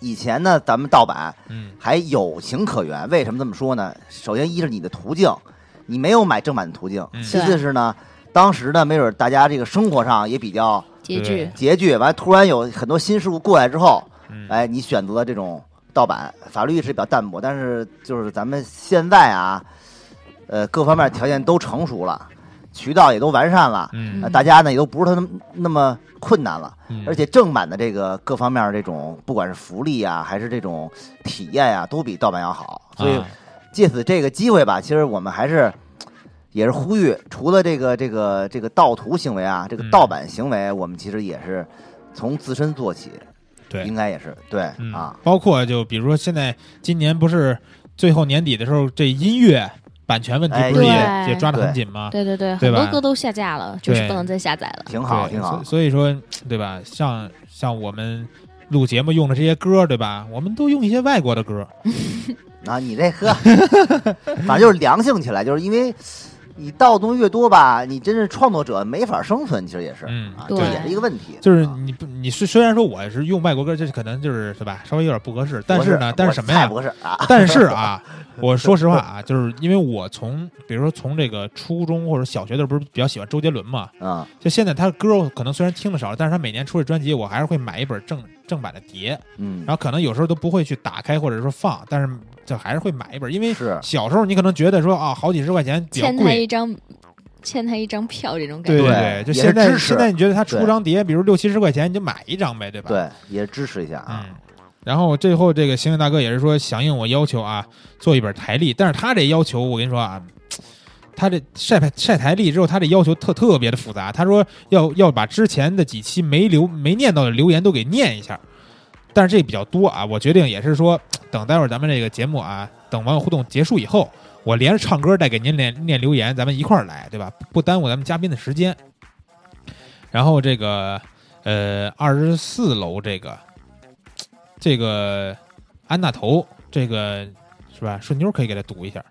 C: 以前呢，咱们盗版
A: 嗯
C: 还有情可原。为什么这么说呢？首先，一是你的途径，你没有买正版的途径
A: 嗯；
C: 其次是呢，当时呢，没准大家这个生活上也比较
D: 结
A: 对
D: 局，
C: 拮据，完突然有很多新事物过来之后，
A: 嗯，
C: 哎，你选择了这种盗版，法律是比较淡薄，但是就是咱们现在啊，呃，各方面条件都成熟了，渠道也都完善了，
A: 嗯
C: 呃大家呢也都不是他那么那么困难了，
A: 嗯，
C: 而且正版的这个各方面这种不管是福利啊，还是这种体验啊，都比盗版要好，所以
A: 啊
C: 借此这个机会吧，其实我们还是。也是呼吁，除了这个这个这个盗图行为啊，这个
A: 嗯
C: 盗版行为，我们其实也是从自身做起，
A: 对
C: 应该也是对
A: 嗯
C: 啊。
A: 包括就比如说现在今年不是最后年底的时候，这音乐版权问题
C: 哎
A: 不是也、
D: 对
A: 也抓得很紧吗？
D: 对对对，
A: 啊对
D: 很
A: 吧
D: 多歌都下架了，就是
A: 对
D: 不能再下载了。
C: 挺好，
A: 对
C: 挺好
A: 所。所以说，对吧？像像我们录节目用的这些歌，对吧？我们都用一些外国的歌，
C: 啊，你这呵，反正就是良性起来，就是因为你道的东西越多吧，你真是创作者没法生存，其实也是，
A: 嗯
C: 啊，这
D: 对
C: 也是一个问题。
A: 就是
C: 啊
A: 你不，你是虽然说我是用外国歌，这可能就是对吧，稍微有点不合适，但
C: 不
A: 是呢，但
C: 我
A: 是什么呀
C: 太？不是啊，
A: 但是啊，我说实话啊，就是因为我从比如说从这个初中或者小学的时候，不是比较喜欢周杰伦嘛？
C: 嗯
A: 就现在他的歌我可能虽然听的少了，但是他每年出的专辑，我还是会买一本正正版的碟，
C: 嗯
A: 然，后可能有时候都不会去打开或者说放，但是就还是会买一本，因为
C: 是
A: 小时候你可能觉得说啊，好几十块钱比较
D: 欠他
A: 贵
D: 一，张，欠他一张票这种感觉。
A: 对对，
C: 对
A: 就
C: 也是
A: 现在
C: 支持
A: 现在你觉得他出
C: 对
A: 张碟，比如六七十块钱，你就买一张呗，对吧？
C: 对，也支持一下啊。
A: 嗯，然后最后这个星星大哥也是说响应我要求啊，做一本台历，但是他这要求我跟你说啊。他这晒牌晒台历之后，他这要求特特别的复杂。他说要要把之前的几期没留没念到的留言都给念一下，但是这比较多啊。我决定也是说，等待会儿咱们这个节目啊，等网友互动结束以后，我连着唱歌带给您念念留言，咱们一块儿来，对吧？不耽误咱们嘉宾的时间。然后这个呃，二十四楼这个这个安娜头，这个是吧？顺妞可以给他读一下。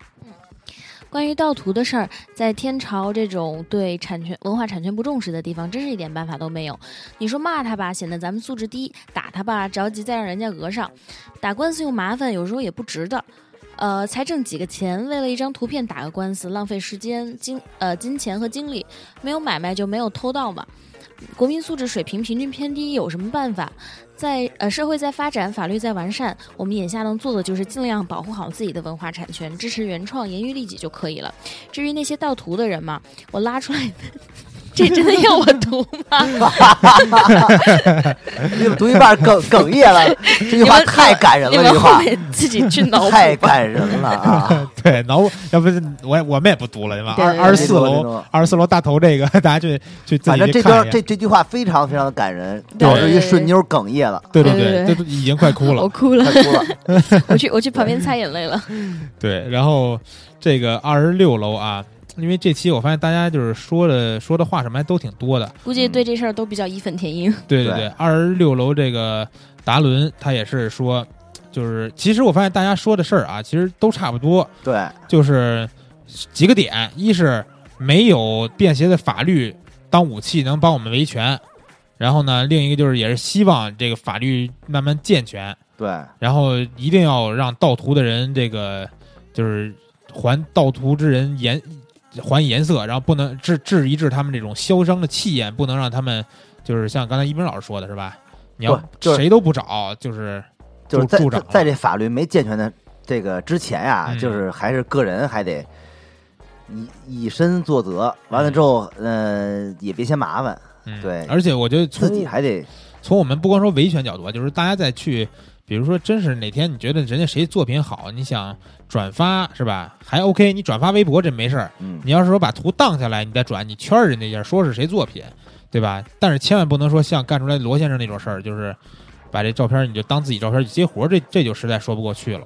D: 关于盗图的事儿，在天朝这种对产权文化产权不重视的地方，真是一点办法都没有。你说骂他吧，显得咱们素质低；打他吧，着急再让人家讹上。打官司又麻烦，有时候也不值得。呃，才挣几个钱，为了一张图片打个官司，浪费时间、金呃金钱和精力，没有买卖就没有偷盗嘛。国民素质水平平均偏低，有什么办法？在呃，社会在发展，法律在完善，我们眼下能做的就是尽量保护好自己的文化产权，支持原创，严于律己就可以了。至于那些盗图的人嘛，我拉出来，这真的要 我读吗？
A: 嗯
C: 你怎么哎读一半哽哽咽 了？这句
D: 你
C: 话
D: 们
C: 太感人
D: 你
C: 了，这
D: 们
C: 句
D: 后
C: 话
D: 面自己去脑补吧。
C: 太感人了啊！
A: 对，脑要不是我我们也不读了，对吧？
D: 对
A: 二
D: 对
A: 二十四
C: 对对
A: 楼
C: 对，
A: 二十四楼大头这个， 大家去去 自
C: 反正
A: 己去
C: 这
A: 看
C: 段
A: 一下
C: 这。这句话非常非常的感人，
D: 对
C: 导致于顺妞哽咽了，
A: 对对
D: 对对
A: 对，
D: 对
A: 都已经快哭
D: 我
A: 了。嗯
D: 哭了，
C: 快哭了。
D: 我去，我去旁边擦眼泪了。
A: 对，然后这个二十六楼啊，因为这期我发现大家就是说的说的话什么还都挺多的。
D: 估计对这事儿都比较义愤填膺。
A: 对对
C: 对
A: 对，二十六楼这个达伦他也是说，就是其实我发现大家说的事儿啊，其实都差不多，
C: 对，
A: 就是几个点：一是没有便携的法律当武器能帮我们维权；然后呢，另一个就是也是希望这个法律慢慢健全，
C: 对，
A: 然后一定要让盗图的人这个就是还盗图之人颜还颜色，然后不能制制一制他们这种嚣张的气焰，不能让他们就是像刚才一斌老师说的是吧？你要
C: 不就是
A: 谁都不找，就是
C: 就是在
A: 助
C: 在
A: 长了
C: 在这法律没健全的这个之前呀、
A: 嗯
C: 就是还是个人还得以以身作则，完了之后，呃，也别嫌麻烦，
A: 嗯，
C: 对
A: 而且我觉得从
C: 自己还得
A: 从我们不光说维权角度啊，就是大家再去，比如说，真是哪天你觉得人家谁作品好，你想转发是吧？还 OK，你转发微博这没事儿。
C: 嗯，
A: 你要是说把图荡下来，你再转，你圈儿人家一下，说是谁作品，对吧？但是千万不能说像干出来罗先生那种事儿，就是把这照片儿你就当自己照片儿去接活儿，这这就实在说不过去了。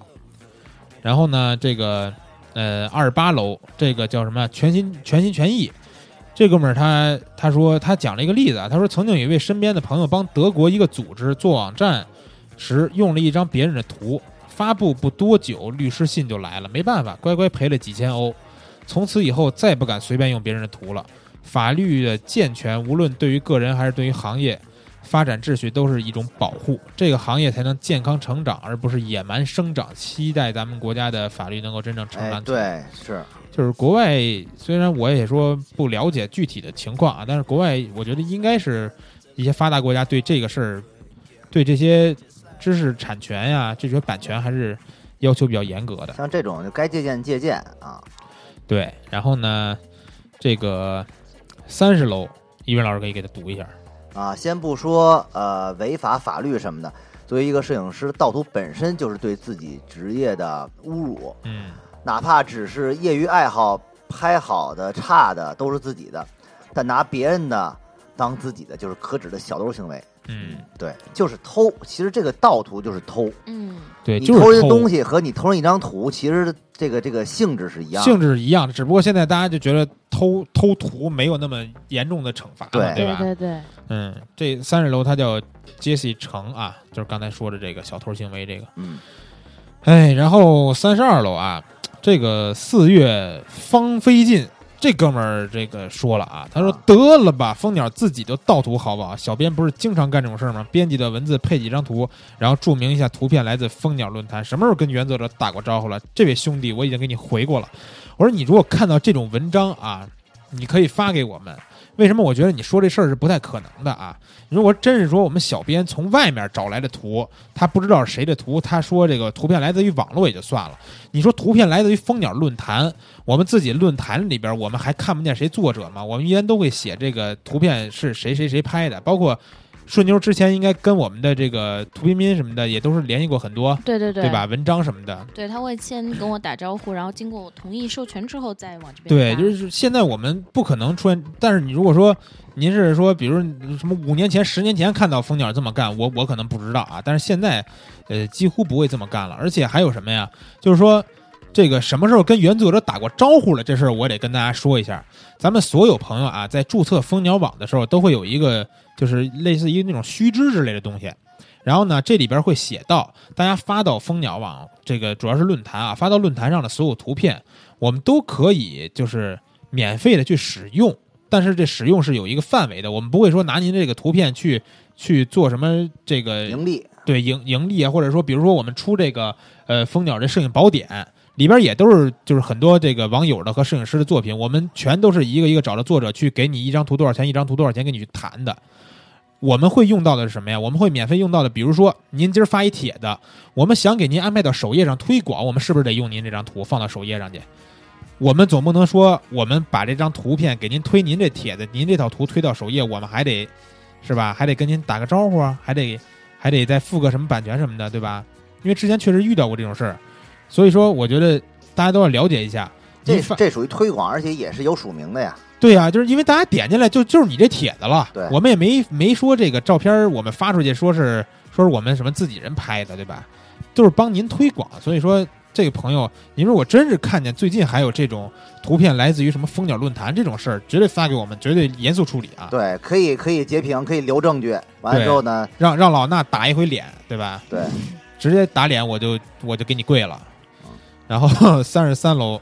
A: 然后呢，这个呃二十八楼这个叫什么？全心全心全意。这哥们儿他他说他讲了一个例子啊，他说曾经有一位身边的朋友帮德国一个组织做网站时用了一张别人的图，发布不多久律师信就来了，没办法，乖乖赔了几千欧。从此以后再不敢随便用别人的图了。法律的健全，无论对于个人还是对于行业发展秩序，都是一种保护。这个行业才能健康成长，而不是野蛮生长。期待咱们国家的法律能够真正承
C: 哎，
A: 担。，
C: 对，是
A: 就是国外，虽然我也说不了解具体的情况啊，但是国外我觉得应该是一些发达国家对这个事儿，对这些知识产权呀、这些版权还是要求比较严格的。
C: 像这种就该借鉴借鉴啊，
A: 对，然后呢，这个三十楼，一文老师可以给他读一下。
C: 啊，先不说呃违法法律什么的，作为一个摄影师，盗图本身就是对自己职业的侮辱，
A: 嗯，
C: 哪怕只是业余爱好，拍好的、差的都是自己的，但拿别人的当自己的就是可耻的小偷行为。
A: 嗯，
C: 对，就是偷。其实这个盗图就是偷，
D: 嗯，
A: 对，
C: 你
A: 就
C: 偷
A: 是
C: 人东西和你偷人一张图，其实这个这个性质是一样的。
A: 性质一样，只不过现在大家就觉得偷偷图没有那么严重的惩罚嘛，
C: 对
A: 吧？
H: 对，
A: 嗯，这三十楼他叫杰西成啊，就是刚才说的这个小偷行为这个。
C: 嗯，
A: 哎，然后三十二楼啊，这个四月芳菲尽这哥们儿这个说了啊，他说得了吧，蜂鸟自己就盗图好不好？啊小编不是经常干这种事儿吗？编辑的文字配几张图，然后注明一下图片来自蜂鸟论坛。什么时候跟原作者打过招呼了？这位兄弟，我已经给你回过了。我说你如果看到这种文章啊， 你可以发给我们。为什么我觉得你说这事儿是不太可能的啊？如果真是说我们小编从外面找来的图，他不知道是谁的图，他说这个图片来自于网络也就算了，你说图片来自于蜂鸟论坛，我们自己论坛里边我们还看不见谁作者吗？我们一般都会写这个图片是谁谁谁拍的，包括顺妞之前应该跟我们的这个涂彬彬什么的也都是联系过很多，
D: 对对对，
A: 对吧？？文章什么的，
D: 对他会先跟我打招呼，然后经过我同意授权之后再往这边
A: 对，
D: 发
A: 就是现在我们不可能出现，但是你如果说您是说，比如什么五年前、十年前看到蜂鸟这么干，我我可能不知道啊，但是现在，呃，几乎不会这么干了。而且还有什么呀？就是说，这个什么时候跟原作者打过招呼了，这事儿我得跟大家说一下。咱们所有朋友啊，在注册蜂鸟网的时候，都会有一个就是类似于那种须知之类的东西。然后呢，这里边会写到大家发到蜂鸟网这个主要是论坛啊，发到论坛上的所有图片，我们都可以就是免费的去使用，但是这使用是有一个范围的，我们不会说拿您这个图片去去做什么这个
C: 盈利
A: 对盈盈利啊，或者说比如说我们出这个呃蜂鸟这摄影宝典。里边也都是就是很多这个网友的和摄影师的作品，我们全都是一个一个找着作者去给你一张图多少钱，一张图多少钱给你去谈的。我们会用到的是什么呀？我们会免费用到的，比如说您今儿发一帖子，我们想给您安排到首页上推广，我们是不是得用您这张图放到首页上去？我们总不能说我们把这张图片给您推您这帖子，您这套图推到首页，我们还得是吧？还得跟您打个招呼啊，还得还得再付个什么版权什么的，对吧？因为之前确实遇到过这种事儿，所以说我觉得大家都要了解一下。
C: 这
A: 您发
C: 这属于推广，而且也是有署名的呀。
A: 对呀、就是因为大家点进来就就是你这帖子了，
C: 对
A: 我们也没没说这个照片儿我们发出去说是说是我们什么自己人拍的，对吧？就是帮您推广，所以说这个朋友，您如果真是看见最近还有这种图片来自于什么蜂鸟论坛这种事儿，绝对发给我们，绝对严肃处理啊，
C: 对，可以可以截屏，可以留证据。完了之后呢，
A: 让让老衲打一回脸，对吧？
C: 对，
A: 直接打脸我就我就给你跪了。
C: 嗯
A: 然后 三十三楼，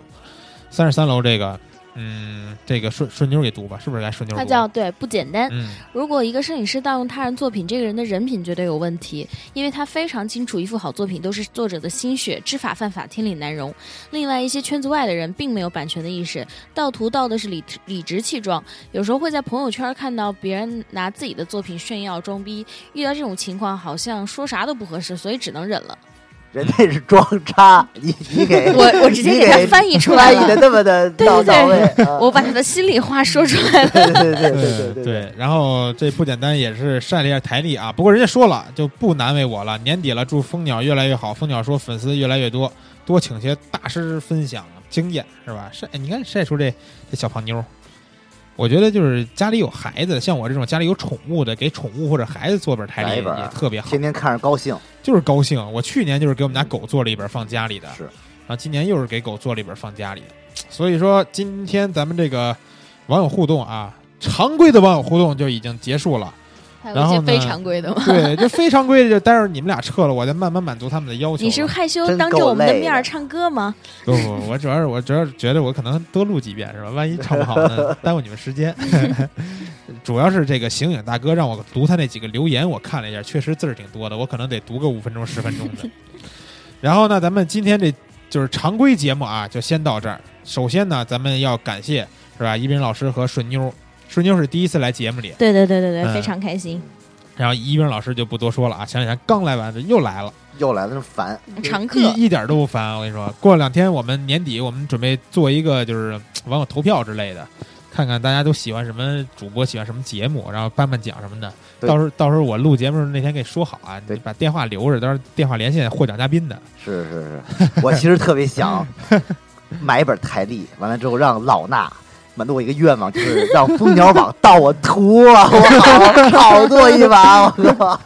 A: 三十三楼这个，嗯，这个顺顺妞儿给读吧，是不是该顺妞儿
D: 他
A: 读？
D: 叫对不简单，
A: 嗯，
D: 如果一个摄影师盗用他人作品，这个人的人品绝对有问题，因为他非常清楚一幅好作品都是作者的心血，知法犯法，天理难容。另外，一些圈子外的人并没有版权的意识，盗图盗的是理理直气壮，有时候会在朋友圈看到别人拿自己的作品炫耀装逼，遇到这种情况好像说啥都不合适，所以只能忍了。
C: 人家是装叉，你你给
D: 我我直接
C: 你
D: 给他翻译出来
C: 翻译的
D: 了，
C: 那么的到
D: 对对
C: 到 位。啊
D: 我把他的心里话说出来了。
C: 对对对对
A: 对
C: 对，
A: 然后这不简单，也是晒了一下台历啊。不过人家说了，就不难为我了。年底了，祝蜂鸟越来越好。蜂鸟说粉丝越来越多，多请些大师分享经验，是吧？晒，你看晒出这这小胖妞儿。我觉得就是家里有孩子，像我这种家里有宠物的，给宠物或者孩子做本台
C: 来
A: 历
C: 一本儿啊
A: 也特别好，
C: 天天看着高兴。
A: 就是高兴。我去年就是给我们家狗做了一本放家里的，
C: 是
A: 然后今年又是给狗做了一本放家里。所以说，今天咱们这个网友互动啊，常规的网友互动就已经结束了。
D: 还
A: 然后呢
D: 规的吗？
A: 对，就非常规的，就待会儿你们俩撤了，我再慢慢满足他们的要求。
D: 你是害羞
C: 真
D: 当着
C: 够
D: 我们的
C: 累
D: 面儿
C: 的
D: 唱歌吗？
A: 不不，我主要是我主要是觉得我可能多录几遍是吧？万一唱不好呢，耽误你们时间。主要是这个醒影大哥让我读他那几个留言，我看了一下，确实字儿挺多的，我可能得读个五分钟十分钟的。然后呢，咱们今天这就是常规节目啊，就先到这儿。首先呢，咱们要感谢是吧？一斌老师和顺妞儿，顺妞儿是第一次来节目里，
D: 对对对对
A: 嗯
D: 对，非常开心。
A: 然后一斌老师就不多说了啊。前两天刚来完，这又来了。
C: 又来了，真烦。
D: 常客，
A: 一一点都不烦。我跟你说，过两天我们年底我们准备做一个就是嗯网友投票之类的，看看大家都喜欢什么主播，喜欢什么节目，然后颁颁奖什么的。
C: 对
A: 到时候到时候我录节目那天给说好啊，你
C: 对
A: 把电话留着，到时候电话连线获奖嘉宾的。
C: 是是是，我其实特别 想买一本台历，完了之后让老衲满足我一个愿望，就是让蜂鸟网盗我图啊，我好炒作一把，我靠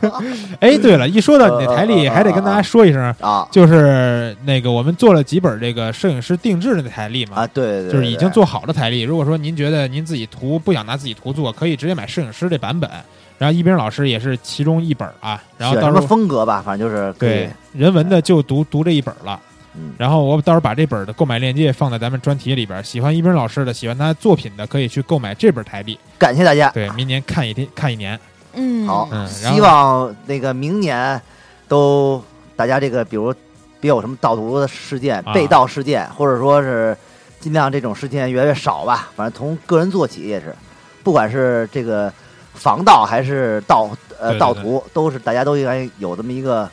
A: 哎，对了，一说到你那台历，
C: 呃
A: 还得跟大家说一声，
C: 啊
A: 就是那个我们做了几本这个摄影师定制的台历嘛，
C: 啊！对对对，
A: 就是已经
C: 对
A: 做好的台历。如果说您觉得您自己图不想拿自己图做，可以直接买摄影师这版本。然后一冰老师也是其中一本啊，然后
C: 选
A: 到
C: 什
A: 时
C: 么
A: 候
C: 风格吧，反正就是可以
A: 对人文的就读读这一本了。
C: 嗯
A: 然后我到时候把这本的购买链接放在咱们专题里边，喜欢一冰老师的、喜欢他作品的，可以去购买这本台历。
C: 感谢大家。
D: 啊
A: 对，明年看一天看一年，
D: 嗯，
C: 好，
A: 嗯然后
C: 希望那个明年都大家这个，比如别有什么盗图的事件、
A: 啊
C: 被盗事件，或者说是尽量这种事件越来越少吧。反正从个人做起也是，不管是这个防盗还是盗
A: 对
C: 呃
A: 对
C: 盗图，都是大家都应该有这么一个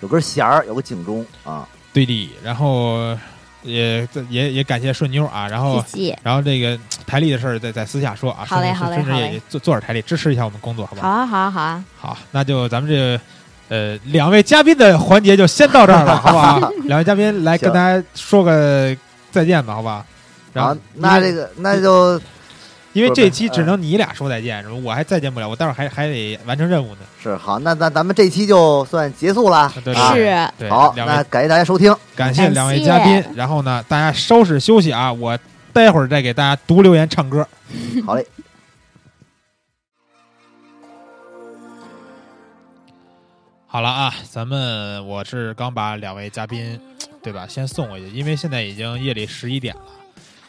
C: 有根弦儿，有个警钟啊。
A: 对的。然后也也也感谢顺妞啊，然后
D: 谢谢，
A: 然后这个台历的事儿再再私下说啊。
D: 好嘞
A: 顺
D: 好嘞
A: 顺着
D: 好
A: 也
D: 嘞
A: 做做点台历，支持一下我们工作，好不
D: 好
A: 好？
D: 啊，好啊，好啊，
A: 好，那就咱们这。呃，两位嘉宾的环节就先到这儿 了，好不好？两位嘉宾来跟
C: 行
A: 大家说个再见吧，好吧？然后
C: 好，那
A: 因为
C: 这个那就
A: 因为
C: 说
A: 这
C: 呗嗯
A: 期只能你俩说再见，是吧我还再见不了，我待会儿还还得完成任务呢。
C: 是好，那那咱们这期就算结束了
A: 对
C: 啊。
D: 是
A: 对，
C: 好，
A: 两
C: 那
A: 位
C: 感谢大家收听，
A: 感谢
D: 感
A: 两位
D: 谢
A: 嘉宾，然后呢，大家收拾休息啊，我待会儿再给大家读留言唱歌。
C: 好嘞。
A: 好了啊，咱们我是刚把两位嘉宾，对吧，先送回去，因为现在已经夜里十一点了。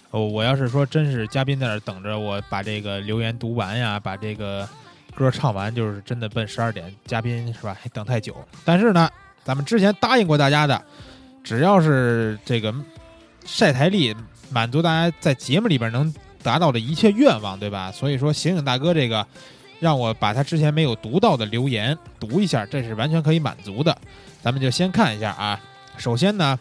A: 哦，我要是说真是嘉宾在那儿等着我把这个留言读完呀，把这个歌唱完，就是真的奔十二点，嘉宾是吧？还等太久。但是呢，咱们之前答应过大家的，只要是这个晒台历满足大家在节目里边能达到的一切愿望，对吧？所以说，醒醒大哥这个，让我把他之前没有读到的留言读一下，这是完全可以满足的。咱们就先看一下啊。首先呢，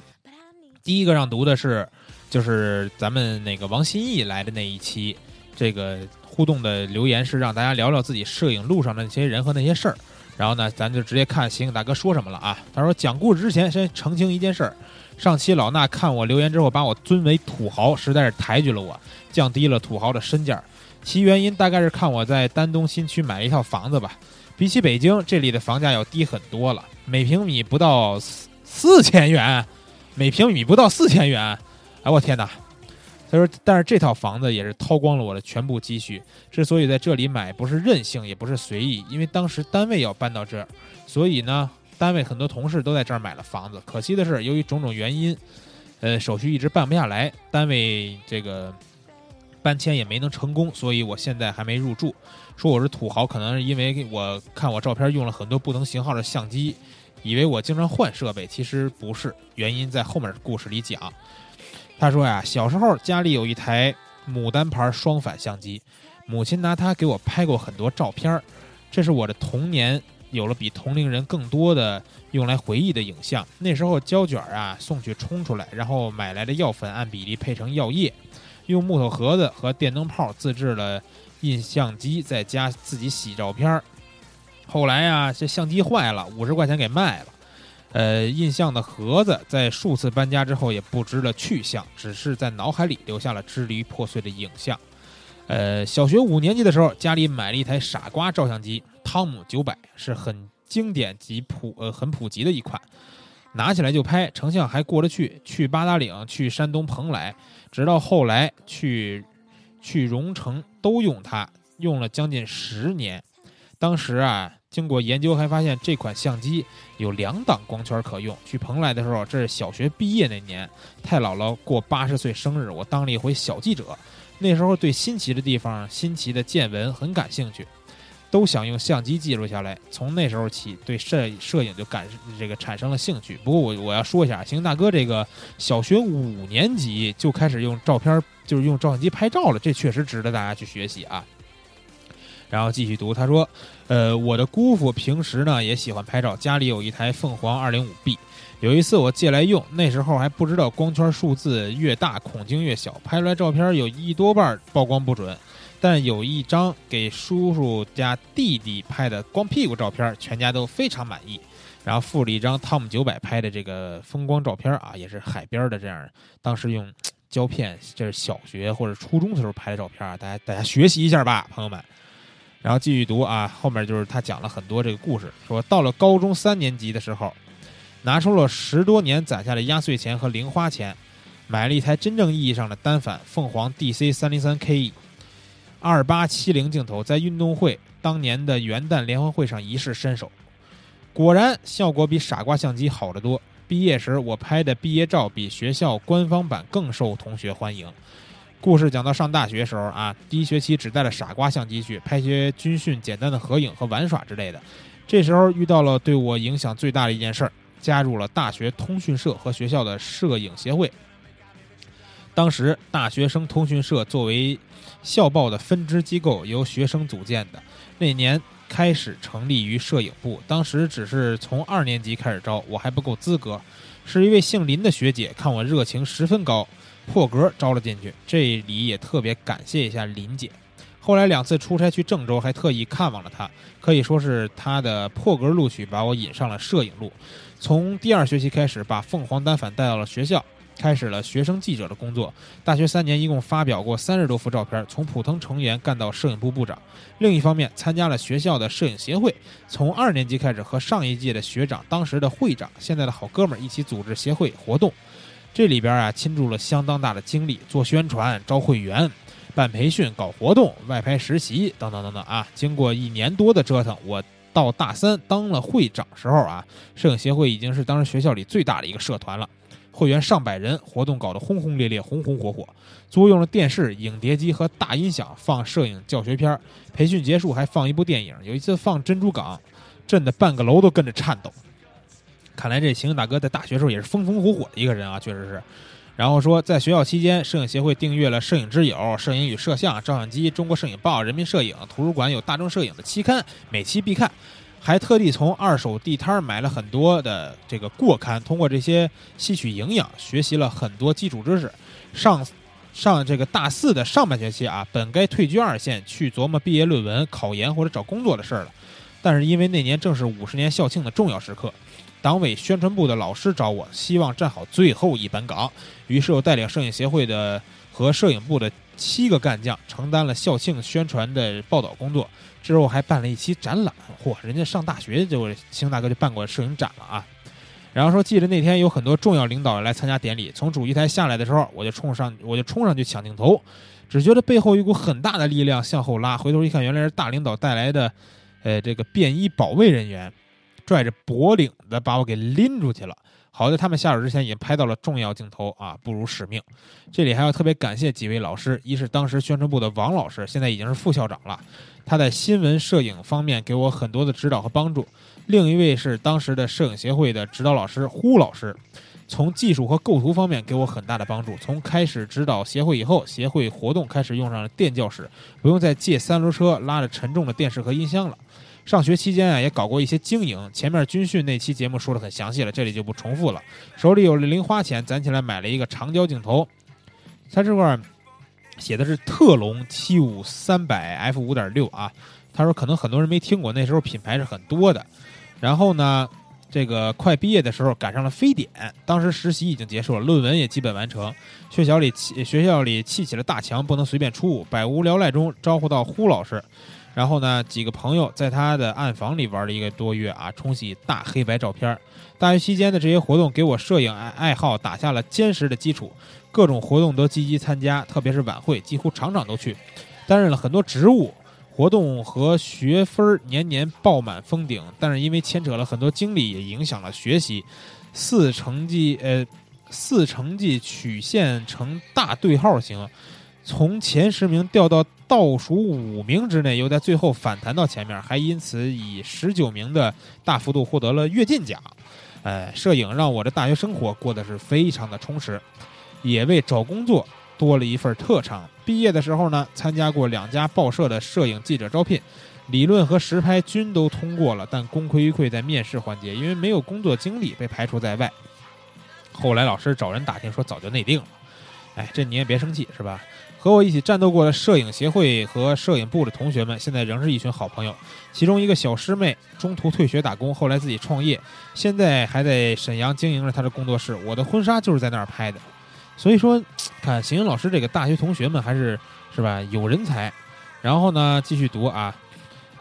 A: 第一个让读的是，就是咱们那个王新义来的那一期，这个互动的留言是让大家聊聊自己摄影路上的那些人和那些事儿。然后呢，咱就直接看醒醒大哥说什么了啊。他说讲故事之前先澄清一件事儿，上期老衲看我留言之后，把我尊为土豪，实在是抬举了我，降低了土豪的身价。其原因大概是看我在丹东新区买了一套房子吧，比起北京这里的房价要低很多了，每平米不到四四千元，每平米不到四千元，哎我天哪！他说，但是这套房子也是掏光了我的全部积蓄。之所以在这里买，不是任性，也不是随意，因为当时单位要搬到这儿，所以呢，单位很多同事都在这儿买了房子。可惜的是，由于种种原因，呃，手续一直办不下来，单位这个搬迁也没能成功，所以我现在还没入住。说我是土豪，可能是因为我看我照片用了很多不同型号的相机，以为我经常换设备，其实不是，原因在后面故事里讲。他说呀，小时候家里有一台牡丹牌双反相机，母亲拿它给我拍过很多照片儿，这是我的童年有了比同龄人更多的用来回忆的影像。那时候胶卷儿啊送去冲出来，然后买来的药粉按比例配成药液，用木头盒子和电灯泡自制了印相机，在家自己洗照片儿。后来啊，这相机坏了，五十块钱给卖了。呃，印象的盒子在数次搬家之后也不知了去向，只是在脑海里留下了支离破碎的影像。呃，小学五年级的时候，家里买了一台傻瓜照相机，汤姆九百，是很经典及普呃很普及的一款，拿起来就拍，成像还过得去。去八达岭，去山东蓬莱，直到后来去去荣城都用它，用了将近十年。当时啊，经过研究还发现这款相机有两档光圈可用。去蓬莱的时候，这是小学毕业那年，太姥姥过八十岁生日，我当了一回小记者。那时候对新奇的地方、新奇的见闻很感兴趣，都想用相机记录下来。从那时候起，对摄摄影就感这个产生了兴趣。不过我我要说一下，行大哥这个小学五年级就开始用照片，就是用照相机拍照了，这确实值得大家去学习啊。然后继续读，他说：“呃，我的姑父平时呢也喜欢拍照，家里有一台凤凰二零五 B，有一次我借来用，那时候还不知道光圈数字越大孔径越小，拍出来照片有一多半曝光不准，但有一张给叔叔家弟弟拍的光屁股照片，全家都非常满意。然后附了一张汤姆九百拍的这个风光照片啊，也是海边的这样，当时用胶片，这是小学或者初中的时候拍的照片啊，大家大家学习一下吧，朋友们。然后继续读啊，后面就是他讲了很多这个故事，说到了高中三年级的时候，拿出了十多年攒下的压岁钱和零花钱，买了一台真正意义上的单反凤凰 DC 三零三 KE，二八七零镜头，在运动会当年的元旦联欢会上一试身手，果然效果比傻瓜相机好得多。毕业时我拍的毕业照比学校官方版更受同学欢迎。故事讲到上大学时候啊，第一学期只带了傻瓜相机去拍些军训简单的合影和玩耍之类的。这时候遇到了对我影响最大的一件事儿，加入了大学通讯社和学校的摄影协会。当时大学生通讯社作为校报的分支机构，由学生组建的。那年开始成立于摄影部，当时只是从二年级开始招，我还不够资格。是一位姓林的学姐看我热情十分高，破格招了进去。这里也特别感谢一下林姐。后来两次出差去郑州，还特意看望了她，可以说是她的破格录取把我引上了摄影路。从第二学期开始，把凤凰单反带到了学校，开始了学生记者的工作。大学三年，一共发表过三十多幅照片，从普通成员干到摄影部部长。另一方面，参加了学校的摄影协会，从二年级开始和上一届的学长、当时的会长、现在的好哥们儿一起组织协会活动。这里边啊，倾注了相当大的精力，做宣传、招会员、办培训、搞活动、外拍实习等等等等啊。经过一年多的折腾，我到大三当了会长时候啊，摄影协会已经是当时学校里最大的一个社团了。会员上百人，活动搞得轰轰烈烈、红红火火。租用了电视、影碟机和大音响放摄影教学片儿。培训结束还放一部电影，有一次放《珍珠港》，震得半个楼都跟着颤抖。看来这刑警大哥在大学时候也是风风火火的一个人啊，确实是。然后说，在学校期间，摄影协会订阅了《摄影之友》《摄影与摄像》《照相机》《中国摄影报》《人民摄影》，图书馆有大众摄影的期刊，每期必看。还特地从二手地摊儿买了很多的这个过刊，通过这些吸取营养，学习了很多基础知识。上上这个大四的上半学期啊，本该退居二线，去琢磨毕业论文、考研或者找工作的事儿了。但是因为那年正是五十年校庆的重要时刻，党委宣传部的老师找我，希望站好最后一班岗。于是我带领摄影协会的和摄影部的七个干将，承担了校庆宣传的报道工作。之后还办了一期展览，嚯，人家上大学就邢大哥就办过摄影展了啊。然后说，记得那天有很多重要领导来参加典礼，从主席台下来的时候，我就冲上，我就冲上去抢镜头，只觉得背后有股很大的力量向后拉，回头一看，原来是大领导带来的，呃，这个便衣保卫人员，拽着脖领子把我给拎出去了。好在他们下手之前也拍到了重要镜头啊，不辱使命。这里还要特别感谢几位老师，一是当时宣传部的王老师，现在已经是副校长了，他在新闻摄影方面给我很多的指导和帮助；另一位是当时的摄影协会的指导老师呼老师，从技术和构图方面给我很大的帮助。从开始指导协会以后，协会活动开始用上了电教室，不用再借三轮车拉着沉重的电视和音箱了。上学期间啊，也搞过一些经营。前面军训那期节目说的很详细了，这里就不重复了。手里有了零花钱，攒起来买了一个长焦镜头，它这块儿写的是特龙七五三百 f 五点六啊。他说可能很多人没听过，那时候品牌是很多的。然后呢，这个快毕业的时候赶上了非典，当时实习已经结束了，论文也基本完成。学校里砌学校里砌起了大墙，不能随便出入。百无聊赖中招呼到呼老师。然后呢，几个朋友在他的暗房里玩了一个多月啊，冲洗大黑白照片儿。大学期间的这些活动给我摄影爱爱好打下了坚实的基础，各种活动都积极参加，特别是晚会，几乎场场都去，担任了很多职务。活动和学分儿年年爆满封顶，但是因为牵扯了很多精力，也影响了学习。四成绩，呃，四成绩曲线呈大对号形，从前十名掉到倒数五名之内，又在最后反弹到前面，还因此以十九名的大幅度获得了跃进奖。呃，摄影让我的大学生活过得是非常的充实，也为找工作多了一份特长。毕业的时候呢，参加过两家报社的摄影记者招聘，理论和实拍均都通过了，但功亏一篑在面试环节，因为没有工作经历被排除在外。后来老师找人打听说早就内定了，哎，这你也别生气是吧？和我一起战斗过的摄影协会和摄影部的同学们，现在仍是一群好朋友。其中一个小师妹中途退学打工，后来自己创业，现在还在沈阳经营着她的工作室。我的婚纱就是在那儿拍的。所以说，看邢云老师这个大学同学们还是是吧有人才。然后呢，继续读啊，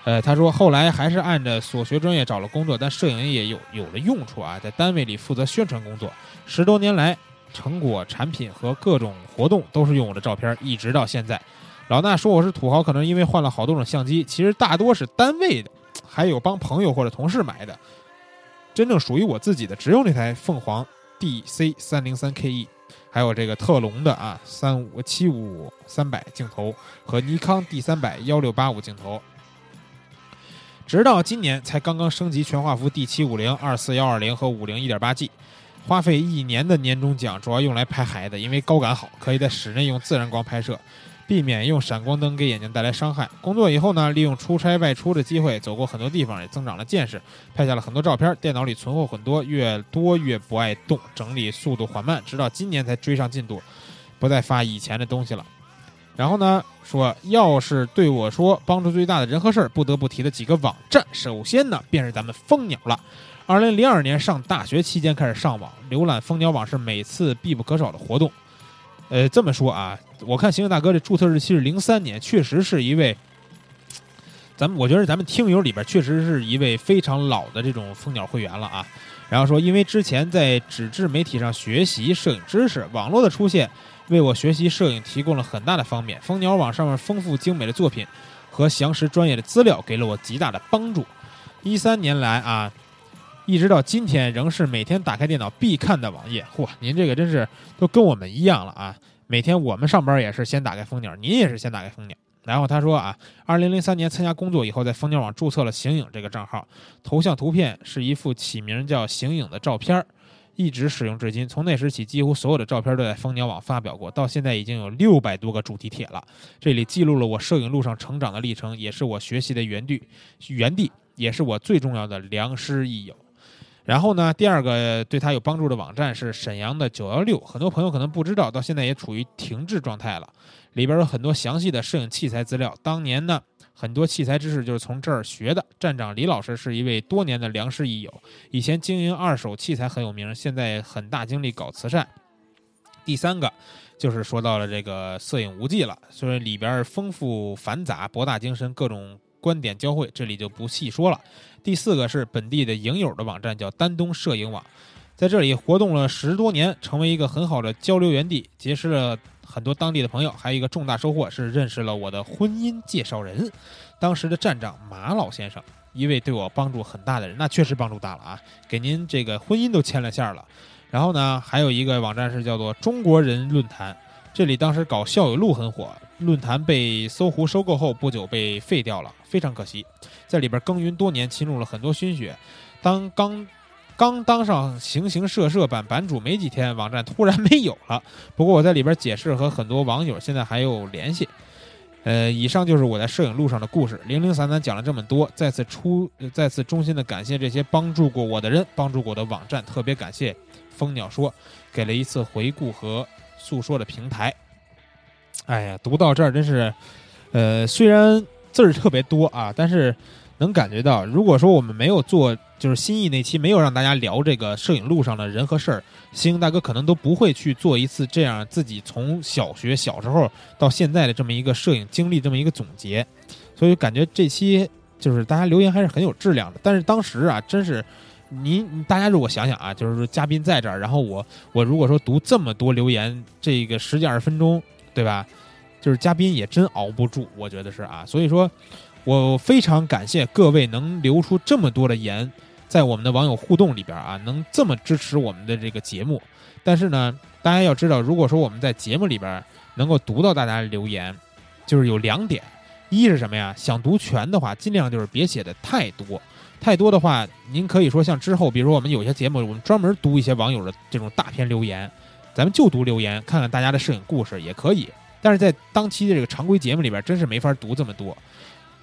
A: 呃，他说后来还是按着所学专业找了工作，但摄影也有有了用处啊，在单位里负责宣传工作。十多年来，成果、产品和各种活动都是用我的照片，一直到现在。老衲说我是土豪，可能因为换了好多种相机，其实大多是单位的，还有帮朋友或者同事买的。真正属于我自己的只有那台凤凰 DC 三零三 E KE，还有这个特龙的啊三五七五三百镜头和尼康 D 三百幺六八五镜头。直到今年才刚刚升级全画幅 D 七五零、二四幺二零和五零一点八 G，花费一年的年终奖主要用来拍孩子，因为高感好，可以在室内用自然光拍摄，避免用闪光灯给眼睛带来伤害。工作以后呢，利用出差外出的机会，走过很多地方，也增长了见识，拍下了很多照片，电脑里存货很多，越多越不爱动，整理速度缓慢，直到今年才追上进度，不再发以前的东西了。然后呢，说要是对我说帮助最大的人和事儿，不得不提的几个网站，首先呢便是咱们蜂鸟了。二零零二年上大学期间开始上网，浏览蜂鸟网是每次必不可少的活动。呃，这么说啊，我看行星大哥这注册日期是零三年，确实是一位，咱们我觉得咱们听友里边确实是一位非常老的这种蜂鸟会员了啊。然后说，因为之前在纸质媒体上学习摄影知识，网络的出现为我学习摄影提供了很大的方便。蜂鸟网上面丰富精美的作品和详实专业的资料，给了我极大的帮助。一三年来啊，一直到今天，仍是每天打开电脑必看的网页。嚯，您这个真是都跟我们一样了啊！每天我们上班也是先打开蜂鸟，您也是先打开蜂鸟。然后他说啊，二零零三年参加工作以后，在蜂鸟网注册了“形影”这个账号，头像图片是一幅起名叫“形影”的照片儿，一直使用至今。从那时起，几乎所有的照片都在蜂鸟网发表过，到现在已经有六百多个主题帖了。这里记录了我摄影路上成长的历程，也是我学习的原地，原地也是我最重要的良师益友。然后呢，第二个对他有帮助的网站是沈阳的九幺六，很多朋友可能不知道，到现在也处于停滞状态了。里边有很多详细的摄影器材资料。当年呢，很多器材知识就是从这儿学的。站长李老师是一位多年的良师益友，以前经营二手器材很有名，现在很大精力搞慈善。第三个就是说到了这个摄影无忌了，所以里边丰富繁杂、博大精深，各种观点交汇，这里就不细说了。第四个是本地的影友的网站，叫丹东摄影网。在这里活动了十多年，成为一个很好的交流园地，结识了很多当地的朋友。还有一个重大收获是认识了我的婚姻介绍人，当时的站长马老先生，一位对我帮助很大的人，那确实帮助大了啊，给您这个婚姻都牵了线儿了。然后呢，还有一个网站是叫做中国人论坛，这里当时搞校友录很火，论坛被搜狐收购后不久被废掉了，非常可惜，在里边耕耘多年，侵入了很多新血。当刚刚当上形形色色版版主没几天，网站突然没有了。不过我在里边解释和很多网友现在还有联系。呃，以上就是我在摄影路上的故事，零零散散讲了这么多。再次出，呃再次衷心的感谢这些帮助过我的人，帮助过我的网站，特别感谢蜂鸟说给了一次回顾和诉说的平台。哎呀，读到这儿真是，呃，虽然字儿特别多啊，但是能感觉到，如果说我们没有做就是新意那期没有让大家聊这个摄影路上的人和事儿，星大哥可能都不会去做一次这样自己从小学小时候到现在的这么一个摄影经历这么一个总结，所以感觉这期就是大家留言还是很有质量的。但是当时啊，真是您你大家如果想想啊，就是说嘉宾在这儿，然后我我如果说读这么多留言，这个十几二十分钟，对吧？就是嘉宾也真熬不住，我觉得是啊。所以说，我非常感谢各位能留出这么多的言，在我们的网友互动里边啊，能这么支持我们的这个节目。但是呢，大家要知道，如果说我们在节目里边能够读到大家的留言，就是有两点：一是什么呀？想读全的话，尽量就是别写的太多。太多的话，您可以说像之后，比如说我们有些节目，我们专门读一些网友的这种大片留言，咱们就读留言，看看大家的摄影故事也可以。但是在当期的这个常规节目里边，真是没法读这么多。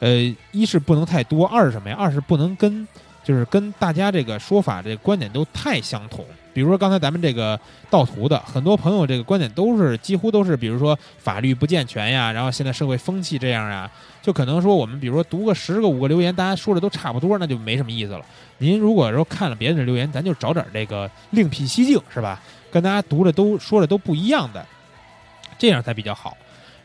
A: 呃，一是不能太多，二是什么呀？二是不能跟就是跟大家这个说法、这个观点都太相同。比如说刚才咱们这个盗图的，很多朋友这个观点都是几乎都是，比如说法律不健全呀，然后现在社会风气这样呀，就可能说我们比如说读个十个五个留言，大家说的都差不多，那就没什么意思了。您如果说看了别人的留言，咱就找点这个另辟蹊径，是吧？跟大家读的都说的都不一样的，这样才比较好。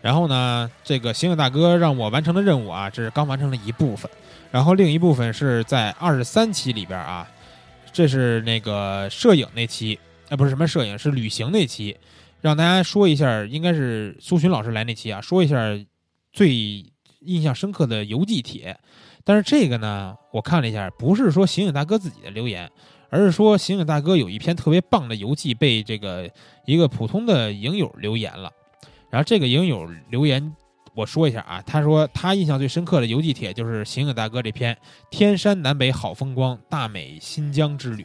A: 然后呢，这个刑警大哥让我完成的任务啊，这是刚完成了一部分，然后另一部分是在二十三期里边啊，这是那个摄影那期，哎，不是什么摄影，是旅行那期，让大家说一下，应该是苏洵老师来那期啊，说一下最印象深刻的游记帖。但是这个呢，我看了一下，不是说醒醒大哥自己的留言，而是说醒醒大哥有一篇特别棒的游记被这个一个普通的影友留言了。然后这个影友留言，我说一下啊，他说他印象最深刻的游记帖就是醒醒大哥这篇《天山南北好风光，大美新疆之旅》。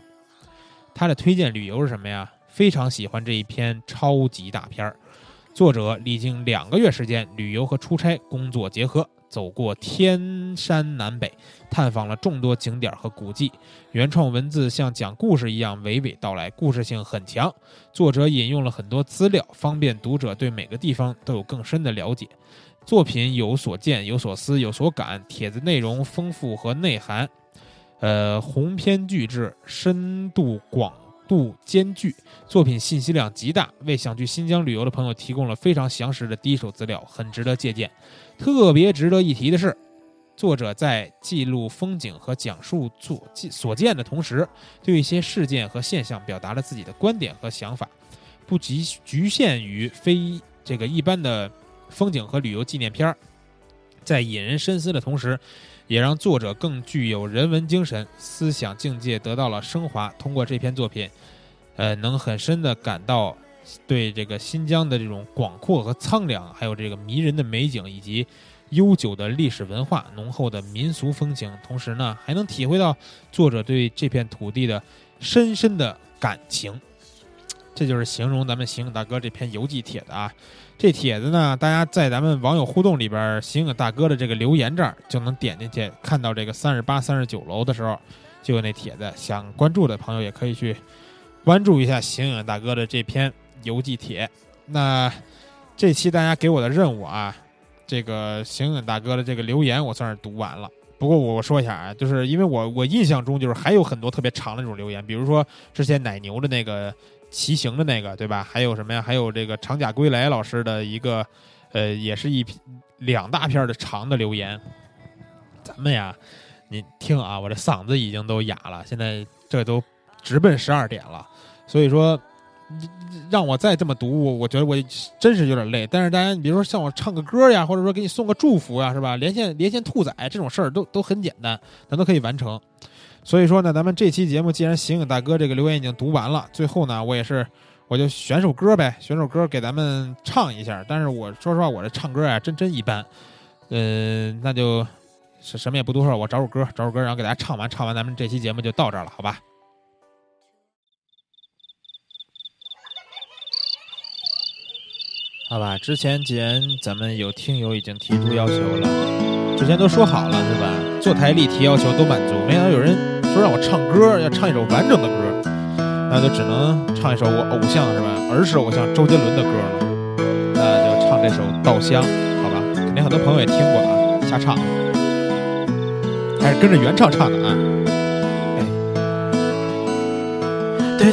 A: 他的推荐旅游是什么呀？非常喜欢这一篇超级大片儿。作者历经两个月时间，旅游和出差、工作结合，走过天山南北，探访了众多景点和古迹。原创文字像讲故事一样娓娓道来，故事性很强。作者引用了很多资料，方便读者对每个地方都有更深的了解。作品有所见，有所思，有所感。帖子内容丰富和内涵，呃，鸿篇巨制，深度广度兼具，作品信息量极大，为想去新疆旅游的朋友提供了非常详实的第一手资料，很值得借鉴。特别值得一提的是，作者在记录风景和讲述所见所见的同时，对一些事件和现象表达了自己的观点和想法，不局局限于非这个一般的风景和旅游纪念片儿。在引人深思的同时，也让作者更具有人文精神，思想境界得到了升华。通过这篇作品，呃，能很深的感到对这个新疆的这种广阔和苍凉，还有这个迷人的美景以及悠久的历史文化、浓厚的民俗风情，同时呢，还能体会到作者对这片土地的深深的感情。这就是形容咱们醒醒大哥这篇游记帖的啊。这帖子呢，大家在咱们网友互动里边儿，醒醒大哥的这个留言这儿就能点进去，看到这个三十八、三十九楼的时候，就有那帖子。想关注的朋友也可以去关注一下醒醒大哥的这篇游记帖。那这期大家给我的任务啊，这个醒醒大哥的这个留言我算是读完了。不过我我说一下啊，就是因为我我印象中就是还有很多特别长的这种留言，比如说之前奶牛的那个骑行的那个，对吧？还有什么呀？还有这个长甲归来老师的一个，呃，也是一批两大片儿的长的留言。咱们呀，你听啊，我这嗓子已经都哑了，现在这都直奔十二点了，所以说。让我再这么读，我我觉得我真是有点累。但是大家，你比如说像我唱个歌呀，或者说给你送个祝福啊呀，是吧？连线连线兔仔这种事儿都都很简单，咱都可以完成。所以说呢，咱们这期节目既然醒醒大哥这个留言已经读完了，最后呢，我也是我就选首歌呗，选首歌给咱们唱一下。但是我说实话，我这唱歌啊，真真一般。嗯、那就是什么也不多说，我找首歌，找首歌，然后给大家唱完，唱完咱们这期节目就到这儿了，好吧？好吧，之前既然咱们有听友已经提出要求了，之前都说好了，对吧？坐台历提要求都满足，没想到有人说让我唱歌，要唱一首完整的歌，那就只能唱一首我偶像是吧？儿时偶像周杰伦的歌了，那就唱这首《稻香》，好吧？肯定很多朋友也听过啊，瞎唱，还是跟着原唱唱的啊。
H: 对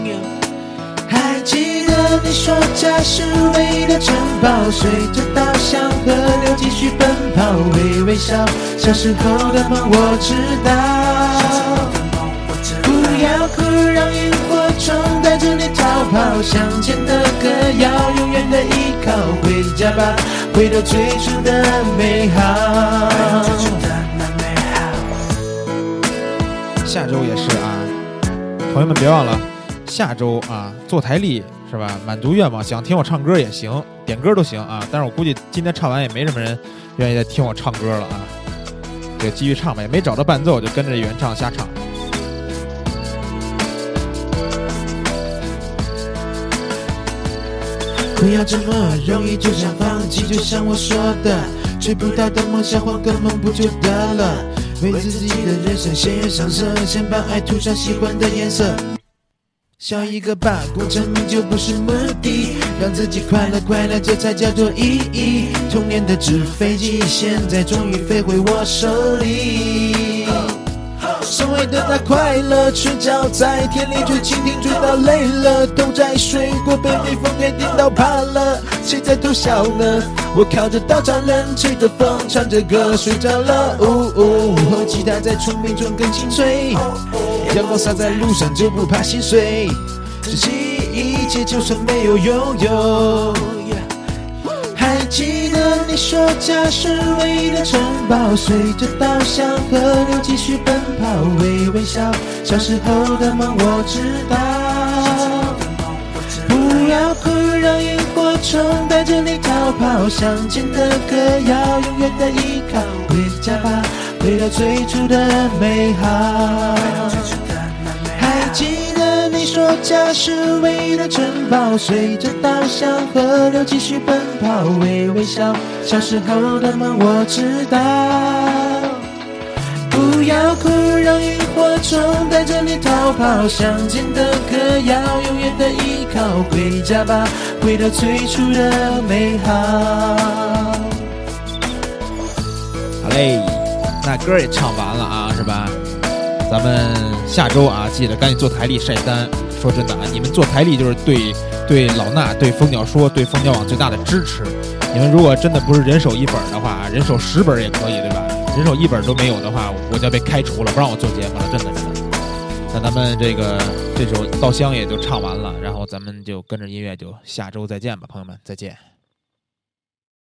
H: 还记得你说家是唯一的城堡，随着稻香河流继续奔跑，微微笑，小时候的梦我知道。不要哭，让萤火虫带着你逃跑，向前的歌谣，永远的依靠，回家吧，回到最初的美好。
A: 下周也是啊，朋友们别忘了，下周啊做台历是吧？满足愿望，想听我唱歌也行，点歌都行啊。但是我估计今天唱完也没什么人愿意再听我唱歌了啊。就继续唱吧，也没找到伴奏，就跟着原唱瞎唱。
H: 不要这么容易就想放弃，就像我说的，追不到的梦想换个梦不就得了？为自己的人生献月上色，先把爱涂上喜欢的颜色。笑一个吧，功成名就不是目的，让自己快乐快乐，这才叫做意义。童年的纸飞机，现在终于飞回我手里。所谓的那快乐，睡觉在田里追蜻蜓追到累了，头摘水果被蜜蜂给叮到怕了，谁在偷笑呢？我靠着稻草人，吹着风，唱着歌，睡着了。哦哦，和吉他在虫鸣中更清脆，阳光洒在路上就不怕心碎，珍惜一切，就算没有拥有。还记得你说家是唯一的城堡，随着稻香河流继续奔跑，微微笑，小时候的梦我知道。不要哭，让萤火虫带着你逃跑，想见的歌谣，永远的依靠，回家吧，回到最初的美好。还记得你说家是唯一的城堡，随着稻香河流继续奔跑，微微笑，小时候的梦我知道。不要哭，让萤火虫带着你逃跑，想见的歌谣，永远的依靠，回家吧，回到最初的美好。
A: 好嘞，那歌也唱完了啊，是吧？咱们下周啊，记得赶紧做台历晒单。说真的啊，你们做台历就是对对老衲、对蜂鸟说、对蜂鸟网最大的支持。你们如果真的不是人手一本儿的话，人手十本儿也可以，对吧？人手一本儿都没有的话，我就要被开除了，不让我做节目了，真的真的。那咱们这个这首《稻香》也就唱完了，然后咱们就跟着音乐就下周再见吧，朋友们，再见。